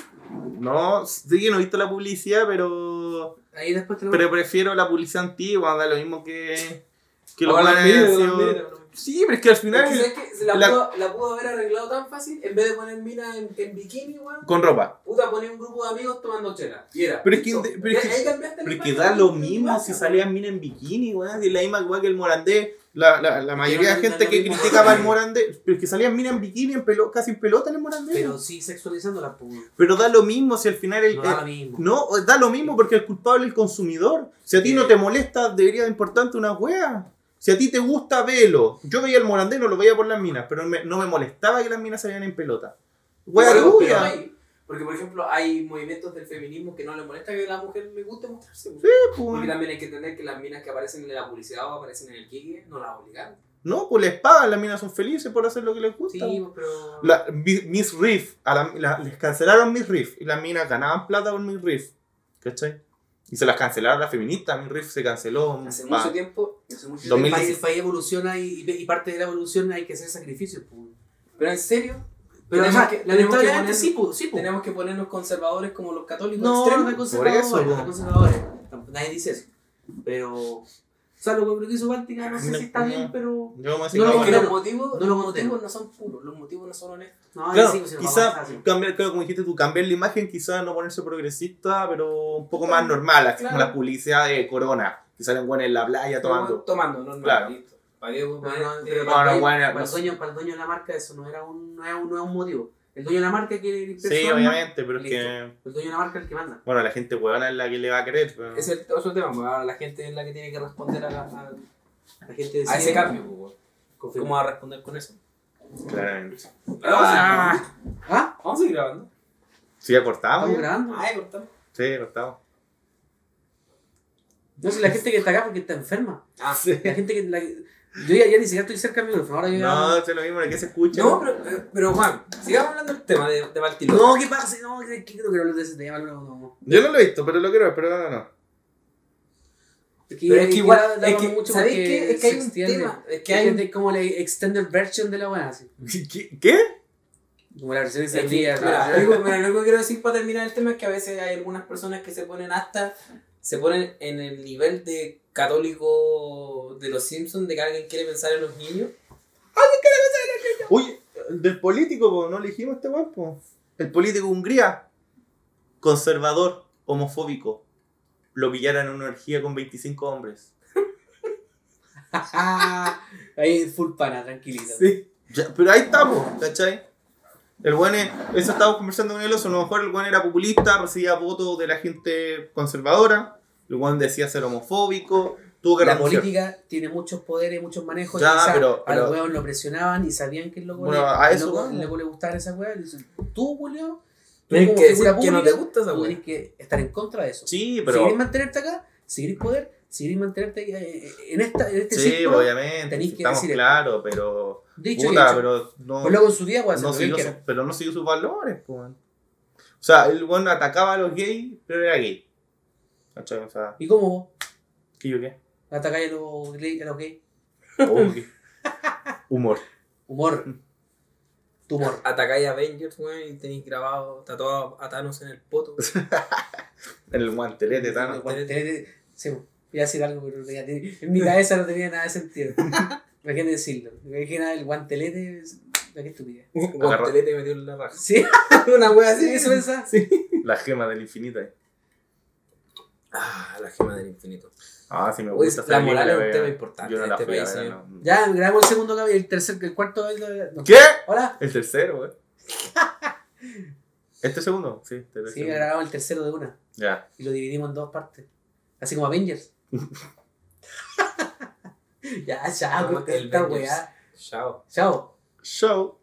[SPEAKER 1] No, sí que no he visto la publicidad, pero.
[SPEAKER 2] Ahí después tenemos.
[SPEAKER 1] Pero prefiero la publicidad antigua, da lo mismo que. Que Ah, lo
[SPEAKER 3] Ahora
[SPEAKER 1] cual
[SPEAKER 3] la
[SPEAKER 1] haya
[SPEAKER 3] miro, la
[SPEAKER 1] sido-
[SPEAKER 3] miro, la miro.
[SPEAKER 1] Sí, pero es que al final.
[SPEAKER 3] Es que, ¿sabes qué? Se la,
[SPEAKER 1] la-
[SPEAKER 3] Pudo, la pudo haber arreglado tan fácil en vez de poner mina en, en bikini, weón.
[SPEAKER 1] Con ropa.
[SPEAKER 3] Puta, poner un grupo de amigos tomando chela. Y era.
[SPEAKER 1] Pero es que-
[SPEAKER 3] listo.
[SPEAKER 1] pero
[SPEAKER 3] Y
[SPEAKER 1] es que-
[SPEAKER 3] ahí cambiaste la
[SPEAKER 1] Pero es que
[SPEAKER 3] imagen,
[SPEAKER 1] da lo
[SPEAKER 3] weón,
[SPEAKER 1] mismo
[SPEAKER 3] weón.
[SPEAKER 1] si salían mina en bikini, weón. Si la misma weá que el Morandé. La, la, la mayoría de
[SPEAKER 2] no, no,
[SPEAKER 1] gente
[SPEAKER 2] no,
[SPEAKER 1] que
[SPEAKER 2] no, no.
[SPEAKER 1] criticaba al Morandé. Pero es que salían mina en bikini, en pelo, casi en pelota en el Morandé.
[SPEAKER 2] Pero
[SPEAKER 1] Pero,
[SPEAKER 2] sí sexualizando la puta.
[SPEAKER 1] da lo mismo si al final el.
[SPEAKER 2] eh, No
[SPEAKER 1] el-
[SPEAKER 2] da lo mismo.
[SPEAKER 1] no, da lo mismo porque el culpable es el consumidor. Si a ti no te molesta, debería de importarte una wea. Si a ti te gusta, velo. Yo veía el Morandé, no lo veía por las minas, pero me- no me molestaba que las minas salieran en pelota. Wea
[SPEAKER 3] Pero- pero
[SPEAKER 1] tuya.
[SPEAKER 3] hay- Porque, por ejemplo, hay movimientos del feminismo que no le molesta que a la mujer le guste mostrarse. weón. Porque
[SPEAKER 1] pues.
[SPEAKER 3] también hay que entender que las minas que aparecen en la publicidad o aparecen en el Kiki no las obligaron.
[SPEAKER 1] No, pues les pagan, las minas son felices por hacer lo que les gusta.
[SPEAKER 3] Sí,
[SPEAKER 2] pues,
[SPEAKER 3] pero.
[SPEAKER 1] La- Mi- Miss Riff, a la- la- les cancelaron Miss Riff y las minas ganaban plata por Miss Riff. ¿Cachai? Y se las cancelaron las feministas. Miss Riff se canceló.
[SPEAKER 3] Hace
[SPEAKER 1] pa-
[SPEAKER 3] mucho tiempo. Hace mucho
[SPEAKER 1] Dos
[SPEAKER 2] El
[SPEAKER 1] mil-
[SPEAKER 3] tiempo.
[SPEAKER 2] país, el país evoluciona y, y parte de la evolución hay que hacer sacrificios. pues. po.
[SPEAKER 3] Pero en serio,
[SPEAKER 2] Pero
[SPEAKER 3] Tenemos
[SPEAKER 2] o sea,
[SPEAKER 3] que- tenemos que
[SPEAKER 2] lamentablemente
[SPEAKER 3] poner-
[SPEAKER 2] sí, po, sí, pues. po.
[SPEAKER 3] tenemos que ponernos conservadores como los católicos
[SPEAKER 2] No, no
[SPEAKER 3] extremos.
[SPEAKER 2] hay
[SPEAKER 1] Por eso,
[SPEAKER 2] conservadores, no
[SPEAKER 1] po.
[SPEAKER 2] hay conservadores. Tamp- Nadie dice eso. Pero. O sea, lo que hizo Báltica no sé
[SPEAKER 1] No,
[SPEAKER 2] si está
[SPEAKER 1] no.
[SPEAKER 2] bien, pero.
[SPEAKER 1] Yo me
[SPEAKER 2] No,
[SPEAKER 3] Porque
[SPEAKER 2] no, no.
[SPEAKER 3] los motivos,
[SPEAKER 2] No lo
[SPEAKER 3] los
[SPEAKER 2] condeno.
[SPEAKER 3] motivos no son puros, los motivos no son honestos.
[SPEAKER 2] No,
[SPEAKER 1] Claro,
[SPEAKER 2] ahí sí, pues, se nos va a
[SPEAKER 1] quizás
[SPEAKER 2] pasar, sí.
[SPEAKER 1] cambiar, claro, como dijiste tú, cambiar la imagen, quizás no ponerse progresista, pero un poco más normal, así como
[SPEAKER 3] Claro.
[SPEAKER 1] la publicidad de Corona, que salen buenas en la playa tomando.
[SPEAKER 3] Tomando, normal.
[SPEAKER 1] Claro.
[SPEAKER 3] Listo. ¿Para qué vos
[SPEAKER 2] No,
[SPEAKER 3] ponés,
[SPEAKER 2] no,
[SPEAKER 3] eh,
[SPEAKER 2] pero
[SPEAKER 1] No, no,
[SPEAKER 3] ahí-
[SPEAKER 1] buena,
[SPEAKER 2] Para el, dueño, para el dueño de la marca, eso no era un, no era un, no era un motivo. El dueño de la marca quiere ir
[SPEAKER 1] Sí, obviamente, pero es que.
[SPEAKER 2] El dueño de la marca es el que manda.
[SPEAKER 1] Bueno, la gente huevona es la que le va a creer. pero-
[SPEAKER 3] Es el otro tema, pues, ahora la gente es la que tiene que responder a, la- a-
[SPEAKER 2] La gente
[SPEAKER 3] a
[SPEAKER 2] decide-
[SPEAKER 3] ese cambio. pues, weón.
[SPEAKER 2] Confirma.
[SPEAKER 3] ¿Cómo va a responder con eso?
[SPEAKER 1] Claramente.
[SPEAKER 3] Ah,
[SPEAKER 2] ¿Ah?
[SPEAKER 3] Vamos a seguir grabando.
[SPEAKER 1] Sí, ya cortamos.
[SPEAKER 2] ¿Estamos
[SPEAKER 1] ya?
[SPEAKER 2] grabando?
[SPEAKER 3] Ay, cortamos.
[SPEAKER 1] Sí, cortamos.
[SPEAKER 2] No sé, la gente que está acá porque está enferma.
[SPEAKER 3] Ah,
[SPEAKER 2] La gente que. la- Yo ya, ya ni siquiera estoy cerca del micrófono. Ahora yo
[SPEAKER 1] No,
[SPEAKER 2] ya.
[SPEAKER 1] es lo mismo, ¿de qué se escucha?
[SPEAKER 3] No, pero, eh, pero Juan, sigamos hablando del tema de, de Baltimore.
[SPEAKER 2] No, ¿qué pasa? No, que que no quiero hablar de ese tema. No, no, no.
[SPEAKER 1] Yo no lo he visto, pero lo quiero ver, pero no, no. [LAUGHS]
[SPEAKER 3] Pero es que igual,
[SPEAKER 2] ya
[SPEAKER 3] es
[SPEAKER 2] hablamos
[SPEAKER 3] que,
[SPEAKER 2] mucho
[SPEAKER 3] ¿sabéis
[SPEAKER 2] porque
[SPEAKER 3] qué? Es que hay
[SPEAKER 2] se
[SPEAKER 3] un
[SPEAKER 2] extiende.
[SPEAKER 3] tema, es que
[SPEAKER 2] Que
[SPEAKER 3] hay
[SPEAKER 2] hay
[SPEAKER 3] un-
[SPEAKER 2] de como la extended version de la buena, así.
[SPEAKER 1] ¿Qué? ¿Qué?
[SPEAKER 2] Como la versión
[SPEAKER 3] Es que,
[SPEAKER 2] extendida.
[SPEAKER 3] mira,
[SPEAKER 2] ¿no? [LAUGHS]
[SPEAKER 3] lo único- mira, lo único que quiero decir para terminar el tema es que a veces hay algunas personas que se ponen hasta, se ponen en el nivel de católico de los Simpsons, de que alguien quiere pensar en los niños.
[SPEAKER 1] Uy, del político, po, no elegimos este weón, po. El político de Hungría, conservador, homofóbico. Lo pillaron en una orgía con 25 hombres.
[SPEAKER 2] Ah, Ahí full pana, tranquilito.
[SPEAKER 1] Sí. pero ahí estamos, ¿cachai? El buen es- eso estábamos conversando con el oso. A lo mejor el buen era populista, recibía votos de la gente conservadora. El buen decía ser homofóbico. Tuvo que
[SPEAKER 2] La
[SPEAKER 1] renunciar.
[SPEAKER 2] política tiene muchos poderes, muchos manejos.
[SPEAKER 1] Ya,
[SPEAKER 2] y quizá
[SPEAKER 1] pero-
[SPEAKER 2] a los
[SPEAKER 1] pero-
[SPEAKER 2] huevos lo presionaban y sabían que el loco,
[SPEAKER 1] Bueno,
[SPEAKER 2] le,
[SPEAKER 1] a
[SPEAKER 2] el
[SPEAKER 1] eso
[SPEAKER 2] loco,
[SPEAKER 1] vamos.
[SPEAKER 2] el loco le gustaban esas weas. Le dicen, tú, Julio, tú
[SPEAKER 3] Tienes
[SPEAKER 2] como
[SPEAKER 3] que decir
[SPEAKER 2] figura
[SPEAKER 3] que no te
[SPEAKER 2] pública,
[SPEAKER 3] gusta esa
[SPEAKER 2] tú
[SPEAKER 3] wea.
[SPEAKER 2] tienes que estar en contra de eso.
[SPEAKER 1] Sí,
[SPEAKER 2] Si
[SPEAKER 1] pero.
[SPEAKER 2] querés mantenerte acá, si querés poder, si querés mantenerte eh, en, esta, en este
[SPEAKER 1] Sí,
[SPEAKER 2] círculo,
[SPEAKER 1] obviamente.
[SPEAKER 2] tenés que
[SPEAKER 1] Estamos
[SPEAKER 2] decir esto.
[SPEAKER 1] claros, pero.
[SPEAKER 2] dicho y
[SPEAKER 1] puta,
[SPEAKER 2] hecho.
[SPEAKER 1] pero no.
[SPEAKER 2] Pues luego en su día, weón,
[SPEAKER 1] no
[SPEAKER 2] no
[SPEAKER 1] siguió sus- pero no siguió sus valores, po, weón. O sea, el weón atacaba a los gays, pero era gay. ¿Cachai? O sea,
[SPEAKER 2] ¿Y cómo vos?
[SPEAKER 1] ¿qué yo qué?
[SPEAKER 2] ¿Atacáis a los gays? a los gays?
[SPEAKER 1] Oh, [LAUGHS] qué- Humor.
[SPEAKER 2] Humor. Tu humor.
[SPEAKER 3] Atacáis a Avengers, weón, y tenéis grabado, tatuado a Thanos en el
[SPEAKER 1] [LAUGHS]
[SPEAKER 3] poto.
[SPEAKER 1] En el guantelete, Thanos.
[SPEAKER 2] Bueno, tenés- sí, voy a decir algo, pero ya tiene- en mi cabeza no tenía nada de sentido. ¿Para qué decirlo? Me que nada el guantelete. es- ¿Para qué estupidez?
[SPEAKER 3] Un guantelete metido en la raja. [LAUGHS]
[SPEAKER 2] Sí,
[SPEAKER 3] Una wea
[SPEAKER 2] así eso pensaba.
[SPEAKER 1] La gema del infinito. eh.
[SPEAKER 3] Ah, la gema del infinito.
[SPEAKER 1] Ah, sí me
[SPEAKER 3] Uy,
[SPEAKER 1] gusta.
[SPEAKER 3] la
[SPEAKER 1] esa
[SPEAKER 3] moral
[SPEAKER 1] película,
[SPEAKER 3] es un
[SPEAKER 1] weón.
[SPEAKER 3] tema importante
[SPEAKER 1] Yo no
[SPEAKER 3] en
[SPEAKER 1] la
[SPEAKER 3] este
[SPEAKER 1] fui a
[SPEAKER 3] país,
[SPEAKER 1] ver,
[SPEAKER 3] señor.
[SPEAKER 1] no.
[SPEAKER 2] Ya, grabamos el segundo capítulo, el tercer, el cuarto capítulo. eh, no.
[SPEAKER 1] ¿Qué?
[SPEAKER 2] Hola.
[SPEAKER 1] ¿El tercero,
[SPEAKER 3] [LAUGHS]
[SPEAKER 1] güey? ¿Este segundo? Sí, este
[SPEAKER 2] Sí,
[SPEAKER 1] segundo.
[SPEAKER 2] grabamos el tercero de una.
[SPEAKER 1] Ya.
[SPEAKER 2] Y lo dividimos en dos partes. Así como Avengers. [LAUGHS] ya, chao,
[SPEAKER 3] Como
[SPEAKER 2] corta esta
[SPEAKER 3] Avengers.
[SPEAKER 2] weá.
[SPEAKER 3] Chao.
[SPEAKER 2] Chao.
[SPEAKER 1] Show.